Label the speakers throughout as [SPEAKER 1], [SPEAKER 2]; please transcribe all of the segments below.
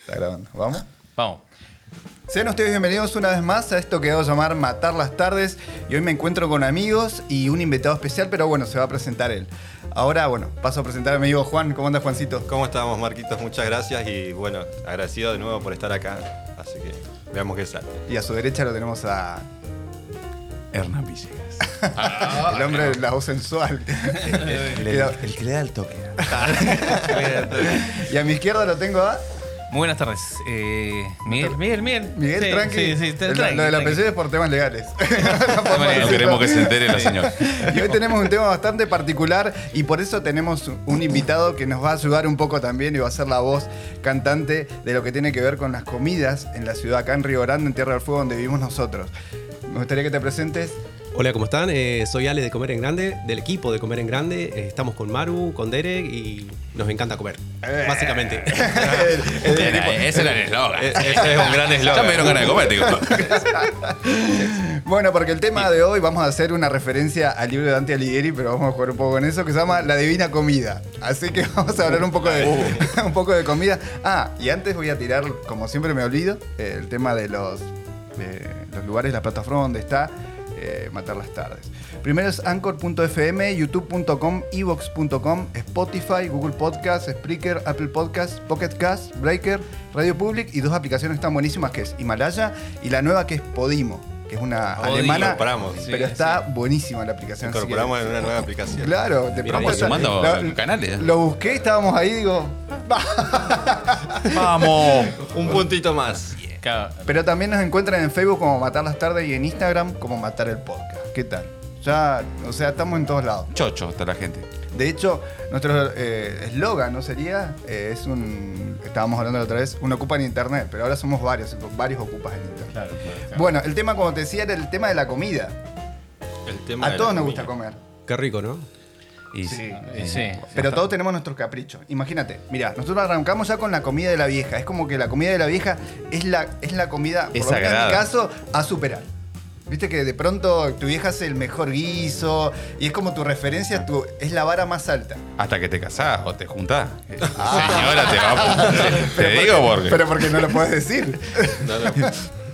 [SPEAKER 1] Está grabando. ¿Vamos?
[SPEAKER 2] Vamos.
[SPEAKER 1] Sean ustedes bienvenidos una vez más a esto que vamos a llamar Matar las Tardes. Y hoy me encuentro con amigos y un invitado especial, pero bueno, se va a presentar él. Ahora, bueno, paso a presentar a mi amigo Juan. ¿Cómo andas, Juancito?
[SPEAKER 3] ¿Cómo estamos, Marquitos? Muchas gracias y bueno, agradecido de nuevo por estar acá. Así que veamos qué sale.
[SPEAKER 1] Y a su derecha lo tenemos a Hernán Villegas. el hombre de la voz sensual.
[SPEAKER 4] Ah. El, el- el que le da el toque.
[SPEAKER 1] y a mi izquierda lo tengo a
[SPEAKER 2] Muy buenas tardes. Eh, Miguel, Miguel, Miguel.
[SPEAKER 1] Miguel
[SPEAKER 2] Sí,
[SPEAKER 1] Tranqui.
[SPEAKER 2] Sí, sí,
[SPEAKER 1] El- lo del apellido es por temas legales. No podemos
[SPEAKER 2] manera.
[SPEAKER 4] No
[SPEAKER 1] decirlo.
[SPEAKER 4] queremos que se entere la señora.
[SPEAKER 1] Y hoy tenemos un tema bastante particular y por eso tenemos un invitado que nos va a ayudar un poco también y va a ser la voz cantante de lo que tiene que ver con las comidas en la ciudad, acá en Río Grande, en Tierra del Fuego, donde vivimos nosotros. Me gustaría que te presentes.
[SPEAKER 5] Hola, ¿cómo están? Eh, soy Ale de Comer en Grande, del equipo de Comer en Grande. Eh, estamos con Maru, con Derek y nos encanta comer,
[SPEAKER 4] Eh.
[SPEAKER 5] básicamente.
[SPEAKER 4] Era- Ese era el eslogan.
[SPEAKER 3] E- Ese es un gran
[SPEAKER 4] Ya me
[SPEAKER 3] eslogan.
[SPEAKER 4] dieron ganas de comer, digo.
[SPEAKER 1] Bueno, porque el tema de hoy vamos a hacer una referencia al libro de Dante Alighieri, pero vamos a jugar un poco con eso, que se llama La Divina Comida. Así que vamos a hablar un poco de, un poco de comida. Ah, y antes voy a tirar, como siempre me olvido, eh, el tema de los, de los lugares, la plataforma donde está eh, Matar las Tardes. Primero es anchor.fm, youtube.com, evox.com, Spotify, Google Podcast, Spreaker, Apple Podcast, Pocket Cast, Breaker, Radio Public y dos aplicaciones tan buenísimas que es Himalaya y la nueva que es Podimo, que es una
[SPEAKER 2] Podimo,
[SPEAKER 1] alemana.
[SPEAKER 3] compramos.
[SPEAKER 1] Pero
[SPEAKER 2] Sí,
[SPEAKER 1] está buenísima la aplicación. así que-
[SPEAKER 3] Incorporamos en una nueva aplicación.
[SPEAKER 1] Claro, de
[SPEAKER 4] Vamos
[SPEAKER 1] está-
[SPEAKER 4] sumando
[SPEAKER 1] lo-
[SPEAKER 4] canales.
[SPEAKER 1] Lo busqué, estábamos ahí, digo.
[SPEAKER 4] Vamos.
[SPEAKER 3] Un puntito más.
[SPEAKER 1] Pero también nos encuentran en Facebook como Matar las Tardes y en Instagram como Matar el Podcast. ¿Qué tal? Ya, o sea, estamos en todos lados.
[SPEAKER 4] Chocho está la gente.
[SPEAKER 1] De hecho, nuestro eh, eslogan, ¿no sería? Eh, es un. Estábamos hablando la otra vez, un ocupa en internet, pero ahora somos varios, varios ocupas en internet. Bueno, el tema, como te decía, era el tema de la comida.
[SPEAKER 3] El tema de
[SPEAKER 1] A
[SPEAKER 3] la
[SPEAKER 1] todos nos
[SPEAKER 3] comida.
[SPEAKER 1] gusta comer.
[SPEAKER 5] Qué rico, ¿no?
[SPEAKER 4] Y eh,
[SPEAKER 1] Sí.
[SPEAKER 2] Sí, sí.
[SPEAKER 1] Pero todos tenemos nuestros caprichos. Imagínate, mira, nosotros arrancamos ya con la comida de la vieja. Es como que la comida de la vieja es la, es la comida,
[SPEAKER 4] Es
[SPEAKER 1] por lo menos en mi
[SPEAKER 4] sagrada.
[SPEAKER 1] caso, a superar. Viste que de pronto tu vieja hace el mejor guiso y es como tu referencia, tu, es la vara más alta.
[SPEAKER 4] hasta que te casás o te juntás. Eh, Señora, te vamos. Te digo porque.
[SPEAKER 1] Pero porque no lo puedes decir.
[SPEAKER 3] No, no.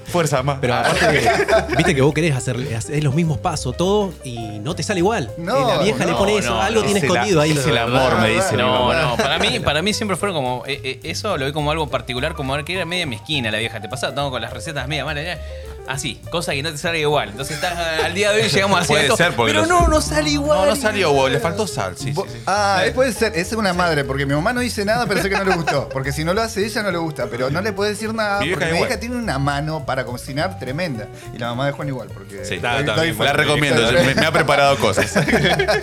[SPEAKER 4] fuerza más.
[SPEAKER 5] Pero aparte, que, viste que vos querés hacer, hacer los mismos pasos, todo, y no te sale igual.
[SPEAKER 1] No,
[SPEAKER 5] Eh, la vieja le
[SPEAKER 2] no,
[SPEAKER 5] pone eso,
[SPEAKER 2] no,
[SPEAKER 5] algo
[SPEAKER 2] no.
[SPEAKER 5] tiene
[SPEAKER 4] Es el-
[SPEAKER 5] escondido ahí.
[SPEAKER 4] es el
[SPEAKER 5] la-
[SPEAKER 4] amor, me dice. mi
[SPEAKER 2] No,
[SPEAKER 4] mamá.
[SPEAKER 2] no, para mí, para mí siempre fueron como. eh, eh, eso lo vi como algo particular, como que era media mezquina la vieja. Te pasa, no, con las recetas media malas. ya. Así, cosa que no te sale igual. Entonces estás, al día de hoy llegamos así a
[SPEAKER 4] Puede
[SPEAKER 2] esto.
[SPEAKER 4] ser, porque
[SPEAKER 2] pero
[SPEAKER 4] los-
[SPEAKER 2] no, no sale igual.
[SPEAKER 4] No, no salió, vos, le faltó sal. Sí, sí,
[SPEAKER 1] Bo-
[SPEAKER 4] sí.
[SPEAKER 1] Ah, eh, puede ser, es una madre, porque mi mamá no dice nada, pero sé que no le gustó. Porque si no lo hace ella, no le gusta. Pero no le puede decir nada,
[SPEAKER 4] Mi vieja
[SPEAKER 1] porque mi
[SPEAKER 4] igual.
[SPEAKER 1] vieja tiene una mano para cocinar tremenda. Y la mamá de Juan igual, porque...
[SPEAKER 4] Sí,
[SPEAKER 3] está-
[SPEAKER 1] doy-
[SPEAKER 3] está
[SPEAKER 1] doy
[SPEAKER 3] bien,
[SPEAKER 1] fe.
[SPEAKER 4] La recomiendo, yo- me, me ha preparado cosas.
[SPEAKER 3] Bueno,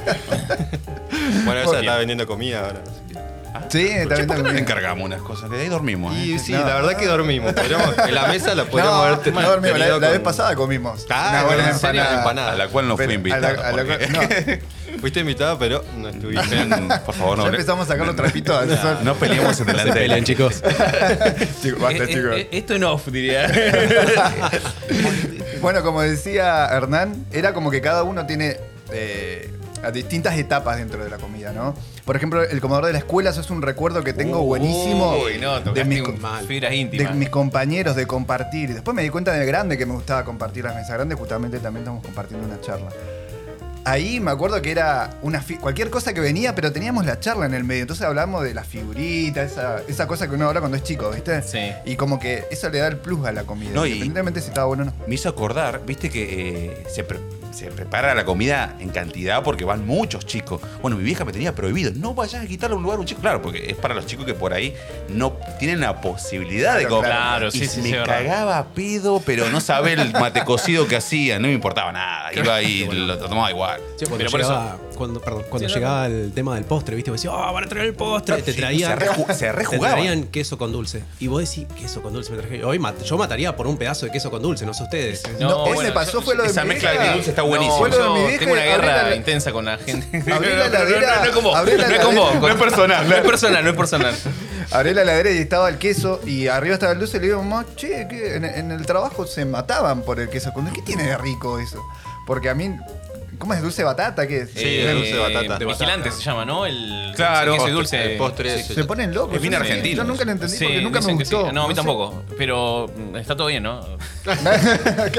[SPEAKER 1] Por-
[SPEAKER 3] ella está vendiendo comida ahora. así que-
[SPEAKER 1] Sí,
[SPEAKER 4] Che,
[SPEAKER 1] está bien,
[SPEAKER 4] ¿Por qué no
[SPEAKER 1] está
[SPEAKER 4] le
[SPEAKER 1] bien.
[SPEAKER 4] encargamos unas cosas? De ahí dormimos.
[SPEAKER 3] Y
[SPEAKER 4] ¿eh?
[SPEAKER 3] sí,
[SPEAKER 1] no.
[SPEAKER 3] la verdad que dormimos. Podríamos- en la mesa la podríamos
[SPEAKER 1] No,
[SPEAKER 3] haber
[SPEAKER 1] no dormimos, la,
[SPEAKER 3] tenido
[SPEAKER 1] la
[SPEAKER 3] con-
[SPEAKER 1] vez pasada comimos.
[SPEAKER 3] Ah,
[SPEAKER 1] Una buena
[SPEAKER 3] ¿en serio?
[SPEAKER 1] empanada.
[SPEAKER 3] Empanada.
[SPEAKER 4] A la cual no
[SPEAKER 1] Pero-
[SPEAKER 4] fui invitado.
[SPEAKER 1] a la- a la-
[SPEAKER 4] porque-
[SPEAKER 1] no.
[SPEAKER 3] Fuiste invitado, pero no estuviste.
[SPEAKER 4] Ven, Por favor, no.
[SPEAKER 1] Ya empezamos a sacar los trapitos al sol.
[SPEAKER 4] No peleemos en
[SPEAKER 5] Se
[SPEAKER 4] delante de
[SPEAKER 5] pelean,
[SPEAKER 4] la
[SPEAKER 5] chicos.
[SPEAKER 1] Chicos,
[SPEAKER 2] Eh,
[SPEAKER 1] basta,
[SPEAKER 2] eh,
[SPEAKER 1] chicos.
[SPEAKER 2] eh, esto en off, diría.
[SPEAKER 1] Bueno, como decía Hernán, era como que cada uno tiene eh, a distintas etapas dentro de la comida, ¿no? Por ejemplo, el comedor de la escuela, eso es un recuerdo que tengo buenísimo
[SPEAKER 2] Uy, no,
[SPEAKER 1] de,
[SPEAKER 2] tocaste
[SPEAKER 1] mis,
[SPEAKER 2] un-
[SPEAKER 1] co-
[SPEAKER 2] fibras
[SPEAKER 1] de
[SPEAKER 2] íntimas.
[SPEAKER 1] mis compañeros, de compartir. Después me di cuenta de grande que me gustaba compartir las mesas grandes, justamente también estamos compartiendo una charla. Ahí me acuerdo que era una fi- cualquier cosa que venía, pero teníamos la charla en el medio. Entonces hablamos de las figuritas, esa, esa cosa que uno habla cuando es chico, ¿viste?
[SPEAKER 2] Sí.
[SPEAKER 1] Y como que eso le da el plus a la comida,
[SPEAKER 4] No, y-
[SPEAKER 1] independientemente si estaba bueno o no.
[SPEAKER 4] Me hizo acordar, viste que eh, se, pre- se prepara la comida en cantidad porque van muchos chicos. Bueno, mi vieja me tenía prohibido, no vayas a quitarle un lugar a un chico. Claro, porque es para los chicos que por ahí no tienen la posibilidad de
[SPEAKER 1] Claro,
[SPEAKER 4] comer.
[SPEAKER 2] claro,
[SPEAKER 4] Y
[SPEAKER 2] sí, sí,
[SPEAKER 4] me
[SPEAKER 2] sí, verdad.
[SPEAKER 4] cagaba a pedo, pero no sabés el mate cocido que hacía, no me importaba nada. Iba y lo tomaba igual.
[SPEAKER 5] Che, cuando
[SPEAKER 2] Pero por
[SPEAKER 5] llegaba, cuando, perdón, cuando
[SPEAKER 2] Sí, no,
[SPEAKER 5] llegaba el tema del postre, ¿viste? Vos decís, oh, van a traer el postre.
[SPEAKER 4] No,
[SPEAKER 5] te
[SPEAKER 4] sí,
[SPEAKER 5] traían,
[SPEAKER 4] se reju- se rejugaban.
[SPEAKER 5] Te traían queso con dulce. Y vos decís, queso con dulce me traje. Hoy mat- yo mataría por un pedazo de queso con dulce, no sé ustedes.
[SPEAKER 1] No, ese pasó fue lo de
[SPEAKER 4] esa
[SPEAKER 1] mi
[SPEAKER 4] mezcla
[SPEAKER 1] vieja.
[SPEAKER 4] de dulce está buenísimo.
[SPEAKER 1] fue lo de mi
[SPEAKER 2] yo
[SPEAKER 1] vieja,
[SPEAKER 2] tengo una guerra
[SPEAKER 1] abrí la-
[SPEAKER 2] intensa con la gente.
[SPEAKER 1] Abrí la
[SPEAKER 2] No, no, no,
[SPEAKER 1] heladera,
[SPEAKER 2] no, no es con vos.
[SPEAKER 1] abrí la
[SPEAKER 2] No es con vos.
[SPEAKER 1] heladera.
[SPEAKER 2] No es personal. No es personal, no es personal.
[SPEAKER 1] Abrí la heladera y estaba el queso y arriba estaba el dulce y le digo, mamá, che, ¿qué? En, en el trabajo se mataban por el queso. con- ¿Qué tiene de rico eso? Porque a mí ¿Cómo es? ¿Dulce de batata? ¿Qué es?
[SPEAKER 3] Sí, de dulce de batata.
[SPEAKER 2] Eh, de Vigilante se llama, ¿no? El
[SPEAKER 4] Claro.
[SPEAKER 2] que ese
[SPEAKER 4] Postre,
[SPEAKER 2] dulce.
[SPEAKER 3] El postre ese.
[SPEAKER 1] Se ponen locos.
[SPEAKER 4] Es bien
[SPEAKER 1] Yo no-
[SPEAKER 4] argentino.
[SPEAKER 1] Yo nunca lo entendí
[SPEAKER 2] Sí,
[SPEAKER 1] porque nunca me
[SPEAKER 2] dicen que sí.
[SPEAKER 1] gustó.
[SPEAKER 2] No, a mí
[SPEAKER 1] sé.
[SPEAKER 2] tampoco. Pero mm, está todo bien, ¿no?
[SPEAKER 3] No,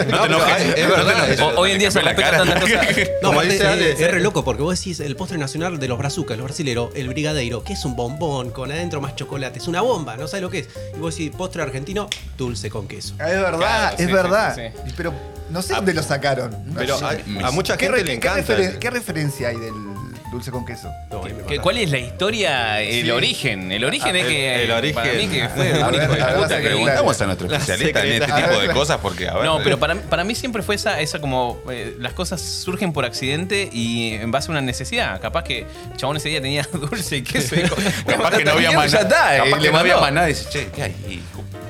[SPEAKER 3] pero
[SPEAKER 4] enojes,
[SPEAKER 3] hay-
[SPEAKER 4] no te
[SPEAKER 3] es verdad.
[SPEAKER 4] enojes.
[SPEAKER 3] eso.
[SPEAKER 2] O- hoy en día se
[SPEAKER 4] La
[SPEAKER 2] respetan
[SPEAKER 4] cara.
[SPEAKER 2] tantas cosas.
[SPEAKER 5] No,
[SPEAKER 3] Como
[SPEAKER 5] aparte,
[SPEAKER 3] dice Ale,
[SPEAKER 5] eh, es re loco porque vos decís el postre nacional de los brazucas, los brasileros, el brigadeiro, que es un bombón con adentro más chocolate, es una bomba, no sabes lo que es. Y vos decís postre argentino, dulce con queso.
[SPEAKER 1] Ah, Es verdad,
[SPEAKER 2] Claro,
[SPEAKER 1] es
[SPEAKER 2] sí,
[SPEAKER 1] verdad.
[SPEAKER 2] sí, sí, Ah,
[SPEAKER 1] Pero no sé dónde lo sacaron.
[SPEAKER 3] Pero a, a mucha
[SPEAKER 1] ¿Qué,
[SPEAKER 3] gente
[SPEAKER 1] re-
[SPEAKER 3] le
[SPEAKER 1] qué
[SPEAKER 3] encanta.
[SPEAKER 1] referen-
[SPEAKER 3] ese.
[SPEAKER 1] qué referencia hay del dulce con queso?
[SPEAKER 5] No, ahí me
[SPEAKER 2] ¿Qué-
[SPEAKER 5] mataste.
[SPEAKER 2] ¿Cuál es la historia, el origen? El origen
[SPEAKER 3] Ah,
[SPEAKER 2] es
[SPEAKER 3] el-
[SPEAKER 2] que.
[SPEAKER 3] el origen.
[SPEAKER 2] Para mí que fue
[SPEAKER 1] A
[SPEAKER 2] un
[SPEAKER 1] ver,
[SPEAKER 2] hijo de
[SPEAKER 1] a ver, la
[SPEAKER 2] puta que-
[SPEAKER 1] secreta.
[SPEAKER 4] Preguntamos a nuestro
[SPEAKER 3] La
[SPEAKER 4] especialista en este
[SPEAKER 3] secreta.
[SPEAKER 4] tipo de cosas porque, a ver,
[SPEAKER 2] No, pero para, para mí siempre fue esa, esa como. eh, las cosas surgen por accidente y en base a una necesidad. Capaz que el chabón ese día tenía dulce y queso. y dijo,
[SPEAKER 4] capaz que no había
[SPEAKER 2] "Mierda,
[SPEAKER 4] más
[SPEAKER 2] ya está",
[SPEAKER 4] nada.
[SPEAKER 2] eh,
[SPEAKER 4] Capaz
[SPEAKER 2] le
[SPEAKER 4] que no había
[SPEAKER 2] mandó.
[SPEAKER 4] más nada. Dice, che, ¿qué hay? Y,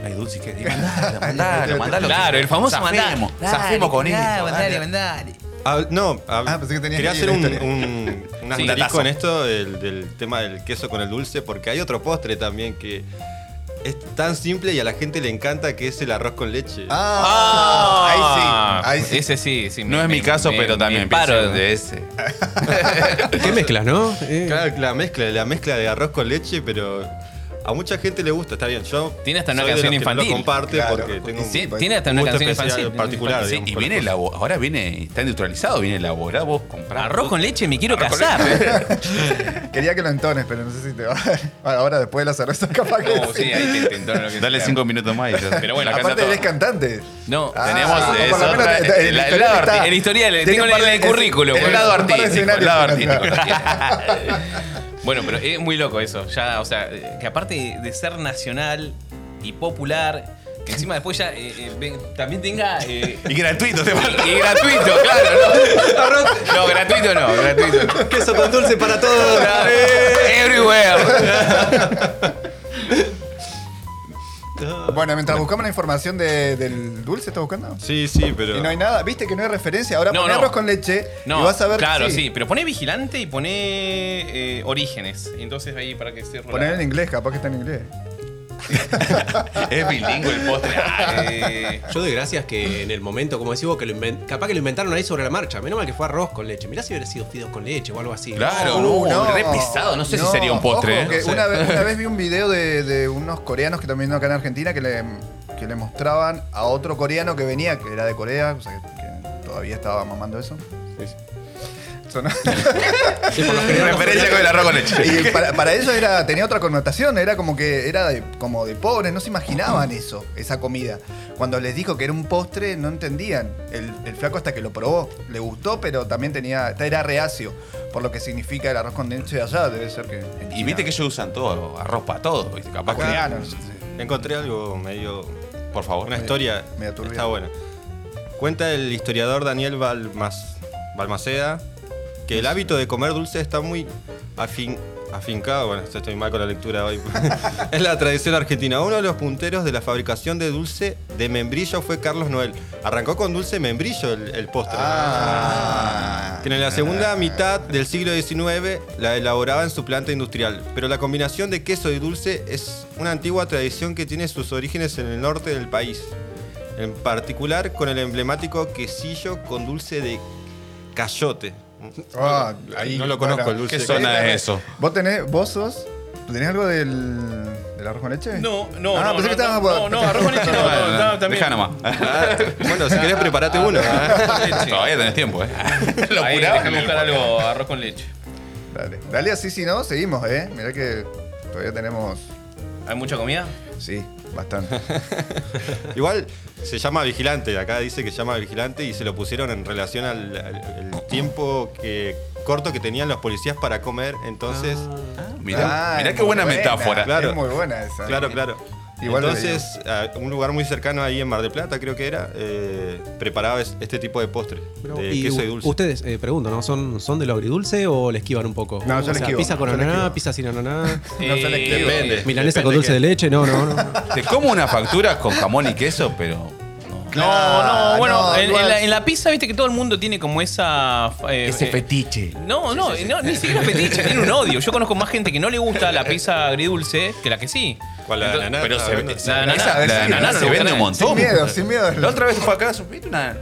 [SPEAKER 4] hay dulce, ¿qué? Y mandalo, mandalo, mandalo.
[SPEAKER 2] Claro, el famoso
[SPEAKER 4] Zafemos,
[SPEAKER 2] mandá.
[SPEAKER 4] zafemos con
[SPEAKER 2] Dale,
[SPEAKER 4] esto.
[SPEAKER 2] mandale,
[SPEAKER 4] dale.
[SPEAKER 2] mandale.
[SPEAKER 3] Ah, no, ah,
[SPEAKER 1] Ah, pensé que tenías
[SPEAKER 3] quería
[SPEAKER 1] que
[SPEAKER 3] hacer
[SPEAKER 1] ir
[SPEAKER 3] un,
[SPEAKER 1] la historia.
[SPEAKER 3] un, un
[SPEAKER 2] Sí.
[SPEAKER 3] asterisco
[SPEAKER 4] Datazo.
[SPEAKER 3] en esto del, del tema del queso con el dulce, porque hay otro postre también que es tan simple y a la gente le encanta que es el arroz con leche.
[SPEAKER 1] Ah, ahí sí. Ahí sí.
[SPEAKER 2] Ese sí, sí.
[SPEAKER 4] No
[SPEAKER 2] me-
[SPEAKER 4] es mi
[SPEAKER 2] me-
[SPEAKER 4] caso,
[SPEAKER 2] me-
[SPEAKER 4] pero
[SPEAKER 2] me
[SPEAKER 4] también
[SPEAKER 2] paro.
[SPEAKER 4] pienso de ese.
[SPEAKER 5] ¿Qué mezclas, no? Eh,
[SPEAKER 3] Claro, la mezcla, la mezcla de arroz con leche, pero a mucha gente le gusta, está bien. Yo
[SPEAKER 2] Tiene hasta una
[SPEAKER 3] soy de
[SPEAKER 2] canción
[SPEAKER 3] los que no
[SPEAKER 2] infantil.
[SPEAKER 3] lo comparte
[SPEAKER 1] Claro.
[SPEAKER 3] porque tengo un-
[SPEAKER 2] Sí, tiene hasta una
[SPEAKER 3] Gusto
[SPEAKER 2] canción
[SPEAKER 3] especial
[SPEAKER 2] infantil.
[SPEAKER 3] particular,
[SPEAKER 2] Sí,
[SPEAKER 3] digamos.
[SPEAKER 4] Y viene elabo- ahora viene, está industrializado, viene elaborado. Vos comprás.
[SPEAKER 2] Arroz con leche, me quiero
[SPEAKER 4] Arroz con
[SPEAKER 2] casar.
[SPEAKER 1] Quería que lo entones, pero no sé si te va a dar. Bueno, ahora después de la cerveza capaz que.
[SPEAKER 2] No, sí, ahí te- te entono lo que
[SPEAKER 4] Dale
[SPEAKER 2] sea.
[SPEAKER 4] cinco minutos más. y ya-
[SPEAKER 2] Pero bueno, acá
[SPEAKER 4] la casa
[SPEAKER 1] Aparte
[SPEAKER 4] todo.
[SPEAKER 1] eres cantante.
[SPEAKER 2] No,
[SPEAKER 1] Ah,
[SPEAKER 4] Tenemos
[SPEAKER 1] por lo
[SPEAKER 4] eso,
[SPEAKER 1] menos
[SPEAKER 4] otra-
[SPEAKER 1] te- te-
[SPEAKER 4] el- la- el
[SPEAKER 1] historial
[SPEAKER 4] lado
[SPEAKER 1] está-
[SPEAKER 4] arti-
[SPEAKER 2] el historial,
[SPEAKER 1] tiene
[SPEAKER 2] tengo
[SPEAKER 1] un
[SPEAKER 2] en
[SPEAKER 1] par de-
[SPEAKER 2] el currículum,
[SPEAKER 1] tiene
[SPEAKER 4] El
[SPEAKER 1] un
[SPEAKER 4] lado
[SPEAKER 1] par de
[SPEAKER 4] artístico, el
[SPEAKER 1] escenarios
[SPEAKER 4] lado
[SPEAKER 1] para
[SPEAKER 4] artístico.
[SPEAKER 1] tocar.
[SPEAKER 2] Bueno, pero es muy loco eso. Ya, o sea, eh, que aparte de ser nacional y popular, que encima después ya eh, eh, ven- también tenga. eh,
[SPEAKER 4] Y gratuito, te falta.
[SPEAKER 2] y gratuito, claro, ¿no? No, gratuito no, gratuito no.
[SPEAKER 5] Queso con dulce para todos.
[SPEAKER 1] Eh.
[SPEAKER 2] Everywhere.
[SPEAKER 1] Bueno, mientras buscamos la información de- del dulce, ¿estás buscando?
[SPEAKER 3] Sí, sí, pero.
[SPEAKER 1] Y no hay nada. ¿Viste que no hay referencia? Ahora
[SPEAKER 2] No,
[SPEAKER 1] poné
[SPEAKER 2] no.
[SPEAKER 1] arroz con leche
[SPEAKER 2] No,
[SPEAKER 1] y vas a ver que
[SPEAKER 2] claro, sí. pero pone vigilante y pone eh, orígenes. Entonces ahí para que cierro.
[SPEAKER 1] Poner
[SPEAKER 2] la-
[SPEAKER 1] en inglés, capaz que está en inglés.
[SPEAKER 4] Es bilingüe el postre. Ah,
[SPEAKER 2] Eh,
[SPEAKER 5] Yo doy gracias que en el momento, como decís vos, que lo inven- capaz que lo inventaron ahí sobre la marcha. Menos mal que fue arroz con leche. Mirá si hubiera sido fideos con leche o algo así.
[SPEAKER 4] Claro,
[SPEAKER 1] Uh,
[SPEAKER 4] no, re pesado. No sé si sería un postre.
[SPEAKER 1] ojo, que
[SPEAKER 4] ¿eh?
[SPEAKER 1] una, vez, una vez vi un video de, de unos coreanos que también vino acá en Argentina que le, que le mostraban a otro coreano que venía, que era de Corea, o sea, que, que todavía estaba mamando eso. Sonó-
[SPEAKER 5] Sí, por los coreanos-
[SPEAKER 4] Referencia con el arroz con leche.
[SPEAKER 1] Y para, para ellos era, tenía otra connotación, era como que era de, como de pobres, no se imaginaban eso, esa comida. Cuando les dijo que era un postre, no entendían. El, el flaco hasta que lo probó, le gustó, pero también tenía, era reacio, por lo que significa el arroz con leche de allá, debe ser que... en
[SPEAKER 4] Y
[SPEAKER 1] China.
[SPEAKER 4] viste que ellos usan todo, arroz para todo. ¿viste? Capaz que.
[SPEAKER 1] Claro.
[SPEAKER 3] Encontré algo medio
[SPEAKER 4] Por favor.
[SPEAKER 3] Una historia.
[SPEAKER 1] medio turbia.
[SPEAKER 3] Está buena. Cuenta el historiador Daniel Balmas, Balmaceda que el hábito de comer dulce está muy afin- afincado. Bueno, estoy- estoy mal con la lectura hoy. es la tradición argentina. Uno de los punteros de la fabricación de dulce de membrillo fue Carlos Noel. Arrancó con dulce membrillo el, el postre.
[SPEAKER 1] Ah.
[SPEAKER 3] Que en la segunda mitad del siglo XIX la elaboraba en su planta industrial. Pero la combinación de queso y dulce es una antigua tradición que tiene sus orígenes en el norte del país. En particular con el emblemático quesillo con dulce de cayote.
[SPEAKER 1] Ah, ahí,
[SPEAKER 3] No lo conozco, el dulce.
[SPEAKER 4] ¿Qué
[SPEAKER 3] Sí,
[SPEAKER 4] zona
[SPEAKER 1] claro.
[SPEAKER 4] es eso?
[SPEAKER 1] ¿Vos tenés, vos sos, tenés algo del, del arroz con leche?
[SPEAKER 2] No, no,
[SPEAKER 1] Ah,
[SPEAKER 2] no.
[SPEAKER 1] pensé que
[SPEAKER 2] no,
[SPEAKER 1] estabas-
[SPEAKER 2] no, no, arroz con leche no, no, no, también.
[SPEAKER 4] Deja nomás.
[SPEAKER 3] Ah, bueno, si querés preparate uno. ¿eh?
[SPEAKER 2] Arroz con leche.
[SPEAKER 4] Todavía tenés tiempo, ¿eh? Lo
[SPEAKER 2] Ahí,
[SPEAKER 4] apuraba en
[SPEAKER 2] déjame
[SPEAKER 4] el-
[SPEAKER 2] buscar algo, arroz con leche.
[SPEAKER 1] Dale, dale así, si no, seguimos, ¿eh? Mirá que todavía tenemos,
[SPEAKER 2] ¿Hay mucha comida?
[SPEAKER 1] sí, bastante.
[SPEAKER 3] Igual se llama vigilante, acá dice que se llama vigilante y se lo pusieron en relación al, al- al tiempo que, corto que tenían los policías para comer, entonces...
[SPEAKER 4] Mirá,
[SPEAKER 1] Ah,
[SPEAKER 4] mirá
[SPEAKER 1] es
[SPEAKER 4] qué
[SPEAKER 1] muy
[SPEAKER 4] buena metáfora.
[SPEAKER 3] Claro.
[SPEAKER 1] Es muy buena esa.
[SPEAKER 3] Claro, claro.
[SPEAKER 1] Igual
[SPEAKER 3] Entonces, a un lugar muy cercano ahí en Mar del Plata, creo que era, eh, preparaba es- este tipo de postre,
[SPEAKER 5] Pero-
[SPEAKER 3] de
[SPEAKER 5] y
[SPEAKER 3] queso y
[SPEAKER 5] u-
[SPEAKER 3] dulce.
[SPEAKER 5] Ustedes, eh, pregunto, ¿no? ¿Son, ¿Son de lo agridulce o le esquivan un poco?
[SPEAKER 1] No, yo
[SPEAKER 5] O
[SPEAKER 1] le
[SPEAKER 5] sea,
[SPEAKER 1] esquivo,
[SPEAKER 5] Pizza con
[SPEAKER 1] yo le
[SPEAKER 5] ananá,
[SPEAKER 1] esquivo.
[SPEAKER 5] pizza sin ananá.
[SPEAKER 1] No se
[SPEAKER 2] Eh,
[SPEAKER 1] le-
[SPEAKER 3] depende.
[SPEAKER 5] Milanesa con
[SPEAKER 3] Depende
[SPEAKER 5] dulce
[SPEAKER 3] que-
[SPEAKER 5] de leche, no, no, no.
[SPEAKER 4] Te como una factura con jamón y queso, pero. no.
[SPEAKER 2] No, no,
[SPEAKER 1] Ah,
[SPEAKER 2] bueno,
[SPEAKER 1] no,
[SPEAKER 2] en, en
[SPEAKER 1] igual.
[SPEAKER 2] la, en la pizza viste que todo el mundo tiene como esa... eh, eh,
[SPEAKER 4] fetiche.
[SPEAKER 2] No, no, no, ni siquiera fetiche, tiene un odio. Yo conozco más gente que no le gusta la pizza agridulce que la que sí.
[SPEAKER 3] ¿Cuál, la de
[SPEAKER 2] Entonces-
[SPEAKER 3] ananá?
[SPEAKER 4] Pero se,
[SPEAKER 3] Bueno,
[SPEAKER 4] se-
[SPEAKER 2] la
[SPEAKER 4] esa-
[SPEAKER 2] ananá,
[SPEAKER 4] la
[SPEAKER 1] sí,
[SPEAKER 4] ananá
[SPEAKER 1] ananá,
[SPEAKER 4] se vende un montón.
[SPEAKER 1] Sin miedo, sin miedo.
[SPEAKER 4] La otra vez fue acá, supiste una.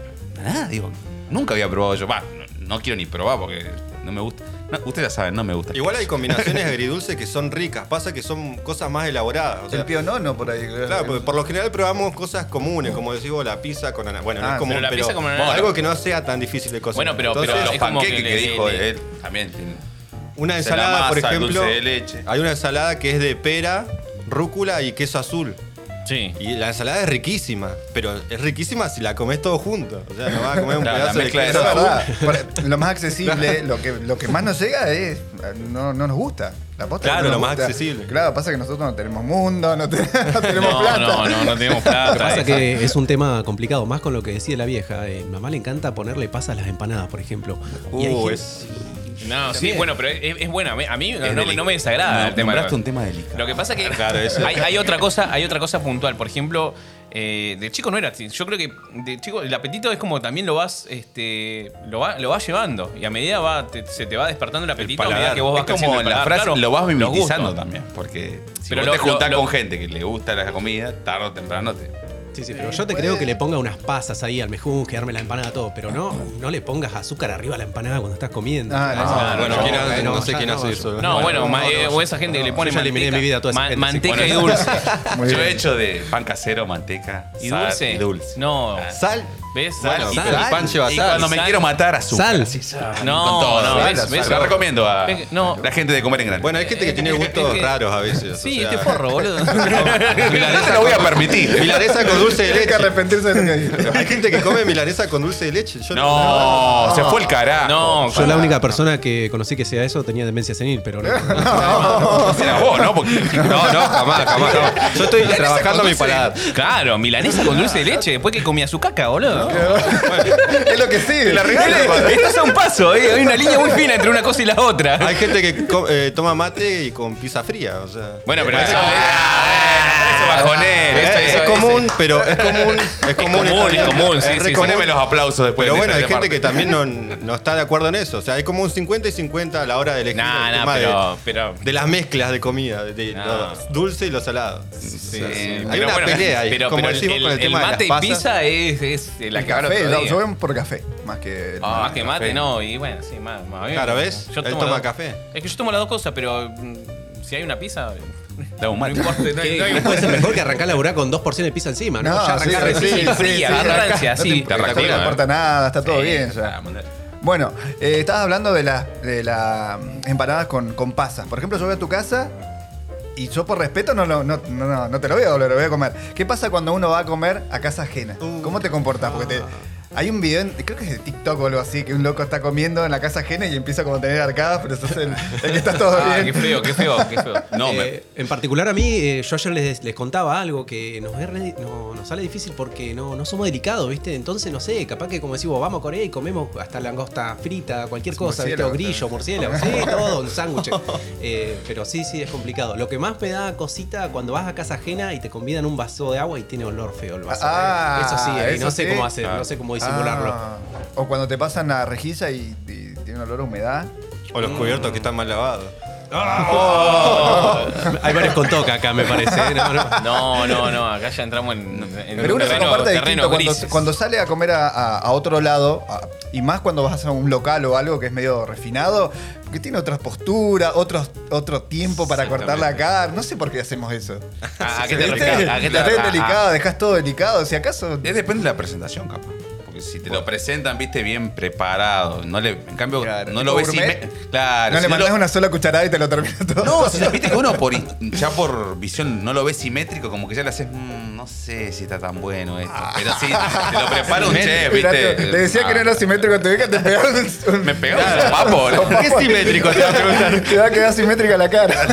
[SPEAKER 4] Nada, digo. Nunca había probado yo. Va, no, no quiero ni probar porque no me gusta. No, ustedes ya saben, no me gusta.
[SPEAKER 3] Igual hay combinaciones agridulces que son ricas, pasa que son cosas más elaboradas. o sea,
[SPEAKER 1] El pionono por ahí.
[SPEAKER 3] Claro, porque por lo general probamos cosas comunes, como decís vos, la pizza con ananá. Bueno, no
[SPEAKER 1] Ah,
[SPEAKER 3] es común,
[SPEAKER 2] pero
[SPEAKER 3] pero,
[SPEAKER 2] la pizza con ananá-
[SPEAKER 3] algo que no sea tan difícil de cocinar.
[SPEAKER 2] Bueno, pero- pero-
[SPEAKER 3] Entonces,
[SPEAKER 4] los
[SPEAKER 2] es como
[SPEAKER 4] panqueques que,
[SPEAKER 2] que le-
[SPEAKER 4] dijo
[SPEAKER 2] le-
[SPEAKER 4] él también tienen.
[SPEAKER 3] una
[SPEAKER 4] es la
[SPEAKER 3] ensalada, por
[SPEAKER 4] masa, el
[SPEAKER 3] ejemplo,
[SPEAKER 4] dulce de leche.
[SPEAKER 3] hay una ensalada que es de pera, rúcula y queso azul.
[SPEAKER 2] Sí.
[SPEAKER 3] Y la ensalada es riquísima, pero es riquísima si la comes todo junto. O sea, no vas a comer un
[SPEAKER 4] Claro, la
[SPEAKER 3] pedazo de
[SPEAKER 4] mezcla de
[SPEAKER 1] Eso
[SPEAKER 3] queso
[SPEAKER 1] es
[SPEAKER 3] azul.
[SPEAKER 1] verdad. Para- lo más accesible, lo que, lo que más nos llega es. No, no nos gusta. La posta es que
[SPEAKER 3] Claro,
[SPEAKER 1] no nos
[SPEAKER 3] lo más
[SPEAKER 1] gusta.
[SPEAKER 3] accesible.
[SPEAKER 1] Claro, pasa que nosotros no tenemos mundo, no, te- no tenemos
[SPEAKER 2] No,
[SPEAKER 1] plata.
[SPEAKER 2] no, no, no tenemos
[SPEAKER 5] Lo que
[SPEAKER 2] plata.
[SPEAKER 5] pasa
[SPEAKER 2] eh.
[SPEAKER 5] que es un tema complicado, más con lo que decía la vieja. eh, mamá le encanta ponerle pasa a las empanadas, por ejemplo. Y hay
[SPEAKER 3] Uh,
[SPEAKER 5] gente-
[SPEAKER 3] es-
[SPEAKER 2] No, sí,
[SPEAKER 5] También.
[SPEAKER 2] bueno, pero es, es buena. A mí- A mí no,
[SPEAKER 4] Es
[SPEAKER 2] no-
[SPEAKER 4] delic-
[SPEAKER 2] no me desagrada
[SPEAKER 3] Ah,
[SPEAKER 4] No,
[SPEAKER 2] el tema.
[SPEAKER 4] nombraste un tema delicado.
[SPEAKER 2] Lo que pasa que
[SPEAKER 3] Claro, eso-
[SPEAKER 2] hay, hay otra cosa, hay otra cosa puntual. Por ejemplo, eh, de chico no era así. Yo creo que de chico el apetito es como también lo vas, este, lo, va- lo vas llevando y a medida va, te- se te va despertando el apetito a
[SPEAKER 4] paladar.
[SPEAKER 2] medida que vos vas
[SPEAKER 4] es
[SPEAKER 2] creciendo
[SPEAKER 4] como
[SPEAKER 2] el
[SPEAKER 4] la
[SPEAKER 2] paladar.
[SPEAKER 4] frase,
[SPEAKER 2] Claro,
[SPEAKER 4] lo vas
[SPEAKER 2] los gustos.
[SPEAKER 4] mimetizando también. Porque si
[SPEAKER 2] Pero
[SPEAKER 4] vos
[SPEAKER 2] lo-
[SPEAKER 4] te
[SPEAKER 2] lo-
[SPEAKER 4] juntás
[SPEAKER 2] lo-
[SPEAKER 4] con gente que le gusta la comida, tarde o temprano te.
[SPEAKER 5] Sí, sí, pero yo te creo que le ponga unas pasas ahí al mejunje, darme la empanada, todo, pero no, no le pongas azúcar arriba a la empanada cuando estás comiendo.
[SPEAKER 1] Ah, no,
[SPEAKER 5] Ah,
[SPEAKER 3] bueno,
[SPEAKER 1] no,
[SPEAKER 3] ¿quién
[SPEAKER 1] no,
[SPEAKER 3] hace- no,
[SPEAKER 5] no,
[SPEAKER 3] sé
[SPEAKER 5] ya
[SPEAKER 3] quién
[SPEAKER 5] no,
[SPEAKER 3] hace
[SPEAKER 5] yo-
[SPEAKER 3] eso.
[SPEAKER 2] No, bueno,
[SPEAKER 1] no,
[SPEAKER 2] ma-
[SPEAKER 1] no,
[SPEAKER 2] eh,
[SPEAKER 1] no,
[SPEAKER 2] o esa gente que le pone
[SPEAKER 5] yo ya eliminé
[SPEAKER 2] manteca,
[SPEAKER 5] mi vida a toda esa
[SPEAKER 2] ma-
[SPEAKER 5] gente, así que-
[SPEAKER 2] manteca y
[SPEAKER 4] Bueno,
[SPEAKER 2] dulce.
[SPEAKER 1] Muy
[SPEAKER 4] Yo
[SPEAKER 1] bien.
[SPEAKER 4] he hecho de pan casero, manteca
[SPEAKER 2] ¿Y
[SPEAKER 4] sal
[SPEAKER 2] dulce?
[SPEAKER 4] y dulce.
[SPEAKER 2] No.
[SPEAKER 3] Sal.
[SPEAKER 2] ¿Ves?
[SPEAKER 3] Bueno,
[SPEAKER 2] Sal.
[SPEAKER 3] pero el pan lleva
[SPEAKER 4] y
[SPEAKER 3] sal.
[SPEAKER 4] cuando me
[SPEAKER 2] Sal.
[SPEAKER 4] quiero matar, azúcar.
[SPEAKER 5] Sal.
[SPEAKER 4] Así, sal,
[SPEAKER 2] No,
[SPEAKER 4] con todo,
[SPEAKER 2] no,
[SPEAKER 4] ¿eh?
[SPEAKER 2] ves, ves.
[SPEAKER 4] Se la recomiendo a
[SPEAKER 2] Ves que- no.
[SPEAKER 4] la gente de comer en grande.
[SPEAKER 3] Bueno, hay gente que tiene gustos
[SPEAKER 2] Es que-
[SPEAKER 3] raros a veces. o
[SPEAKER 2] Sí,
[SPEAKER 3] sea,
[SPEAKER 2] este forro, boludo.
[SPEAKER 4] no te lo voy a permitir.
[SPEAKER 3] Milanesa con dulce de
[SPEAKER 1] Hay que
[SPEAKER 3] leche.
[SPEAKER 1] arrepentirse de lo que dijo.
[SPEAKER 3] Hay gente que come milanesa con dulce de leche. Yo
[SPEAKER 4] No, se fue el carajo.
[SPEAKER 2] No,
[SPEAKER 5] Yo la única persona que conocí que sea eso tenía demencia senil, pero no.
[SPEAKER 4] Era vos, ¿no? Porque.
[SPEAKER 3] No, no, jamás, jamás. jamás. Yo estoy trabajando mi paladar.
[SPEAKER 2] Claro, milanesa con dulce de leche después que comía su caca, boludo.
[SPEAKER 1] es lo que sigue.
[SPEAKER 4] la regalé.
[SPEAKER 2] Esto es un paso, ¿eh? hay una línea muy fina entre una cosa y la otra.
[SPEAKER 3] Hay gente que co- eh, toma mate y con pizza fría, o sea.
[SPEAKER 4] Bueno, pero.
[SPEAKER 2] Parece
[SPEAKER 4] Ah, bueno, pero eso bajonero, ¿eh?
[SPEAKER 3] es,
[SPEAKER 4] eso-
[SPEAKER 3] es
[SPEAKER 4] eso-
[SPEAKER 3] común, pero es común. Es común,
[SPEAKER 2] común,
[SPEAKER 3] está
[SPEAKER 2] es
[SPEAKER 3] bien.
[SPEAKER 2] común, sí,
[SPEAKER 3] Es re
[SPEAKER 2] sí,
[SPEAKER 3] común.
[SPEAKER 4] Poneme los aplausos después.
[SPEAKER 3] Pero
[SPEAKER 4] de
[SPEAKER 3] bueno, hay
[SPEAKER 4] esta
[SPEAKER 3] gente que
[SPEAKER 4] parte.
[SPEAKER 3] también no, no está de acuerdo en eso. O sea, hay como un 50 y 50 a la hora de elegir
[SPEAKER 2] Nah,
[SPEAKER 3] el
[SPEAKER 2] nah,
[SPEAKER 3] tema de-
[SPEAKER 2] pero- pero-
[SPEAKER 3] de, las mezclas de comida, de, de
[SPEAKER 2] Nah.
[SPEAKER 3] lo dulce y lo salado.
[SPEAKER 4] Sí,
[SPEAKER 3] O sea,
[SPEAKER 4] sí.
[SPEAKER 3] Hay
[SPEAKER 4] Pero
[SPEAKER 3] una
[SPEAKER 4] bueno,
[SPEAKER 3] pelea ahí,
[SPEAKER 2] Pero,
[SPEAKER 3] como
[SPEAKER 2] pero
[SPEAKER 3] decís vos
[SPEAKER 2] el,
[SPEAKER 3] con el,
[SPEAKER 2] el
[SPEAKER 3] tema
[SPEAKER 2] mate
[SPEAKER 3] de
[SPEAKER 2] y
[SPEAKER 3] las
[SPEAKER 2] pizza
[SPEAKER 3] pasas.
[SPEAKER 2] es, es la
[SPEAKER 1] El
[SPEAKER 2] que habló
[SPEAKER 1] café,
[SPEAKER 2] otro
[SPEAKER 1] no,
[SPEAKER 2] día.
[SPEAKER 1] yo voy por café, más que.
[SPEAKER 2] Ah, más que mate,
[SPEAKER 4] café.
[SPEAKER 2] no, y bueno, sí, más. más bien.
[SPEAKER 3] Claro, ¿ves? Él
[SPEAKER 2] las
[SPEAKER 3] toma
[SPEAKER 2] dos-
[SPEAKER 3] café.
[SPEAKER 2] Es que yo tomo las dos cosas, pero mm, si hay una pizza.
[SPEAKER 4] Da un mate.
[SPEAKER 2] No importa, no hay- no hay-
[SPEAKER 5] ¿Qué? puede ser mejor que arrancar a laburar con dos porciones de pizza encima, ¿no?
[SPEAKER 1] No,
[SPEAKER 5] Ya
[SPEAKER 1] sí,
[SPEAKER 5] arrancar
[SPEAKER 1] sí,
[SPEAKER 5] recién.
[SPEAKER 1] sí,
[SPEAKER 2] fría,
[SPEAKER 1] sí,
[SPEAKER 2] agarrancia,
[SPEAKER 1] arrancá,
[SPEAKER 2] sí.
[SPEAKER 1] No te importa,
[SPEAKER 4] Arrancó
[SPEAKER 1] no te
[SPEAKER 4] bien.
[SPEAKER 1] importa nada, está todo
[SPEAKER 2] eh,
[SPEAKER 4] Sí,
[SPEAKER 1] bien ya.
[SPEAKER 4] ah, mandale.
[SPEAKER 1] Bueno, eh, estabas hablando de las de la mm, empanadas con, con pasas. Por ejemplo, yo voy a tu casa y yo por respeto no, lo- no, no, no, no te lo veo, lo voy a comer. ¿Qué pasa cuando uno va a comer a casa ajena?
[SPEAKER 3] Uh.
[SPEAKER 1] ¿Cómo te comportás? Porque te- hay un video, en- creo que es de TikTok o algo así, que un loco está comiendo en la casa ajena y empieza como a tener arcadas, pero sos el, el que está todo
[SPEAKER 2] Ah,
[SPEAKER 1] bien.
[SPEAKER 2] qué feo, qué feo, qué feo.
[SPEAKER 4] No, me-
[SPEAKER 5] Eh, en particular a mí, eh, yo ayer les, les contaba algo que nos, es re- no- nos sale difícil porque no, no somos delicados, ¿viste? Entonces, no sé, capaz que como decimos, vamos a Corea y comemos hasta langosta frita, cualquier cosa, ¿viste? O
[SPEAKER 1] murciélago,
[SPEAKER 5] grillo, murciélago, sí, todo, un sándwich. Eh, pero sí, sí, es complicado. Lo que más me da cosita cuando vas a casa ajena y te convidan un vaso de agua y tiene olor feo el vaso.
[SPEAKER 1] Ah,
[SPEAKER 5] eh. eso sí, ahí
[SPEAKER 1] eso
[SPEAKER 5] no sé
[SPEAKER 1] sí.
[SPEAKER 5] cómo hacer, no sé cómo disimularlo.
[SPEAKER 1] Ah, o cuando te pasan la rejilla y, y tiene olor a humedad.
[SPEAKER 3] O
[SPEAKER 2] mm.
[SPEAKER 3] los cubiertos que están mal lavados.
[SPEAKER 5] Hay varios con toca acá, me parece. ¿eh? No, no.
[SPEAKER 2] No, no, no, acá ya entramos en, en
[SPEAKER 1] Pero uno se
[SPEAKER 2] terreno-
[SPEAKER 1] comparte
[SPEAKER 2] terreno
[SPEAKER 1] distinto cuando,
[SPEAKER 2] grises.
[SPEAKER 1] cuando sale a comer a, a- a otro lado, a- y más cuando vas a un local o algo que es medio refinado, porque tiene otras posturas, otros, otro tiempo para cortar la carne. No sé por qué hacemos eso.
[SPEAKER 2] ¿A, a qué te
[SPEAKER 1] ¿Viste?
[SPEAKER 2] refieres? ¿A qué te
[SPEAKER 1] La red
[SPEAKER 2] a- a-
[SPEAKER 1] delicada, dejas todo delicado. Si acaso.
[SPEAKER 4] Es depende de la presentación, capaz. Porque si te lo presentan, viste, bien preparado. No le, en cambio,
[SPEAKER 1] Claro,
[SPEAKER 4] no
[SPEAKER 1] tipo
[SPEAKER 4] lo ves
[SPEAKER 1] gourmet.
[SPEAKER 4] inme- Claro.
[SPEAKER 1] no
[SPEAKER 4] si
[SPEAKER 1] le mandas
[SPEAKER 4] lo-
[SPEAKER 1] una sola cucharada y te lo terminas todo.
[SPEAKER 4] No, si lo- viste que uno por, in- ya por visión no lo ves simétrico, como que ya le haces, "Mm, no sé si está tan bueno esto. Pero sí, te lo prepara un chef,
[SPEAKER 1] Mirá,
[SPEAKER 4] viste.
[SPEAKER 1] te- te decía
[SPEAKER 4] Ah,
[SPEAKER 1] que no era simétrico a tu vieja, te pegaron un. un-
[SPEAKER 4] Me pegó un sopapo, ¿no?
[SPEAKER 3] ¿Qué simétrico te va a preguntar?
[SPEAKER 1] Te va a quedar simétrica la cara.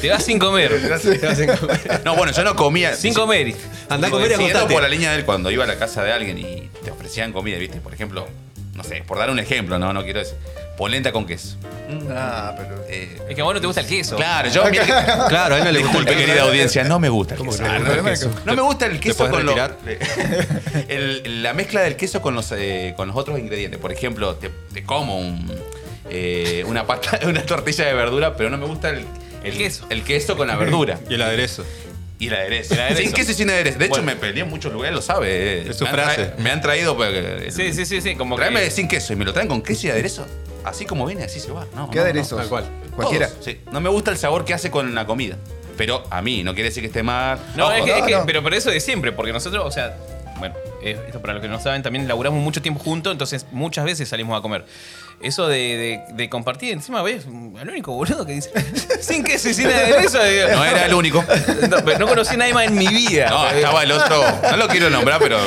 [SPEAKER 2] Te vas sin comer.
[SPEAKER 5] Te vas a encontrar.
[SPEAKER 4] No, bueno, yo no comía.
[SPEAKER 2] Sin comer.
[SPEAKER 5] Andá a comer y
[SPEAKER 4] Siguiendo
[SPEAKER 5] acostate.
[SPEAKER 4] por la línea de él, cuando iba a la casa de alguien y te ofrecían comida, viste, por ejemplo, no sé, por dar un ejemplo, no, no quiero decir, polenta con queso.
[SPEAKER 1] Ah, pero.
[SPEAKER 4] Eh,
[SPEAKER 2] Es que a vos no te gusta el queso.
[SPEAKER 4] claro, yo. mira que-
[SPEAKER 3] Claro, a él no le gusta el
[SPEAKER 4] Disculpe,
[SPEAKER 3] queso.
[SPEAKER 4] querida audiencia, no me gusta el queso.
[SPEAKER 1] El problema es que-
[SPEAKER 4] No me gusta el queso
[SPEAKER 3] podés
[SPEAKER 4] con lo-
[SPEAKER 3] retirar?
[SPEAKER 4] el- la mezcla del queso con los, eh, con los otros ingredientes. Por ejemplo, te, te como un, eh, una, pata, una tortilla de verdura, pero no me gusta el,
[SPEAKER 2] El queso.
[SPEAKER 4] El queso con la verdura.
[SPEAKER 3] Y el aderezo.
[SPEAKER 4] Y el aderezo.
[SPEAKER 2] El aderezo.
[SPEAKER 4] Sin queso y sin aderezo. De hecho,
[SPEAKER 2] Bueno.
[SPEAKER 4] me peleé en muchos lugares, lo sabe. eh.
[SPEAKER 3] Es su
[SPEAKER 4] Me han tra-
[SPEAKER 3] frase.
[SPEAKER 4] Me han traído. pues, porque-
[SPEAKER 2] Sí, sí, sí, sí, como
[SPEAKER 4] Tráeme
[SPEAKER 2] que-
[SPEAKER 4] sin queso y me lo traen con queso y aderezo. Así como viene, así se va. No,
[SPEAKER 1] ¿Qué
[SPEAKER 4] no, no.
[SPEAKER 1] aderezos?
[SPEAKER 5] tal cual.
[SPEAKER 1] Cualquiera.
[SPEAKER 4] Todos, sí. No me gusta el sabor que hace con la comida. Pero a mí, no quiere decir que esté mal.
[SPEAKER 2] No,
[SPEAKER 4] Ojo,
[SPEAKER 2] es que, es
[SPEAKER 1] no,
[SPEAKER 2] que-
[SPEAKER 1] no.
[SPEAKER 2] pero por eso de siempre, porque nosotros, o sea, bueno, eh, esto para los que no saben, también laburamos mucho tiempo juntos, entonces muchas veces salimos a comer. Eso de, de- de compartir, encima ves al único boludo que dice, sin queso y sin aderezo. digo,
[SPEAKER 4] No era el único.
[SPEAKER 2] no, pero no conocí a nadie más en mi vida.
[SPEAKER 4] No, estaba el otro. No lo quiero nombrar, pero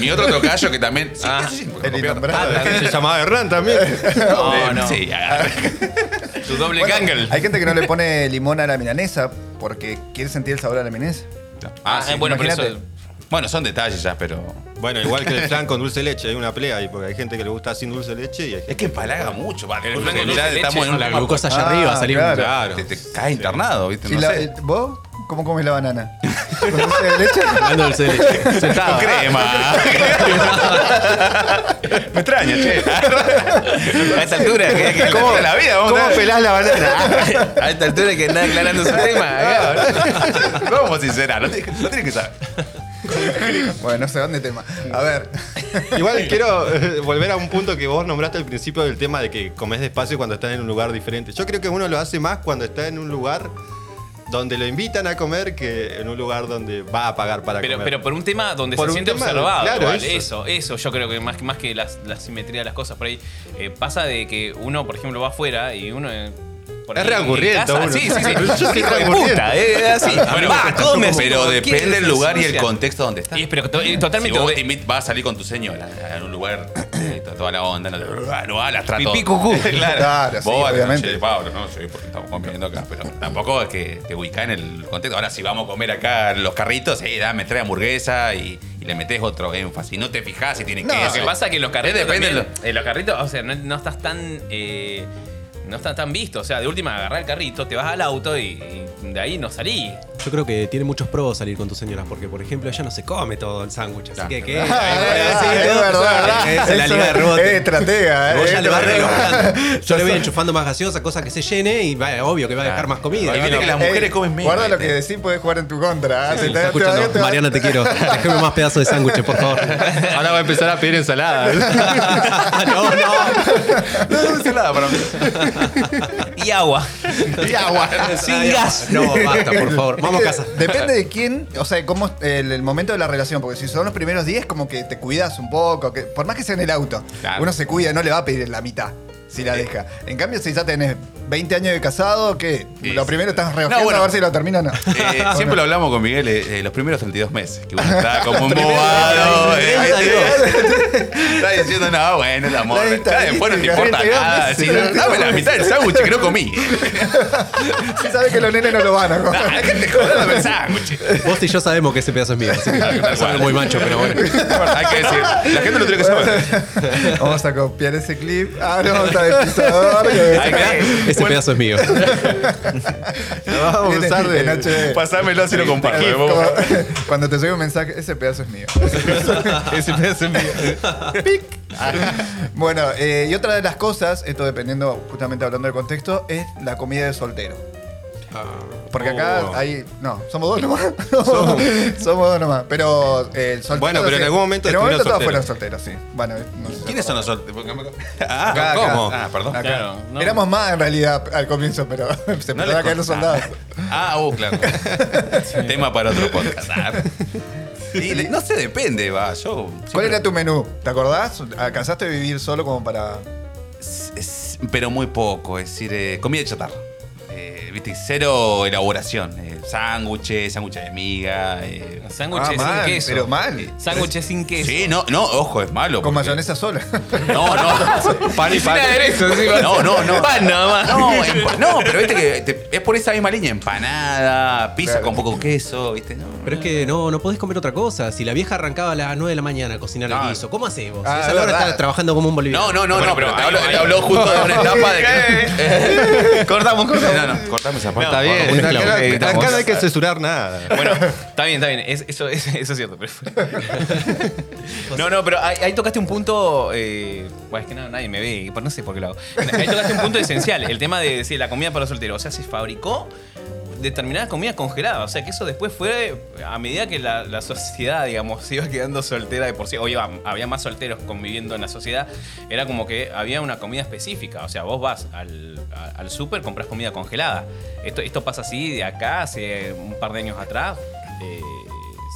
[SPEAKER 4] mi otro tocayo que también. Sí,
[SPEAKER 2] Ah,
[SPEAKER 4] sí, sí, porque
[SPEAKER 1] El
[SPEAKER 4] copió. Ah,
[SPEAKER 1] innombrable.
[SPEAKER 3] Se llamaba Hernán también.
[SPEAKER 2] no, no.
[SPEAKER 4] Sí, ah,
[SPEAKER 2] Tu doble
[SPEAKER 1] Bueno,
[SPEAKER 2] gangle.
[SPEAKER 1] hay gente que no le pone limón a la milanesa porque quiere sentir el sabor a la milanesa.
[SPEAKER 4] ah,
[SPEAKER 2] Ah,
[SPEAKER 4] sí.
[SPEAKER 2] bueno, pero
[SPEAKER 1] imagínate.
[SPEAKER 2] eso.
[SPEAKER 4] Bueno, son detalles ya, pero.
[SPEAKER 3] Bueno, igual que el flan con dulce de leche, hay una pelea ahí, porque hay gente que le gusta sin dulce de leche y hay gente
[SPEAKER 4] Es que empalaga mucho, vale.
[SPEAKER 2] Porque
[SPEAKER 4] En
[SPEAKER 2] dulce de
[SPEAKER 4] realidad
[SPEAKER 2] leche
[SPEAKER 4] estamos en
[SPEAKER 2] no
[SPEAKER 4] un
[SPEAKER 2] la
[SPEAKER 5] La
[SPEAKER 4] tema-
[SPEAKER 5] glucosa allá
[SPEAKER 1] Ah,
[SPEAKER 5] arriba salimos.
[SPEAKER 1] claro.
[SPEAKER 4] Claro. Te, te caes internado, ¿viste?
[SPEAKER 1] ¿Y
[SPEAKER 4] No
[SPEAKER 1] la-
[SPEAKER 4] sé.
[SPEAKER 1] ¿Vos cómo comes la banana? ¿Con dulce de leche?
[SPEAKER 5] Hablando del CDL.
[SPEAKER 4] Con
[SPEAKER 5] Sentado.
[SPEAKER 4] crema. Me extraña, che.
[SPEAKER 2] A esta altura, que, que-
[SPEAKER 4] ¿Cómo la vida? Vamos a
[SPEAKER 6] ¿Cómo
[SPEAKER 4] ver.
[SPEAKER 6] pelás la banana?
[SPEAKER 2] a esta altura que anda aclarando su tema.
[SPEAKER 4] Vamos sincera, no tiene- no tiene que saber.
[SPEAKER 1] Bueno, no sé dónde tema. A ver.
[SPEAKER 3] Igual quiero eh, volver a un punto que vos nombraste al principio del tema de que comes despacio cuando estás en un lugar diferente. Yo creo que uno lo hace más cuando está en un lugar donde lo invitan a comer que en un lugar donde va a pagar para
[SPEAKER 2] Pero,
[SPEAKER 3] comer.
[SPEAKER 2] pero por un tema donde
[SPEAKER 3] Por
[SPEAKER 2] se
[SPEAKER 3] un
[SPEAKER 2] siente
[SPEAKER 3] tema,
[SPEAKER 2] observado.
[SPEAKER 3] claro,
[SPEAKER 2] igual, eso.
[SPEAKER 3] eso.
[SPEAKER 2] eso, yo creo que más, más que las- la, simetría de las cosas por ahí, eh, pasa de que uno, por ejemplo, va afuera y uno. eh, por
[SPEAKER 3] Es
[SPEAKER 2] ahí en
[SPEAKER 3] reangurriente
[SPEAKER 2] casa-
[SPEAKER 3] uno.
[SPEAKER 2] Sí, sí, sí.
[SPEAKER 3] Yo soy
[SPEAKER 2] Hijo de
[SPEAKER 3] reangurriente.
[SPEAKER 2] puta, eh, así.
[SPEAKER 4] Bueno,
[SPEAKER 2] va, come,
[SPEAKER 4] pero
[SPEAKER 2] como
[SPEAKER 4] depende
[SPEAKER 2] quieres,
[SPEAKER 4] el lugar y el
[SPEAKER 2] sucia.
[SPEAKER 4] contexto donde estás.
[SPEAKER 2] Y es- pero to- eh,
[SPEAKER 4] Si
[SPEAKER 2] totalmente.
[SPEAKER 4] vos
[SPEAKER 2] de-
[SPEAKER 4] te invit- vas a salir con tu señora a un lugar, eh, to- toda la onda, no, te- no va a lastrar
[SPEAKER 2] Pipí,
[SPEAKER 4] todo.
[SPEAKER 2] cucú.
[SPEAKER 4] claro.
[SPEAKER 1] Claro,
[SPEAKER 4] Vos,
[SPEAKER 1] sí,
[SPEAKER 4] a la
[SPEAKER 1] obviamente.
[SPEAKER 4] noche de Pablo, no, sí, porque estamos comiendo acá, pero tampoco es que te ubicás en el contexto. Ahora, si vamos a comer acá en los carritos, eh, dame tres hamburguesas y, y le metes otro énfasis. No te fijás si tiene
[SPEAKER 1] No,
[SPEAKER 4] queso.
[SPEAKER 2] Lo que pasa es que los carritos.
[SPEAKER 4] Eh, depende
[SPEAKER 2] también- eh, los carritos, o sea, no, no estás tan. eh, no estás tan visto. O sea, de última agarrar el carrito, te vas al auto y, y de ahí no salí.
[SPEAKER 5] Yo creo que tiene muchos pros salir con tus señoras, porque por ejemplo ella no se come todo el sándwich, así
[SPEAKER 4] Claro.
[SPEAKER 5] que ¿qué?
[SPEAKER 1] Ah,
[SPEAKER 5] Sí,
[SPEAKER 1] es
[SPEAKER 5] todo,
[SPEAKER 1] verdad.
[SPEAKER 5] eh, Se la
[SPEAKER 1] Eso
[SPEAKER 5] liga de rebote.
[SPEAKER 1] Es estratega,
[SPEAKER 5] Vos ya
[SPEAKER 1] eh.
[SPEAKER 5] le vas relojando. Yo le voy enchufando más gaseosa, cosa que se llene y va, obvio que va a dejar más comida.
[SPEAKER 4] Ahí viene
[SPEAKER 5] Bueno,
[SPEAKER 4] que las mujeres comen menos,
[SPEAKER 1] Guarda lo que
[SPEAKER 4] ¿viste?
[SPEAKER 1] decís, podés jugar en tu contra. ah,
[SPEAKER 5] si
[SPEAKER 1] te-
[SPEAKER 5] está
[SPEAKER 1] te-
[SPEAKER 5] escuchando,
[SPEAKER 1] te- te-
[SPEAKER 5] Mariana, te quiero. Déjame más pedazos de sándwiches, por favor.
[SPEAKER 3] Ahora va a empezar a pedir ensalada.
[SPEAKER 5] Ah, no, no.
[SPEAKER 2] Y agua.
[SPEAKER 1] Y agua.
[SPEAKER 5] Sin gas. No, basta, por favor. Vamos a casa.
[SPEAKER 1] Depende de quién, o sea, cómo es el, el momento de la relación, porque si son los primeros 10, como que te cuidas un poco, que, por más que sea en el auto,
[SPEAKER 4] Claro.
[SPEAKER 1] uno se cuida, no le va a pedir la mitad si la deja. En cambio, si ya tenés 20 años de casado, que
[SPEAKER 4] Sí,
[SPEAKER 1] lo
[SPEAKER 4] sí.
[SPEAKER 1] primero estás reojeando
[SPEAKER 4] No, bueno.
[SPEAKER 1] a ver si lo termina o no.
[SPEAKER 4] Eh, siempre lo hablamos con Miguel eh, eh, los primeros 32 meses, que uno está como un bobado. eh, está diciendo, no, bueno, el amor.
[SPEAKER 1] La
[SPEAKER 4] está- Después no te importa
[SPEAKER 1] 42
[SPEAKER 4] nada.
[SPEAKER 1] meses.
[SPEAKER 4] sí, dame la mitad del sándwich que no comí.
[SPEAKER 1] Si sabes que los nenes no lo van a comer.
[SPEAKER 4] Ah, ¿Qué te jodas el sándwich?
[SPEAKER 5] Vos y
[SPEAKER 1] eh,
[SPEAKER 5] yo sabemos que ese pedazo es mío. así que Suena
[SPEAKER 4] tal cual.
[SPEAKER 5] muy macho, pero bueno.
[SPEAKER 4] Hay que decir, la gente lo tiene que saber.
[SPEAKER 1] Vamos a copiar ese clip. Ah, no, está de pisador. que-
[SPEAKER 4] Hay que-
[SPEAKER 5] Ese pedazo es mío.
[SPEAKER 3] Lo vamos a
[SPEAKER 1] Tiene-
[SPEAKER 3] usar de...
[SPEAKER 1] en HD.
[SPEAKER 4] Pasámelo así lo comparto.
[SPEAKER 1] Como-
[SPEAKER 4] vamos.
[SPEAKER 1] cuando te llega un mensaje, ese pedazo es mío.
[SPEAKER 3] Ese pedazo es mío.
[SPEAKER 1] Bueno, eh, y otra de las cosas, esto dependiendo, justamente hablando del contexto, es la comida de soltero. Porque acá
[SPEAKER 3] Oh.
[SPEAKER 1] hay. No, somos dos nomás. somos dos nomás.
[SPEAKER 7] Pero eh, el soltero.
[SPEAKER 3] Bueno, pero en
[SPEAKER 7] sí.
[SPEAKER 3] algún momento
[SPEAKER 7] En algún momento todos
[SPEAKER 3] estuvieron
[SPEAKER 7] fueron solteros, sí. Bueno, no sé.
[SPEAKER 4] ¿Quiénes son los solteros? Ah,
[SPEAKER 7] Acá, acá.
[SPEAKER 4] ¿cómo? Ah, perdón.
[SPEAKER 7] Acá.
[SPEAKER 2] Claro, no.
[SPEAKER 7] Éramos más en realidad al comienzo, pero se
[SPEAKER 4] No
[SPEAKER 7] empezaron a
[SPEAKER 4] les
[SPEAKER 7] caer los
[SPEAKER 4] contaba.
[SPEAKER 7] soldados.
[SPEAKER 4] Ah, oh, claro. Tema para otro podcast. Ah. Y de- no sé, depende, va. Yo.
[SPEAKER 7] ¿Cuál
[SPEAKER 4] siempre-
[SPEAKER 7] era tu menú? ¿Te acordás? ¿Alcanzaste a vivir solo como para.?
[SPEAKER 4] Es- es- pero muy poco, es decir, eh, comida de chatarra. Eh, Viste, cero elaboración. eh, sándwiches, sándwiches de miga. eh.
[SPEAKER 2] Sándwiches
[SPEAKER 7] Ah, mal,
[SPEAKER 2] sin queso.
[SPEAKER 7] pero mal.
[SPEAKER 2] Sándwiches sin queso.
[SPEAKER 4] Sí, no, no, ojo, es malo.
[SPEAKER 7] Con
[SPEAKER 4] porque-
[SPEAKER 7] mayonesa sola.
[SPEAKER 4] No, no.
[SPEAKER 3] Pan y
[SPEAKER 2] Sin
[SPEAKER 3] pan.
[SPEAKER 2] aderezo, encima.
[SPEAKER 4] No, no, no.
[SPEAKER 2] Pan nada más.
[SPEAKER 4] No, empa- no, pero viste que te- es por esa misma línea, empanada, pizza con poco queso, viste, no.
[SPEAKER 5] Pero es que no, no podés comer otra cosa. Si la vieja arrancaba a las 9 de la mañana a cocinar
[SPEAKER 4] Ah.
[SPEAKER 5] el guiso, ¿cómo hacés vos?
[SPEAKER 7] Ah,
[SPEAKER 5] A
[SPEAKER 7] es
[SPEAKER 5] Esa hora
[SPEAKER 7] verdad.
[SPEAKER 5] estás trabajando como un boliviano.
[SPEAKER 4] No, no, no,
[SPEAKER 2] Bueno,
[SPEAKER 4] no, pero
[SPEAKER 2] pero
[SPEAKER 4] te
[SPEAKER 2] ahí-
[SPEAKER 4] habló,
[SPEAKER 2] ahí-
[SPEAKER 4] él habló justo de una etapa de que. cortamos, cortamos. No, no, cortame esa parte.
[SPEAKER 3] Está bien,
[SPEAKER 4] Cortamos.
[SPEAKER 3] acá no-
[SPEAKER 4] Editamos.
[SPEAKER 3] acá no hay que censurar nada.
[SPEAKER 2] Bueno, está bien, está bien. Es- eso, es, eso es cierto. pero- No, no, pero ahí, ahí tocaste un punto. eh, bueno, es que no, nadie me ve, no sé por qué lo hago. Ahí tocaste un punto esencial, el tema de, sí, la comida para los solteros. O sea, se fabricó determinadas comidas congeladas. O sea, que eso después fue a medida que la, la sociedad, digamos, se iba quedando soltera de por sí. O iba- había más solteros conviviendo en la sociedad. Era como que había una comida específica. O sea, vos vas al, a- al súper, compras comida congelada. Esto, esto pasa así de acá, hace un par de años atrás. eh,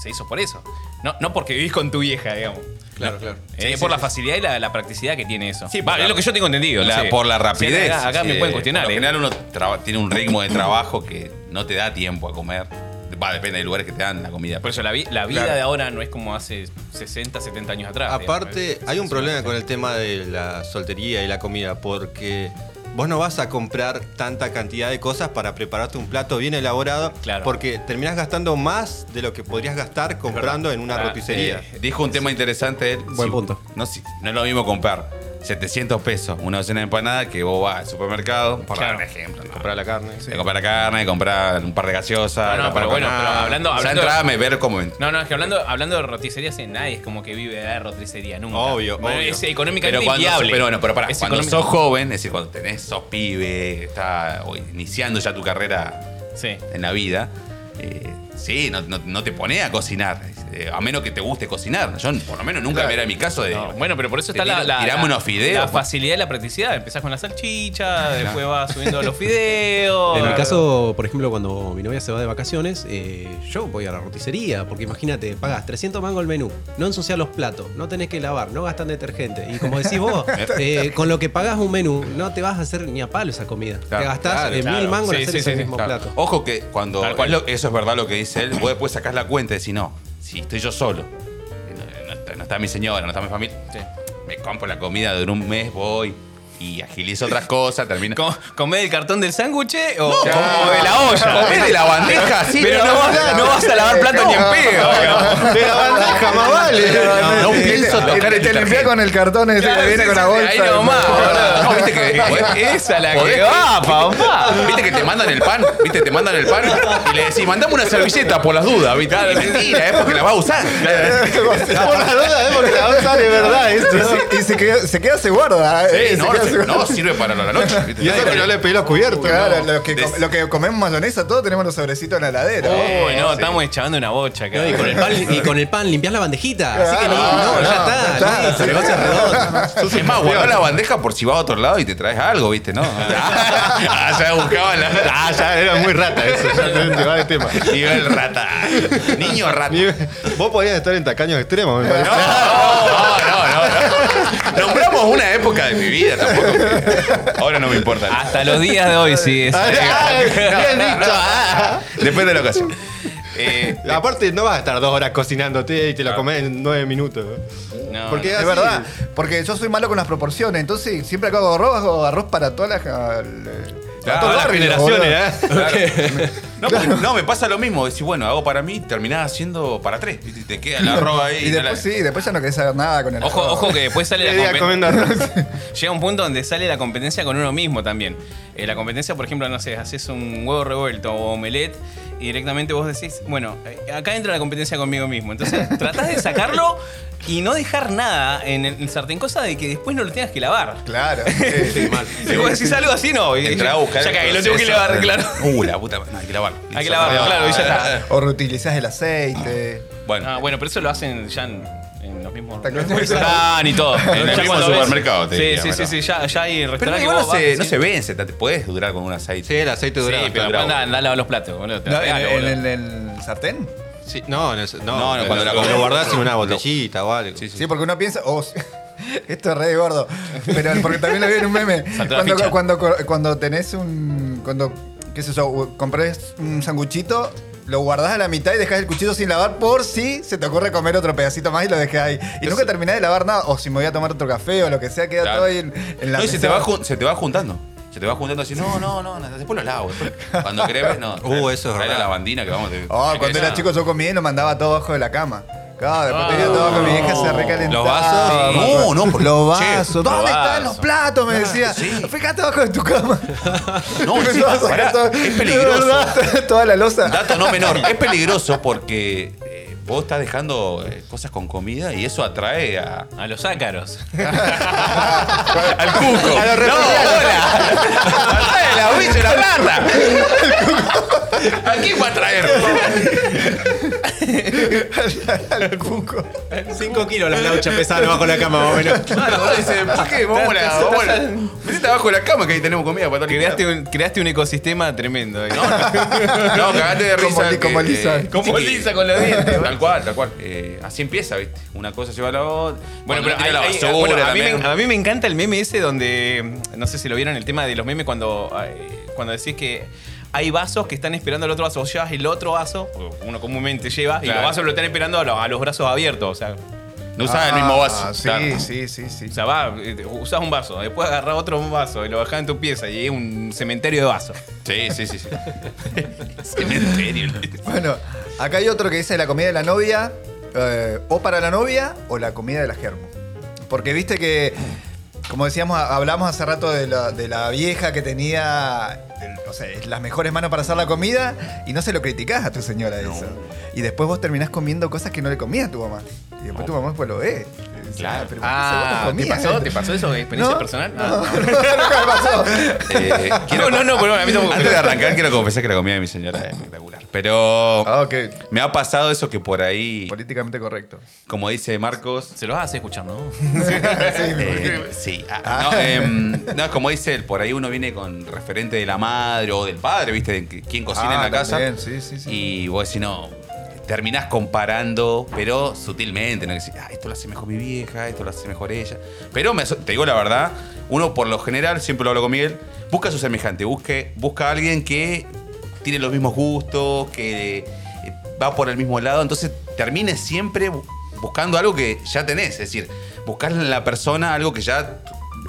[SPEAKER 2] se hizo por eso. No, no porque vivís con tu vieja, digamos.
[SPEAKER 5] Claro, claro.
[SPEAKER 2] Eh, por la facilidad y la, la practicidad que tiene eso.
[SPEAKER 4] Sí,
[SPEAKER 2] Va,
[SPEAKER 4] por la-
[SPEAKER 2] es lo que yo tengo entendido.
[SPEAKER 4] La-
[SPEAKER 2] Sí.
[SPEAKER 4] Por la
[SPEAKER 2] Sí, acá-
[SPEAKER 4] rapidez.
[SPEAKER 2] acá me
[SPEAKER 4] sí.
[SPEAKER 2] pueden cuestionar.
[SPEAKER 4] Por lo
[SPEAKER 2] eh.
[SPEAKER 4] general uno traba- tiene un ritmo de trabajo que no te da tiempo a comer. Va, depende de lugares que te dan la comida.
[SPEAKER 2] Por eso la, vi- la vida de ahora no es como hace 60, 70 años atrás.
[SPEAKER 3] Aparte,
[SPEAKER 2] digamos.
[SPEAKER 3] hay un
[SPEAKER 2] Es una
[SPEAKER 3] problema
[SPEAKER 2] cosa.
[SPEAKER 3] con el tema de la soltería y la comida, porque vos no vas a comprar tanta cantidad de cosas para prepararte un plato bien elaborado,
[SPEAKER 2] Claro.
[SPEAKER 3] porque terminás gastando más de lo que podrías gastar comprando en una
[SPEAKER 2] Ah,
[SPEAKER 3] roticería.
[SPEAKER 4] Eh, dijo un tema interesante él.
[SPEAKER 5] Buen punto.
[SPEAKER 4] No, si- no es lo mismo comprar 700 pesos una docena de empanadas que vos vas al supermercado, por
[SPEAKER 2] Claro.
[SPEAKER 4] dar un ejemplo, ¿no?
[SPEAKER 3] Comprar la carne.
[SPEAKER 4] De comprar la carne, comprar un par de gaseosas.
[SPEAKER 2] No, no,
[SPEAKER 4] comprar
[SPEAKER 2] pero bueno,
[SPEAKER 4] empanadas.
[SPEAKER 2] pero hablando-
[SPEAKER 4] Ya
[SPEAKER 2] hablando-
[SPEAKER 4] entrame, ver cómo.
[SPEAKER 2] No, no, es que hablando, hablando de roticerías, eh, nadie es como que vive de la roticería nunca.
[SPEAKER 3] Obvio,
[SPEAKER 2] Bueno,
[SPEAKER 3] obvio.
[SPEAKER 2] Es
[SPEAKER 4] Pero
[SPEAKER 2] económicamente
[SPEAKER 4] cuando,
[SPEAKER 2] inviable.
[SPEAKER 4] pero bueno, pero pará,
[SPEAKER 2] Es
[SPEAKER 4] cuando
[SPEAKER 2] económica-
[SPEAKER 4] sos joven, es decir, cuando tenés, sos pibe, estás o iniciando ya tu carrera
[SPEAKER 2] Sí.
[SPEAKER 4] en la vida, eh, sí, no, no- no te pones a cocinar, eh, a menos que te guste cocinar. Yo, por lo menos, nunca me era mi caso de.
[SPEAKER 2] No, bueno, pero por eso
[SPEAKER 4] te
[SPEAKER 2] está la,
[SPEAKER 4] tiro-
[SPEAKER 2] la,
[SPEAKER 4] tirame
[SPEAKER 2] la-
[SPEAKER 4] unos fideos,
[SPEAKER 2] la
[SPEAKER 4] pues.
[SPEAKER 2] facilidad y la practicidad. Empezás con la salchicha, después vas subiendo los fideos.
[SPEAKER 5] En mi caso, por ejemplo, cuando mi novia se va de vacaciones, eh, yo voy a la roticería, porque imagínate, pagás 300 mangos el menú, no ensucias los platos, no tenés que lavar, no gastan detergente. Y como decís vos, eh, con lo que pagás un menú, no te vas a hacer ni a palo esa comida.
[SPEAKER 4] Claro,
[SPEAKER 5] te gastás
[SPEAKER 4] claro,
[SPEAKER 5] eh,
[SPEAKER 2] claro.
[SPEAKER 5] mil mangos en
[SPEAKER 2] Sí,
[SPEAKER 5] hacer
[SPEAKER 2] sí,
[SPEAKER 5] ese
[SPEAKER 2] sí, sí,
[SPEAKER 5] mismo
[SPEAKER 4] Claro.
[SPEAKER 5] plato.
[SPEAKER 4] Ojo que cuando.
[SPEAKER 2] Tal cual.
[SPEAKER 4] es lo- eso es verdad lo que dice él. Vos después sacás la cuenta y decís, no, si estoy yo solo, no, no está, no está mi señora, no está mi familia,
[SPEAKER 2] Sí.
[SPEAKER 4] me compro la comida de un mes, voy y agilizo otras cosas, termino.
[SPEAKER 2] Com- ¿Comés el cartón del sándwich eh? o
[SPEAKER 4] No,
[SPEAKER 2] como de la olla?
[SPEAKER 4] Comés de la bandeja, sí,
[SPEAKER 2] Pero
[SPEAKER 4] de la
[SPEAKER 2] no,
[SPEAKER 4] bandeja.
[SPEAKER 2] vas- no vas a lavar plato ni en pedo. digamos.
[SPEAKER 1] De la bandeja, más vale.
[SPEAKER 4] No, no pienso
[SPEAKER 1] Te-
[SPEAKER 4] tocar
[SPEAKER 1] te,
[SPEAKER 4] el
[SPEAKER 1] limpiás
[SPEAKER 4] detergente.
[SPEAKER 1] con el cartón ese
[SPEAKER 2] Claro,
[SPEAKER 1] que viene
[SPEAKER 2] sí,
[SPEAKER 1] con la
[SPEAKER 2] sí,
[SPEAKER 1] bolsa.
[SPEAKER 2] Ahí nomás, boludo. No, viste que esa la que
[SPEAKER 4] Podés-
[SPEAKER 2] va, papá.
[SPEAKER 4] Viste que te mandan el pan, viste, te mandan el pan y le decís, mandame una servilleta por las dudas, viste. Ah, Mentira, es porque la vas a usar.
[SPEAKER 1] Por la duda, ¿eh? porque la bolsa de verdad esto. Y, se, y se queda, se queda, se guarda. eh, se
[SPEAKER 4] Sí, no,
[SPEAKER 1] queda,
[SPEAKER 4] no,
[SPEAKER 1] se guarda.
[SPEAKER 4] no, sirve para la noche. ¿viste?
[SPEAKER 3] Y eso que no le pedí los cubiertos.
[SPEAKER 1] Claro,
[SPEAKER 3] ¿no?
[SPEAKER 1] lo que, com-
[SPEAKER 4] Des-
[SPEAKER 1] lo que comemos mayonesa, todos tenemos los sobrecitos en la heladera.
[SPEAKER 2] Uy, no,
[SPEAKER 4] sí.
[SPEAKER 2] estamos echabando una bocha acá.
[SPEAKER 5] No, y, con el pan, y con el pan limpiás la bandejita. Así que no, no, ya está.
[SPEAKER 1] ya
[SPEAKER 5] listo, negocio redondo.
[SPEAKER 4] Es más, guardá la bandeja por si vas a otro lado y te traes algo, ¿viste? ¿No? Ah, ya buscaban la. Ah, ya
[SPEAKER 3] Era muy rata eso, ya te, te va de tema.
[SPEAKER 4] Nivel rata. Niño rata.
[SPEAKER 3] Ni- Vos podías estar en tacaños extremos, me parece.
[SPEAKER 4] No, no, no, no. Nombramos una época de mi vida tampoco. que- Ahora no me importa.
[SPEAKER 2] Hasta los días de hoy sí. es-
[SPEAKER 3] Ay, bien dicho. ah.
[SPEAKER 4] Depende de la ocasión. Eh,
[SPEAKER 3] Aparte, no vas a estar dos horas cocinándote y te lo comes en nueve minutos.
[SPEAKER 2] No,
[SPEAKER 3] Porque
[SPEAKER 1] Es
[SPEAKER 3] así-
[SPEAKER 1] verdad, porque yo soy malo con las proporciones, entonces siempre que hago arroz, hago arroz para todas las. eh, Para todo el
[SPEAKER 4] todas las
[SPEAKER 1] barrio, boludo.
[SPEAKER 3] Generaciones, ¿eh?
[SPEAKER 4] claro. no, pues, no, me pasa lo mismo. Decís, bueno, hago para mí, terminás haciendo para tres. ¿viste? Te queda la arroba ahí.
[SPEAKER 1] Y después sí, después ya no querés saber nada con el
[SPEAKER 2] Ojo,
[SPEAKER 1] arroz.
[SPEAKER 2] ojo que después sale la
[SPEAKER 3] Media
[SPEAKER 2] compe-
[SPEAKER 3] comiendo arroz.
[SPEAKER 2] Llega un punto donde sale la competencia con uno mismo también. Eh, la competencia, por ejemplo, no sé, haces un huevo revuelto o omelette y directamente vos decís, bueno, eh, acá entra la competencia conmigo mismo. Entonces, tratás de sacarlo y no dejar nada en el, el sartén, cosa de que después no lo tengas que lavar.
[SPEAKER 1] Claro. sí, sí.
[SPEAKER 2] si vos decís algo así, no. y-
[SPEAKER 4] Entrás a buscar.
[SPEAKER 2] Ya
[SPEAKER 4] el
[SPEAKER 2] cagué, lo tengo que
[SPEAKER 4] proceso.
[SPEAKER 2] lavar, claro.
[SPEAKER 4] Uh, la puta. madre. No, hay que lavarlo.
[SPEAKER 2] Hay que lavarlo, claro, y ya está.
[SPEAKER 1] O reutilizás el aceite.
[SPEAKER 4] Bueno,
[SPEAKER 2] Ah, bueno, pero eso lo hacen ya en, en los mismos
[SPEAKER 1] Está claro.
[SPEAKER 2] restaurantes y todo.
[SPEAKER 4] el
[SPEAKER 2] Ya
[SPEAKER 4] mismo
[SPEAKER 2] cuando ves-
[SPEAKER 4] supermercado, te
[SPEAKER 2] Sí,
[SPEAKER 4] diría,
[SPEAKER 2] sí, sí,
[SPEAKER 4] pero-
[SPEAKER 2] sí, ya, ya hay
[SPEAKER 4] Pero
[SPEAKER 2] restaurantes que
[SPEAKER 4] igual no
[SPEAKER 2] vos vas,
[SPEAKER 4] se, no
[SPEAKER 2] sí.
[SPEAKER 4] se vence, te puedes durar con un aceite.
[SPEAKER 3] Sí, el aceite
[SPEAKER 4] Sí,
[SPEAKER 3] duraba.
[SPEAKER 2] Sí, pero
[SPEAKER 4] Está
[SPEAKER 2] anda,
[SPEAKER 4] bravo.
[SPEAKER 2] anda a lavar los platos, boludo. te
[SPEAKER 1] No,
[SPEAKER 2] la
[SPEAKER 1] en,
[SPEAKER 2] regalo,
[SPEAKER 1] en-
[SPEAKER 2] boludo.
[SPEAKER 1] en el sartén?
[SPEAKER 3] Sí, no, en el- no,
[SPEAKER 4] No, no,
[SPEAKER 3] en
[SPEAKER 4] cuando
[SPEAKER 3] el-
[SPEAKER 4] la comés.
[SPEAKER 3] lo guardás en una botellita o algo.
[SPEAKER 1] Sí, porque uno piensa, oh, esto es re de gordo. Pero porque también lo vi en un meme. Cuando, cuando, cuando tenés un. Cuando, qué sé yo, comprés un sanguchito, lo guardás a la mitad y dejás el cuchillo sin lavar por si se te ocurre comer otro pedacito más y lo dejás ahí. Y nunca terminás de lavar nada, o si me voy a tomar otro café o lo que sea, queda
[SPEAKER 4] Claro.
[SPEAKER 1] todo ahí en, en la
[SPEAKER 4] No, y se
[SPEAKER 1] mesa.
[SPEAKER 4] te, va, jun- se te va juntando. Se te va juntando así, no, no, no, no, después lo lavo. después lo- Cuando crees, no.
[SPEAKER 3] Uh, eso es
[SPEAKER 4] Trae la
[SPEAKER 3] verdad.
[SPEAKER 4] lavandina que vamos a
[SPEAKER 1] Oh, cuando era chico yo comía y lo mandaba todo abajo de la cama. Claro, después tenía todo con mi vieja se recalentaba.
[SPEAKER 4] Ah. ¿Los vasos? No, no, porque-
[SPEAKER 1] Los
[SPEAKER 4] Che,
[SPEAKER 1] vasos. ¿Dónde
[SPEAKER 2] los
[SPEAKER 1] están
[SPEAKER 2] vasos.
[SPEAKER 1] los platos? Me decía. Fíjate abajo de tu cama.
[SPEAKER 4] No,
[SPEAKER 1] Empezaba
[SPEAKER 4] encima,
[SPEAKER 1] a sacar
[SPEAKER 4] pará,
[SPEAKER 1] todo-
[SPEAKER 4] es peligroso.
[SPEAKER 1] de verdad, toda la losa.
[SPEAKER 4] Dato no menor, es peligroso porque eh, vos estás dejando eh, cosas con comida y eso atrae a,
[SPEAKER 2] A los ácaros.
[SPEAKER 4] al cuco. no, hola. Atrae a la bicha, la plata. ¿A quién va a traer?
[SPEAKER 1] Al cuco.
[SPEAKER 5] 5 kilos la laucha pesaron bajo la cama, más o menos.
[SPEAKER 4] Dice, ¿por qué? Vamos la. vamos la- Metete abajo de la cama que ahí tenemos comida para todo el
[SPEAKER 2] Creaste un, creaste un ecosistema tremendo. ahí.
[SPEAKER 4] No, cagate de risa.
[SPEAKER 1] Como li-
[SPEAKER 4] que-
[SPEAKER 1] como Lisa.
[SPEAKER 2] Como
[SPEAKER 4] sí,
[SPEAKER 2] Lisa con los dientes.
[SPEAKER 4] Tal cual, tal cual. Eh, así empieza, ¿viste? Una cosa lleva a la otra.
[SPEAKER 2] Bueno,
[SPEAKER 4] Cuando
[SPEAKER 2] pero
[SPEAKER 4] tira
[SPEAKER 2] hay- hay-
[SPEAKER 4] la basura
[SPEAKER 2] bueno, a, mí
[SPEAKER 4] también.
[SPEAKER 2] me, a mí me encanta el meme ese donde, no sé si lo vieron, el tema de los memes cuando, eh, cuando decís que hay vasos que están esperando al otro vaso, vos llevas el otro vaso, porque uno comúnmente lleva, y
[SPEAKER 4] Claro.
[SPEAKER 2] los vasos lo están esperando a los, a los brazos abiertos, o sea,
[SPEAKER 4] No usaba el mismo vaso.
[SPEAKER 1] Ah, Sí,
[SPEAKER 4] Claro.
[SPEAKER 1] sí, sí, sí.
[SPEAKER 2] o sea, va, eh, usás un vaso, después agarrás otro vaso y lo bajás en tu pieza y es un cementerio de vasos.
[SPEAKER 4] Sí, sí, sí. sí. Cementerio.
[SPEAKER 1] Bueno, acá hay otro que dice la comida de la novia, eh, o para la novia, o la comida de la germo. Porque viste que, como decíamos, a- hablamos hace rato de la, de la vieja que tenía, el- no sé, las mejores manos para hacer la comida, y no se lo criticás a tu señora eso. Y después vos terminás comiendo cosas que no le comías a tu mamá. Y después tu mamá después lo ve. Y dice,
[SPEAKER 4] Claro.
[SPEAKER 1] pero ¿por qué
[SPEAKER 2] Ah,
[SPEAKER 1] eso vos
[SPEAKER 2] ¿te
[SPEAKER 1] comías?
[SPEAKER 2] pasó? ¿Te pasó eso de experiencia
[SPEAKER 1] No,
[SPEAKER 2] personal?
[SPEAKER 1] No,
[SPEAKER 2] Ah,
[SPEAKER 1] no, nunca me pasó.
[SPEAKER 4] Eh,
[SPEAKER 2] No, no, no, pero a mí tampoco.
[SPEAKER 4] Antes de arrancar, quiero confesar que la comida de mi señora es espectacular. Pero
[SPEAKER 1] Ah, ok.
[SPEAKER 4] me ha pasado eso que por ahí,
[SPEAKER 1] Políticamente correcto.
[SPEAKER 4] como dice Marcos,
[SPEAKER 2] Se los hace escuchar, ¿no?
[SPEAKER 4] Eh, sí. Ah, no, em, no, es como dice él, por ahí uno viene con referente de la madre o del padre, ¿viste? De que- quién cocina
[SPEAKER 1] Ah,
[SPEAKER 4] en la casa.
[SPEAKER 1] también, sí, sí, sí.
[SPEAKER 4] Y vos decís, no, terminás comparando, pero sutilmente, ¿no? Que decís, ah, esto lo hace mejor mi vieja, esto lo hace mejor ella. Pero me aso- te digo la verdad, uno por lo general, siempre lo hablo con Miguel, busca a su semejante, busque, busca a alguien que tiene los mismos gustos, que eh, va por el mismo lado, entonces termines siempre bu- buscando algo que ya tenés, es decir, buscar en la persona algo que ya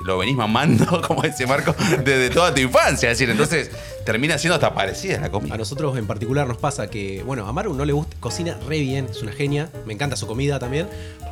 [SPEAKER 4] lo venís mamando, como dice Marco, desde toda tu infancia, es decir, entonces termina siendo hasta parecida la comida.
[SPEAKER 5] A nosotros en particular nos pasa que, bueno, a Maru no le gusta, cocina re bien, es una genia, me encanta su comida también,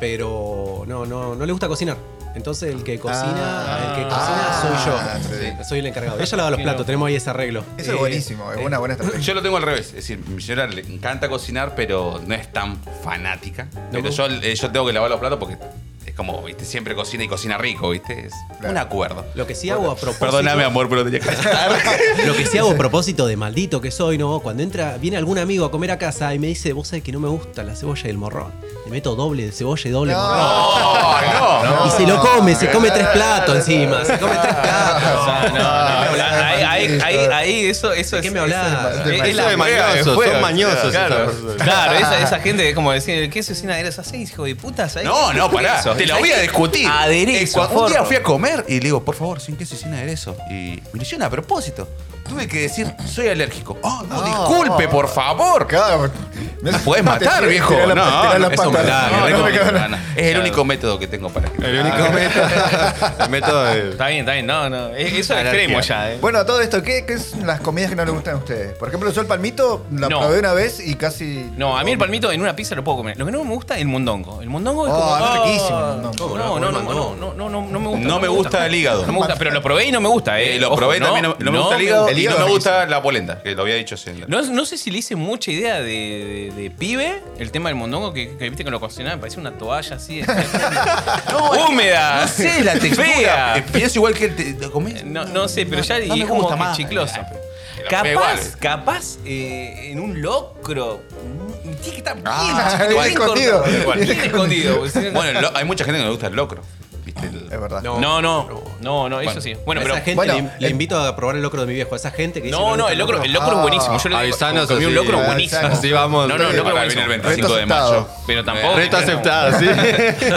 [SPEAKER 5] pero no, no, no le gusta cocinar. Entonces el que cocina,
[SPEAKER 1] Ah.
[SPEAKER 5] el que
[SPEAKER 1] Ah,
[SPEAKER 5] cocina soy yo.
[SPEAKER 1] sí.
[SPEAKER 5] Soy el encargado. Ella lava los platos, tenemos ahí ese arreglo.
[SPEAKER 1] Eso
[SPEAKER 5] Eh,
[SPEAKER 1] es buenísimo, es
[SPEAKER 5] eh,
[SPEAKER 1] una buena estrategia.
[SPEAKER 4] Yo lo tengo al revés. Es decir, mi señora le encanta cocinar, pero no es tan fanática. pero yo, eh, yo tengo que lavar los platos porque es como, viste, siempre cocina y cocina rico, viste. Es
[SPEAKER 1] Claro.
[SPEAKER 4] un acuerdo.
[SPEAKER 5] Lo que sí hago a propósito.
[SPEAKER 4] Perdóname, amor, pero tenía que
[SPEAKER 5] Lo que sí hago a propósito de maldito que soy, ¿no? Cuando entra, viene algún amigo a comer a casa y me dice, vos sabés que no me gusta la cebolla y el morrón. Le meto doble de cebolla y doble
[SPEAKER 1] No.
[SPEAKER 5] morrón.
[SPEAKER 4] Ah, no, no.
[SPEAKER 5] Y se lo come, se come tres platos encima, se come tres platos.
[SPEAKER 2] Ah, no, no, no, ahí, ahí, ahí, ahí, eso, eso
[SPEAKER 5] ¿De
[SPEAKER 2] es.
[SPEAKER 5] qué me hablás?
[SPEAKER 2] es- es-
[SPEAKER 1] Eso
[SPEAKER 2] es la
[SPEAKER 3] Son mañosos, son mañosos.
[SPEAKER 2] Claro,
[SPEAKER 3] esas personas.
[SPEAKER 2] claro esa, esa gente es como decir, ¿qué asesina eres así, hijo de puta? ¿Sabés
[SPEAKER 4] No,
[SPEAKER 2] qué?
[SPEAKER 4] no, pará.
[SPEAKER 2] Eso.
[SPEAKER 4] Te lo voy a discutir.
[SPEAKER 2] Aderezo,
[SPEAKER 4] Eh, cuando- un día
[SPEAKER 2] forro.
[SPEAKER 4] fui a comer y le digo, por favor, sin queso y sin aderezo. Y me lo hicieron a propósito. Tuve que decir, soy alérgico. Oh, no,
[SPEAKER 2] Ah.
[SPEAKER 4] disculpe, por favor.
[SPEAKER 1] Claro, me
[SPEAKER 4] La puedes matar, viejo.
[SPEAKER 1] no,
[SPEAKER 4] No, no,
[SPEAKER 1] la
[SPEAKER 4] eso
[SPEAKER 1] pata.
[SPEAKER 4] me da,
[SPEAKER 1] No,
[SPEAKER 4] me
[SPEAKER 1] no me
[SPEAKER 4] recomiendo.
[SPEAKER 1] queda nada.
[SPEAKER 4] No, no, Es el único método que tengo para Ah. que.
[SPEAKER 3] El único método. El método de.
[SPEAKER 2] Está bien, está bien. No, no. e- Eso es
[SPEAKER 3] Anarquía.
[SPEAKER 2] extremo ya, ¿eh?
[SPEAKER 1] Bueno, todo esto, ¿qué, qué son las comidas que no le gustan a ustedes? Por ejemplo, yo el palmito la
[SPEAKER 2] No.
[SPEAKER 1] probé una vez y casi.
[SPEAKER 2] No, a mí el palmito en una pizza lo puedo comer. Lo que no me gusta es el mondongo. El mondongo es
[SPEAKER 1] Oh,
[SPEAKER 2] como.
[SPEAKER 1] es
[SPEAKER 2] ah,
[SPEAKER 1] riquísimo el mondongo.
[SPEAKER 2] No, no, no, no, no, no, no, no me gusta.
[SPEAKER 4] No me gusta el hígado.
[SPEAKER 2] No me gusta, pero lo probé y no me gusta, ¿eh?
[SPEAKER 4] Eh, lo
[SPEAKER 2] Ojo,
[SPEAKER 4] probé
[SPEAKER 2] no,
[SPEAKER 4] también, no, no me gusta el hígado. y no me gusta la polenta, que lo había dicho sí.
[SPEAKER 2] No, no sé si le hice mucha idea de, de- de pibe el tema del mondongo, que, que viste que lo cocinaba, me parecía una toalla así. este, húmeda.
[SPEAKER 4] No sé, la textura.
[SPEAKER 2] Fea.
[SPEAKER 4] Eh, Pienso igual que te, te comés.
[SPEAKER 2] No, no sé, pero ya
[SPEAKER 4] no
[SPEAKER 2] y
[SPEAKER 4] me
[SPEAKER 2] es como
[SPEAKER 4] gusta
[SPEAKER 2] que
[SPEAKER 4] más.
[SPEAKER 2] chicloso.
[SPEAKER 4] Pero
[SPEAKER 2] Capaz,
[SPEAKER 4] igual.
[SPEAKER 2] capaz eh, en un locro. mm, Tiene que estar bien,
[SPEAKER 4] Ah,
[SPEAKER 2] chiquito,
[SPEAKER 1] bien escondido.
[SPEAKER 2] cortado,
[SPEAKER 4] Igual.
[SPEAKER 2] bien escondido. porque si no-
[SPEAKER 4] Bueno, lo- hay mucha gente que le gusta el locro. ¿viste? El-
[SPEAKER 1] Es verdad.
[SPEAKER 5] No,
[SPEAKER 2] No, no, no, no, eso sí. Bueno,
[SPEAKER 5] A
[SPEAKER 2] pero.
[SPEAKER 5] esa gente
[SPEAKER 1] bueno,
[SPEAKER 5] le, le
[SPEAKER 1] el-
[SPEAKER 5] invito a probar el locro de mi viejo. A esa gente que dice,
[SPEAKER 2] No,
[SPEAKER 5] me
[SPEAKER 2] no,
[SPEAKER 5] gusta
[SPEAKER 2] el locro, el locro
[SPEAKER 1] Ah.
[SPEAKER 2] es buenísimo. Yo le
[SPEAKER 3] Avisanos
[SPEAKER 2] comí un
[SPEAKER 3] así.
[SPEAKER 2] locro buenísimo.
[SPEAKER 3] Así vamos.
[SPEAKER 2] No, no, el locro
[SPEAKER 4] Ahora viene el
[SPEAKER 2] buenísimo.
[SPEAKER 4] 25 de
[SPEAKER 1] Reto aceptado.
[SPEAKER 4] mayo.
[SPEAKER 2] Pero tampoco.
[SPEAKER 3] Reto aceptado, sí.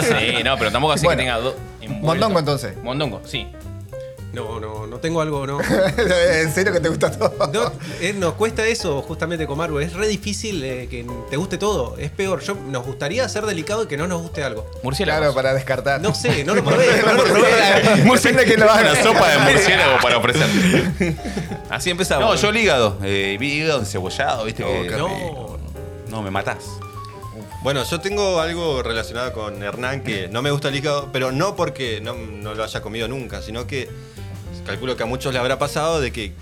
[SPEAKER 2] Sí, no, pero tampoco así
[SPEAKER 1] Bueno.
[SPEAKER 2] que tenga dos.
[SPEAKER 1] Mondongo, entonces.
[SPEAKER 2] Mondongo, sí.
[SPEAKER 5] No, no, no tengo algo, no.
[SPEAKER 1] en serio que te gusta todo.
[SPEAKER 5] No, eh, nos cuesta eso justamente con Maru. Es re difícil eh, que te guste todo. Es peor. Yo, nos gustaría ser delicado y que no nos guste algo.
[SPEAKER 1] Claro,
[SPEAKER 2] Murciélago.
[SPEAKER 1] para descartar.
[SPEAKER 5] No sé, no lo probé, no lo probé.
[SPEAKER 1] Depende de quién lo haga.
[SPEAKER 4] Una sopa de murciélago para ofrecer.
[SPEAKER 2] Así empezamos.
[SPEAKER 4] No, yo el hígado. Eh, vi hígado encebollado, ¿viste?
[SPEAKER 1] Oh,
[SPEAKER 4] que-
[SPEAKER 1] qué
[SPEAKER 5] No.
[SPEAKER 4] No, me matás.
[SPEAKER 3] Bueno, yo tengo algo relacionado con Hernán que no me gusta el hígado, pero no porque no, no lo haya comido nunca, sino que calculo que a muchos le habrá pasado de que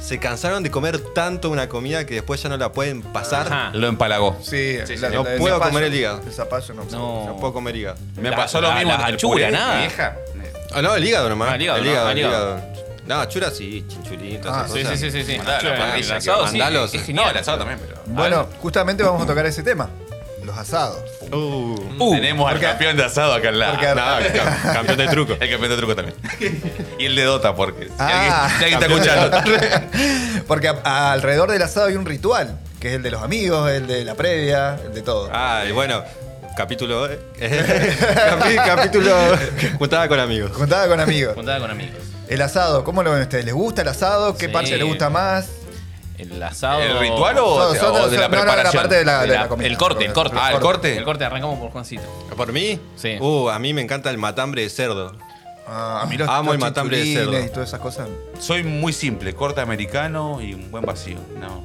[SPEAKER 3] se cansaron de comer tanto una comida que después ya no la pueden pasar.
[SPEAKER 2] Ajá.
[SPEAKER 4] Lo empalagó.
[SPEAKER 1] Sí,
[SPEAKER 2] Sí, sí,
[SPEAKER 1] la-
[SPEAKER 3] no
[SPEAKER 1] la- el
[SPEAKER 3] puedo
[SPEAKER 1] zapallo.
[SPEAKER 3] comer el hígado.
[SPEAKER 1] El zapallo no.
[SPEAKER 2] No.
[SPEAKER 3] No puedo comer hígado.
[SPEAKER 4] Me
[SPEAKER 2] La-
[SPEAKER 4] pasó lo
[SPEAKER 2] la-
[SPEAKER 4] mismo.
[SPEAKER 2] la
[SPEAKER 4] El
[SPEAKER 2] achura,
[SPEAKER 4] puré,
[SPEAKER 2] nada.
[SPEAKER 4] Vieja.
[SPEAKER 3] Ah, no, el hígado nomás.
[SPEAKER 2] Ah, el hígado,
[SPEAKER 3] el
[SPEAKER 2] ¿no?
[SPEAKER 3] hígado,
[SPEAKER 2] Ah,
[SPEAKER 3] el
[SPEAKER 2] el hígado.
[SPEAKER 3] hígado. No, chura sí, chinchulitos.
[SPEAKER 1] Ah,
[SPEAKER 3] esas
[SPEAKER 2] Sí, sí,
[SPEAKER 3] cosas.
[SPEAKER 2] sí, sí, sí.
[SPEAKER 4] Mandala,
[SPEAKER 2] Claro,
[SPEAKER 4] parrilla,
[SPEAKER 2] el
[SPEAKER 4] que
[SPEAKER 2] asado sí,
[SPEAKER 3] mandalos.
[SPEAKER 2] es genial.
[SPEAKER 4] No, el asado también, pero.
[SPEAKER 1] Bueno, justamente vamos a tocar ese tema. Los asados.
[SPEAKER 3] Uh,
[SPEAKER 2] Uh,
[SPEAKER 4] Tenemos al campeón de asado acá al lado.
[SPEAKER 1] porque-
[SPEAKER 4] No, el cam-
[SPEAKER 3] campeón de truco.
[SPEAKER 4] El campeón de truco también. Y el de Dota, porque. si
[SPEAKER 1] Ah.
[SPEAKER 4] alguien, si alguien está escuchando.
[SPEAKER 1] Porque a- a- alrededor del asado hay un ritual, que es el de los amigos, el de la previa, el de todo.
[SPEAKER 3] Ah, y bueno, capítulo. eh. Capi- capítulo. Juntada con amigos.
[SPEAKER 1] Contaba con amigos.
[SPEAKER 2] Juntada con amigos.
[SPEAKER 1] El asado, ¿cómo lo ven ustedes? ¿Les gusta el asado? ¿Qué
[SPEAKER 2] Sí.
[SPEAKER 1] parte les gusta más?
[SPEAKER 2] El asado.
[SPEAKER 4] ¿El ritual o,
[SPEAKER 1] Son-
[SPEAKER 4] o
[SPEAKER 1] son-
[SPEAKER 4] de
[SPEAKER 1] son- no, no, la
[SPEAKER 4] la preparación?
[SPEAKER 1] parte de la-
[SPEAKER 2] de la-
[SPEAKER 1] comida.
[SPEAKER 2] El corte, el corte.
[SPEAKER 4] Ah, el corte.
[SPEAKER 2] El corte, arrancamos por Juancito.
[SPEAKER 3] ¿Por mí?
[SPEAKER 2] Sí.
[SPEAKER 3] Uh, a mí me encanta el matambre de cerdo.
[SPEAKER 1] Ah, a mí los,
[SPEAKER 3] Amo
[SPEAKER 1] los
[SPEAKER 3] el matambre de
[SPEAKER 1] chinchulines
[SPEAKER 3] cerdo.
[SPEAKER 1] y todas esas cosas.
[SPEAKER 4] Soy muy simple, corte americano y un buen vacío. No.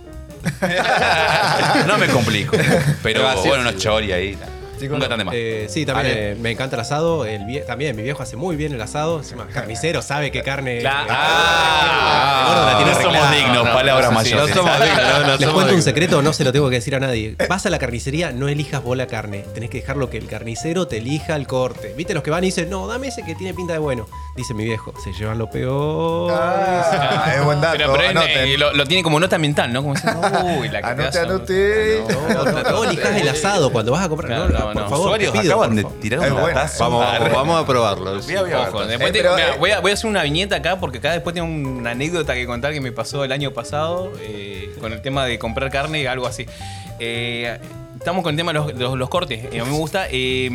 [SPEAKER 4] no me complico. Pero
[SPEAKER 3] El vacío,
[SPEAKER 4] bueno, unos
[SPEAKER 3] sí.
[SPEAKER 4] chori ahí. Nunca tan de más.
[SPEAKER 5] Eh, sí, también
[SPEAKER 4] Ale.
[SPEAKER 5] eh, me encanta el asado. El vie- también mi viejo hace muy bien el asado. Encima, carnicero sabe qué carne.
[SPEAKER 2] Claro.
[SPEAKER 5] eh,
[SPEAKER 4] Ah,
[SPEAKER 5] gordo la tiene
[SPEAKER 4] no somos
[SPEAKER 5] arreglada.
[SPEAKER 4] dignos,
[SPEAKER 2] No, no,
[SPEAKER 4] palabras
[SPEAKER 2] no sé si-
[SPEAKER 4] mayores.
[SPEAKER 3] No somos dignos, no, no
[SPEAKER 5] Les
[SPEAKER 3] somos
[SPEAKER 5] cuento un
[SPEAKER 3] dignos.
[SPEAKER 5] secreto, no se lo tengo que decir a nadie. Vas a la carnicería, no elijas vos la carne. Tenés que dejarlo que el carnicero te elija el corte. ¿Viste los que van y dicen, no, dame ese que tiene pinta de bueno? Dice mi viejo, se llevan lo peor.
[SPEAKER 1] Ah, es buen dato.
[SPEAKER 2] Pero, pero él,
[SPEAKER 1] anoten.
[SPEAKER 2] eh, lo, lo tiene como nota ambiental, ¿no? Como diciendo, uy, la que
[SPEAKER 1] Anote,
[SPEAKER 2] te hace-
[SPEAKER 1] anote.
[SPEAKER 2] Ah, no.
[SPEAKER 5] No, no, no elijas el asado cuando vas a comprar.
[SPEAKER 2] Claro, no,
[SPEAKER 5] no, por
[SPEAKER 2] no.
[SPEAKER 5] favor,
[SPEAKER 4] Usuarios
[SPEAKER 5] te pido,
[SPEAKER 4] acaban
[SPEAKER 5] por
[SPEAKER 4] de
[SPEAKER 5] favor.
[SPEAKER 4] tirar
[SPEAKER 1] Es
[SPEAKER 4] una
[SPEAKER 1] buena.
[SPEAKER 4] taza.
[SPEAKER 3] Vamos,
[SPEAKER 2] Ah,
[SPEAKER 3] vamos, vamos a probarlo. sí.
[SPEAKER 4] Voy a- voy a-
[SPEAKER 2] Ojo, después
[SPEAKER 1] Eh,
[SPEAKER 2] te-
[SPEAKER 1] pero,
[SPEAKER 2] mira,
[SPEAKER 1] eh,
[SPEAKER 2] voy, a, voy a hacer una viñeta acá porque acá después tengo una anécdota que contar que me pasó el año pasado eh, con el tema de comprar carne y algo así. Eh, estamos con el tema de los, los- los cortes. Eh, a mí me gusta eh,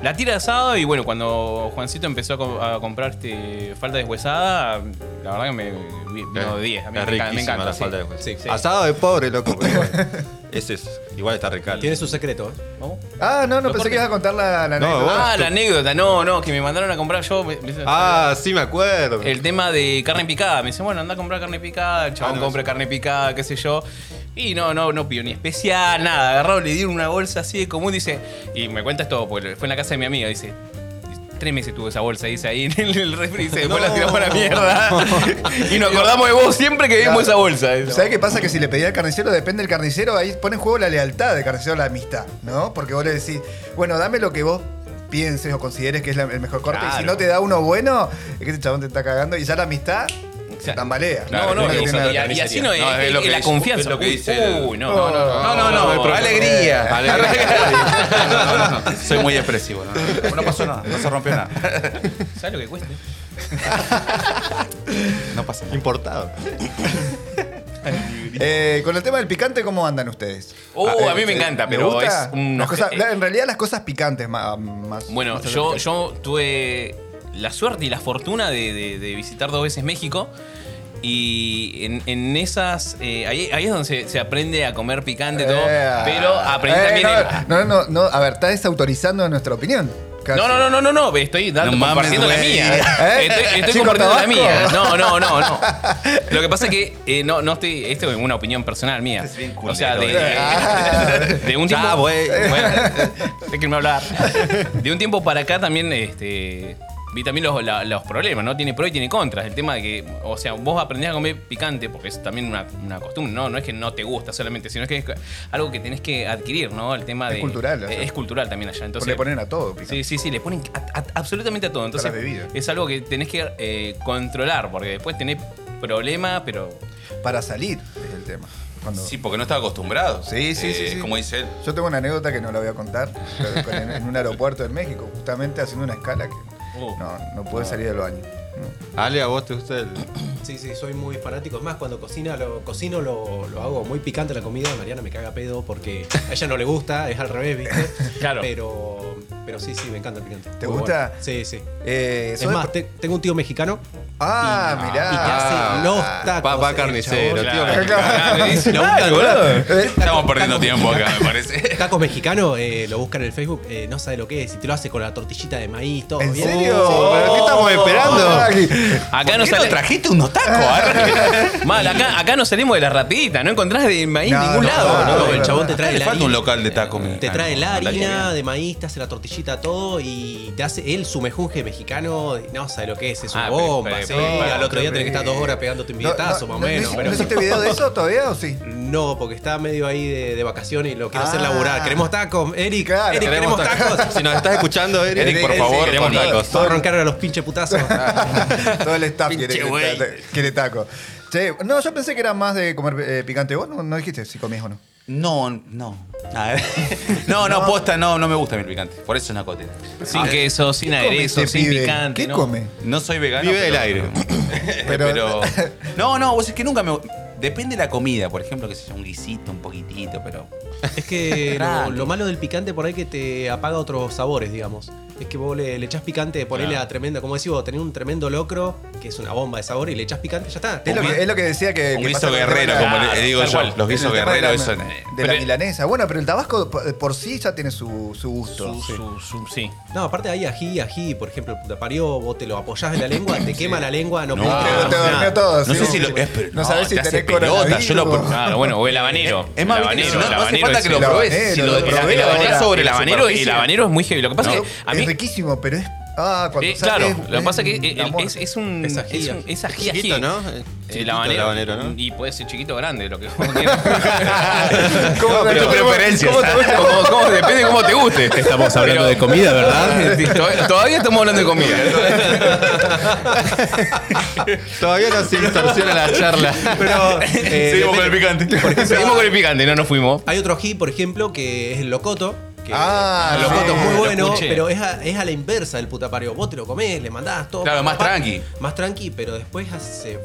[SPEAKER 2] la tira de asado y bueno, cuando Juancito empezó a, co- a comprar este, falta deshuesada, la verdad que me vino de 10. A mí
[SPEAKER 3] Es
[SPEAKER 2] me, encanta, me
[SPEAKER 3] riquísima
[SPEAKER 2] encanta.
[SPEAKER 3] la
[SPEAKER 2] sí.
[SPEAKER 3] falda de hueso.
[SPEAKER 5] Sí, sí.
[SPEAKER 3] Asado de pobre, loco. pero bueno. Ese es. Igual está recal.
[SPEAKER 5] Tiene su secreto. ¿eh?
[SPEAKER 2] ¿Vamos?
[SPEAKER 1] Ah, no, no,
[SPEAKER 2] ¿Lo
[SPEAKER 1] pensé
[SPEAKER 2] corte?
[SPEAKER 1] que ibas a contar la, la
[SPEAKER 3] No,
[SPEAKER 1] anécdota.
[SPEAKER 3] vos-
[SPEAKER 2] Ah,
[SPEAKER 3] tú-
[SPEAKER 2] la anécdota. No, no, que me mandaron a comprar yo. me- me-
[SPEAKER 3] Ah, sí, me acuerdo.
[SPEAKER 2] el tema de carne picada. Me dicen, bueno, anda a comprar carne picada, el chabón
[SPEAKER 3] Ah, no,
[SPEAKER 2] compra
[SPEAKER 3] sí.
[SPEAKER 2] carne picada, qué sé yo. Y no, no, no pidió ni especial, nada. Agarró, le dieron una bolsa así de común, dice, y me cuenta esto, porque fue en la casa de mi amiga, dice. Tres meses tuvo esa bolsa, dice ahí en el, el refri, dice, después la tiramos a la mierda. y nos acordamos de vos siempre que vimos esa bolsa. dice.
[SPEAKER 1] ¿Sabes qué pasa? Que si le pedí al carnicero, depende del carnicero, ahí pone en juego la lealtad del carnicero, la amistad, ¿no? Porque vos le decís, bueno, dame lo que vos pienses o consideres que es la- el mejor corte. Y si
[SPEAKER 2] Claro.
[SPEAKER 1] no te da uno bueno, es que ese chabón te está cagando y ya la amistad se
[SPEAKER 2] Claro.
[SPEAKER 1] tambalea.
[SPEAKER 2] no, no,
[SPEAKER 1] Es lo que
[SPEAKER 2] y,
[SPEAKER 1] tiene la
[SPEAKER 2] y- y así no es,
[SPEAKER 4] No, es
[SPEAKER 2] es
[SPEAKER 4] lo que
[SPEAKER 2] la
[SPEAKER 4] dice-
[SPEAKER 2] confianza.
[SPEAKER 4] es lo que dice el-
[SPEAKER 2] Uy, no, no, no, no, no, no,
[SPEAKER 4] Pero alegría.
[SPEAKER 3] Alegría.
[SPEAKER 4] No, no, no. Soy muy expresivo. No, no pasó nada, no se rompió nada.
[SPEAKER 2] ¿Sabes lo que cuesta?
[SPEAKER 4] No pasa nada.
[SPEAKER 3] Importado.
[SPEAKER 1] Eh, con el tema del picante, ¿cómo andan ustedes?
[SPEAKER 2] Oh,
[SPEAKER 1] Ah,
[SPEAKER 2] a mí me
[SPEAKER 1] eh,
[SPEAKER 2] encanta,
[SPEAKER 1] ¿le
[SPEAKER 2] pero
[SPEAKER 1] gusta?
[SPEAKER 2] es un-
[SPEAKER 1] Las cosas-
[SPEAKER 2] eh,
[SPEAKER 1] la- en realidad las cosas picantes ma- más...
[SPEAKER 2] Bueno,
[SPEAKER 1] más
[SPEAKER 2] yo, yo tuve la suerte y la fortuna de, de- de visitar dos veces México. Y en, en esas. eh, ahí, ahí es donde se, se aprende a comer picante y todo.
[SPEAKER 1] Eh,
[SPEAKER 2] Pero aprendí
[SPEAKER 1] eh,
[SPEAKER 2] también.
[SPEAKER 1] no,
[SPEAKER 2] el-
[SPEAKER 1] No, no, no, a ver, está desautorizando nuestra opinión. casi.
[SPEAKER 2] no, no, no, no, no, no, estoy dando,
[SPEAKER 4] No mames,
[SPEAKER 2] compartiendo la
[SPEAKER 4] güey.
[SPEAKER 2] mía.
[SPEAKER 1] ¿Eh?
[SPEAKER 2] Estoy, estoy
[SPEAKER 1] Chico
[SPEAKER 2] compartiendo la
[SPEAKER 1] Tabasco.
[SPEAKER 2] mía. No, no, no, no. Lo que pasa es que eh, no, no estoy. Esto es una opinión personal mía.
[SPEAKER 4] Este Es bien
[SPEAKER 2] o sea, de,
[SPEAKER 4] culero, eh.
[SPEAKER 2] de- de un tiempo.
[SPEAKER 3] Ah, güey.
[SPEAKER 2] Bueno, déjenme hablar. De un tiempo para acá también este, vi también los, la- los problemas, ¿no? Tiene pro y tiene contras. El tema de que, o sea, vos aprendés a comer picante porque es también una, una costumbre, ¿no? No es que no te gusta solamente, sino que es algo que tenés que adquirir, ¿no? El tema
[SPEAKER 1] Es
[SPEAKER 2] de.
[SPEAKER 1] cultural, o sea.
[SPEAKER 2] Es cultural también allá. Entonces,
[SPEAKER 1] le ponen a todo picante.
[SPEAKER 2] Sí, sí, sí, le ponen a- a- absolutamente a todo.
[SPEAKER 1] Hasta
[SPEAKER 2] Entonces,
[SPEAKER 1] las bebidas.
[SPEAKER 2] es algo que tenés que eh, controlar, porque después tenés problemas, pero.
[SPEAKER 1] Para salir es el tema. Cuando-
[SPEAKER 4] Sí, porque no estaba acostumbrado.
[SPEAKER 1] Sí, sí, sí,
[SPEAKER 4] Eh,
[SPEAKER 1] sí.
[SPEAKER 4] Como dice él.
[SPEAKER 1] Yo tengo una anécdota que no la voy a contar, pero con- en, en un aeropuerto en México, justamente haciendo una escala que
[SPEAKER 2] Oh.
[SPEAKER 1] no, no pude salir del baño. No.
[SPEAKER 3] Ale, ¿a vos te gusta el.?
[SPEAKER 5] Sí, sí, soy muy fanático. Es más, cuando cocina, lo, cocino lo, lo hago muy picante la comida. Mariana me caga pedo porque a ella no le gusta, es al revés, ¿viste?
[SPEAKER 2] Claro.
[SPEAKER 5] Pero, pero sí, sí, me encanta el picante.
[SPEAKER 1] ¿Te
[SPEAKER 5] Muy
[SPEAKER 1] gusta?
[SPEAKER 5] bueno. Sí, sí.
[SPEAKER 1] Eh,
[SPEAKER 5] Es
[SPEAKER 1] sos de-
[SPEAKER 5] más, te- tengo un tío mexicano
[SPEAKER 1] ah,
[SPEAKER 5] y,
[SPEAKER 1] mirá.
[SPEAKER 5] y que hace los
[SPEAKER 2] Ah,
[SPEAKER 5] tacos.
[SPEAKER 3] Papá
[SPEAKER 5] el
[SPEAKER 3] carnicero,
[SPEAKER 5] chabón.
[SPEAKER 3] tío.
[SPEAKER 1] Claro.
[SPEAKER 2] Claro, dice,
[SPEAKER 5] Le gusta el
[SPEAKER 1] boludo.
[SPEAKER 5] color.
[SPEAKER 4] Estamos perdiendo tiempo acá, me parece.
[SPEAKER 5] Tacos mexicanos, eh, lo buscan en el Facebook, eh, no sabe lo que es, y te lo hace con la tortillita de maíz, todo
[SPEAKER 1] ¿En
[SPEAKER 5] bien.
[SPEAKER 1] serio?
[SPEAKER 5] Sí.
[SPEAKER 3] ¿Pero qué estamos esperando?
[SPEAKER 2] Acá no
[SPEAKER 4] ¿Por qué
[SPEAKER 2] sale.
[SPEAKER 4] trajiste unos tacos? Arre?
[SPEAKER 2] Mal, acá, acá no salimos de la ratita, no encontrás de maíz en
[SPEAKER 1] No,
[SPEAKER 2] ningún
[SPEAKER 1] no,
[SPEAKER 2] lado.
[SPEAKER 5] No,
[SPEAKER 2] ¿no?
[SPEAKER 5] no, el chabón te
[SPEAKER 4] Acá
[SPEAKER 5] trae
[SPEAKER 4] le
[SPEAKER 5] la
[SPEAKER 4] falta un local de
[SPEAKER 5] Te
[SPEAKER 4] tacos
[SPEAKER 1] Mm, ah,
[SPEAKER 4] mexicano.
[SPEAKER 5] trae la
[SPEAKER 4] Anda
[SPEAKER 5] harina
[SPEAKER 4] bien.
[SPEAKER 5] de maíz, te hace la tortillita, todo y te hace él su mejunje mexicano. No sabe lo que es, es una
[SPEAKER 2] Ah, pero-
[SPEAKER 5] bomba.
[SPEAKER 2] pero
[SPEAKER 4] porque
[SPEAKER 5] Sí,
[SPEAKER 4] porque-
[SPEAKER 5] al otro día tenés que estar dos horas pegándote un billetazo,
[SPEAKER 1] no,
[SPEAKER 5] más o menos.
[SPEAKER 1] ¿No,
[SPEAKER 5] pero-
[SPEAKER 1] hiciste video de eso todavía o sí?
[SPEAKER 5] No, porque está medio ahí de, de vacaciones y lo quiero hacer
[SPEAKER 1] Ah.
[SPEAKER 5] laburar. Queremos tacos, Eric.
[SPEAKER 1] Claro,
[SPEAKER 5] Eric, queremos, tacos.
[SPEAKER 3] Si nos estás escuchando, Eric,
[SPEAKER 4] Eric,
[SPEAKER 3] por
[SPEAKER 4] Eric,
[SPEAKER 3] favor,
[SPEAKER 4] queremos
[SPEAKER 3] con tacos.
[SPEAKER 5] Todos roncaron a los pinches putazos.
[SPEAKER 1] Ah, Todo el staff
[SPEAKER 4] Pinche
[SPEAKER 1] quiere,
[SPEAKER 4] güey.
[SPEAKER 1] quiere taco. Che, no, yo pensé que era más de comer eh, picante. ¿Vos no, no dijiste si comías o no?
[SPEAKER 4] No, no. Ah, no, no, posta, no, no me gusta el picante. Por eso es una cotera.
[SPEAKER 2] Sin queso, sin
[SPEAKER 1] ¿Qué come
[SPEAKER 2] aderezo,
[SPEAKER 1] este
[SPEAKER 2] sin
[SPEAKER 1] pibe?
[SPEAKER 2] picante.
[SPEAKER 1] ¿Qué
[SPEAKER 2] ¿no?
[SPEAKER 1] come?
[SPEAKER 4] No soy vegano.
[SPEAKER 3] Vive
[SPEAKER 4] pero-
[SPEAKER 3] del aire.
[SPEAKER 4] Pero,
[SPEAKER 1] Pero-
[SPEAKER 4] No, no, vos es que nunca me. Depende de la comida, por ejemplo, que sea un guisito, un poquitito, pero.
[SPEAKER 1] Eh,
[SPEAKER 5] es que lo,
[SPEAKER 4] Tranqui.
[SPEAKER 5] lo malo del picante por ahí que te apaga otros sabores, digamos. Es que vos le, le echás picante, ponele
[SPEAKER 2] Claro.
[SPEAKER 5] a tremenda, como decís vos, tenés un tremendo locro, que es una bomba de sabor, y le echás picante, ya está.
[SPEAKER 1] Es lo, que, es lo que decía que.
[SPEAKER 4] Un
[SPEAKER 1] que
[SPEAKER 4] guiso
[SPEAKER 1] pasa con el tema de
[SPEAKER 4] guerrero,
[SPEAKER 1] la-
[SPEAKER 4] como
[SPEAKER 2] Claro,
[SPEAKER 4] le digo
[SPEAKER 2] tal
[SPEAKER 4] yo.
[SPEAKER 2] cual.
[SPEAKER 4] Los
[SPEAKER 1] en el
[SPEAKER 4] guisos
[SPEAKER 1] tema de la-
[SPEAKER 4] guerreros, eso.
[SPEAKER 1] De la,
[SPEAKER 2] Pero-
[SPEAKER 1] milanesa. Bueno, pero el tabasco por, por sí ya tiene su, su gusto.
[SPEAKER 2] Su- su- su- sí.
[SPEAKER 5] No, aparte hay ají, ají, por ejemplo, puta parió, vos te lo apoyás en la lengua, te quema la lengua, no,
[SPEAKER 4] No,
[SPEAKER 5] podés
[SPEAKER 1] Te-
[SPEAKER 5] tragar
[SPEAKER 1] te
[SPEAKER 5] nada.
[SPEAKER 1] dormió todo.
[SPEAKER 4] No
[SPEAKER 1] sí.
[SPEAKER 4] sé si lo. es, pero
[SPEAKER 1] No sabés si
[SPEAKER 4] te hace
[SPEAKER 1] tenés
[SPEAKER 4] pelota, yo lo
[SPEAKER 1] coronavirus.
[SPEAKER 2] Claro, bueno, o el habanero.
[SPEAKER 4] Es más,
[SPEAKER 2] el habanero, el
[SPEAKER 4] viste, no, no hace
[SPEAKER 2] habanero
[SPEAKER 4] falta
[SPEAKER 2] es
[SPEAKER 4] que lo
[SPEAKER 2] el-
[SPEAKER 4] probés.
[SPEAKER 1] habanero,
[SPEAKER 4] Si lo
[SPEAKER 1] lo
[SPEAKER 2] el-
[SPEAKER 1] probé
[SPEAKER 2] el habanero-
[SPEAKER 1] ahora.
[SPEAKER 4] sobre
[SPEAKER 2] el
[SPEAKER 4] la
[SPEAKER 2] habanero, es- el
[SPEAKER 4] superficie.
[SPEAKER 2] habanero es muy heavy. Lo que pasa
[SPEAKER 1] No,
[SPEAKER 2] es que a mí.
[SPEAKER 1] Es riquísimo, pero es. Ah, cuando
[SPEAKER 2] eh,
[SPEAKER 1] sale
[SPEAKER 2] claro,
[SPEAKER 1] es-
[SPEAKER 2] lo que pasa es que el-
[SPEAKER 1] la
[SPEAKER 2] el- es,
[SPEAKER 1] muerte.
[SPEAKER 2] es un.
[SPEAKER 5] Es
[SPEAKER 2] Es,
[SPEAKER 5] ají,
[SPEAKER 2] un,
[SPEAKER 5] ají.
[SPEAKER 2] es ají,
[SPEAKER 3] Chiquito,
[SPEAKER 2] ají.
[SPEAKER 3] ¿no? Eh, Chiquito
[SPEAKER 2] El habanero,
[SPEAKER 3] ¿no?
[SPEAKER 2] Y puede ser chiquito o grande, lo que vos quieras.
[SPEAKER 1] ¿Cómo te-
[SPEAKER 4] tu
[SPEAKER 1] cómo-
[SPEAKER 4] preferencia,
[SPEAKER 1] cómo te-
[SPEAKER 2] ¿ah? Como- como- depende de cómo te guste.
[SPEAKER 5] Estamos hablando
[SPEAKER 2] Pero-
[SPEAKER 5] de comida, ¿verdad?
[SPEAKER 2] Todavía- Todavía estamos hablando de comida.
[SPEAKER 3] Todavía no se distorsiona la charla.
[SPEAKER 5] Pero eh,
[SPEAKER 4] Seguimos con el picante.
[SPEAKER 2] Seguimos con el picante, no nos fuimos.
[SPEAKER 5] Hay otro ají, por ejemplo, que es el locoto. Que
[SPEAKER 1] Ah,
[SPEAKER 5] el
[SPEAKER 1] sí.
[SPEAKER 5] locoto es muy
[SPEAKER 2] lo
[SPEAKER 5] bueno,
[SPEAKER 2] escuché.
[SPEAKER 5] pero es a, es a la inversa del putapario. Vos te lo comés, le mandás todo.
[SPEAKER 4] Claro,
[SPEAKER 5] pa,
[SPEAKER 4] más
[SPEAKER 5] pa, pa.
[SPEAKER 4] tranqui.
[SPEAKER 5] Más tranqui, pero después hace.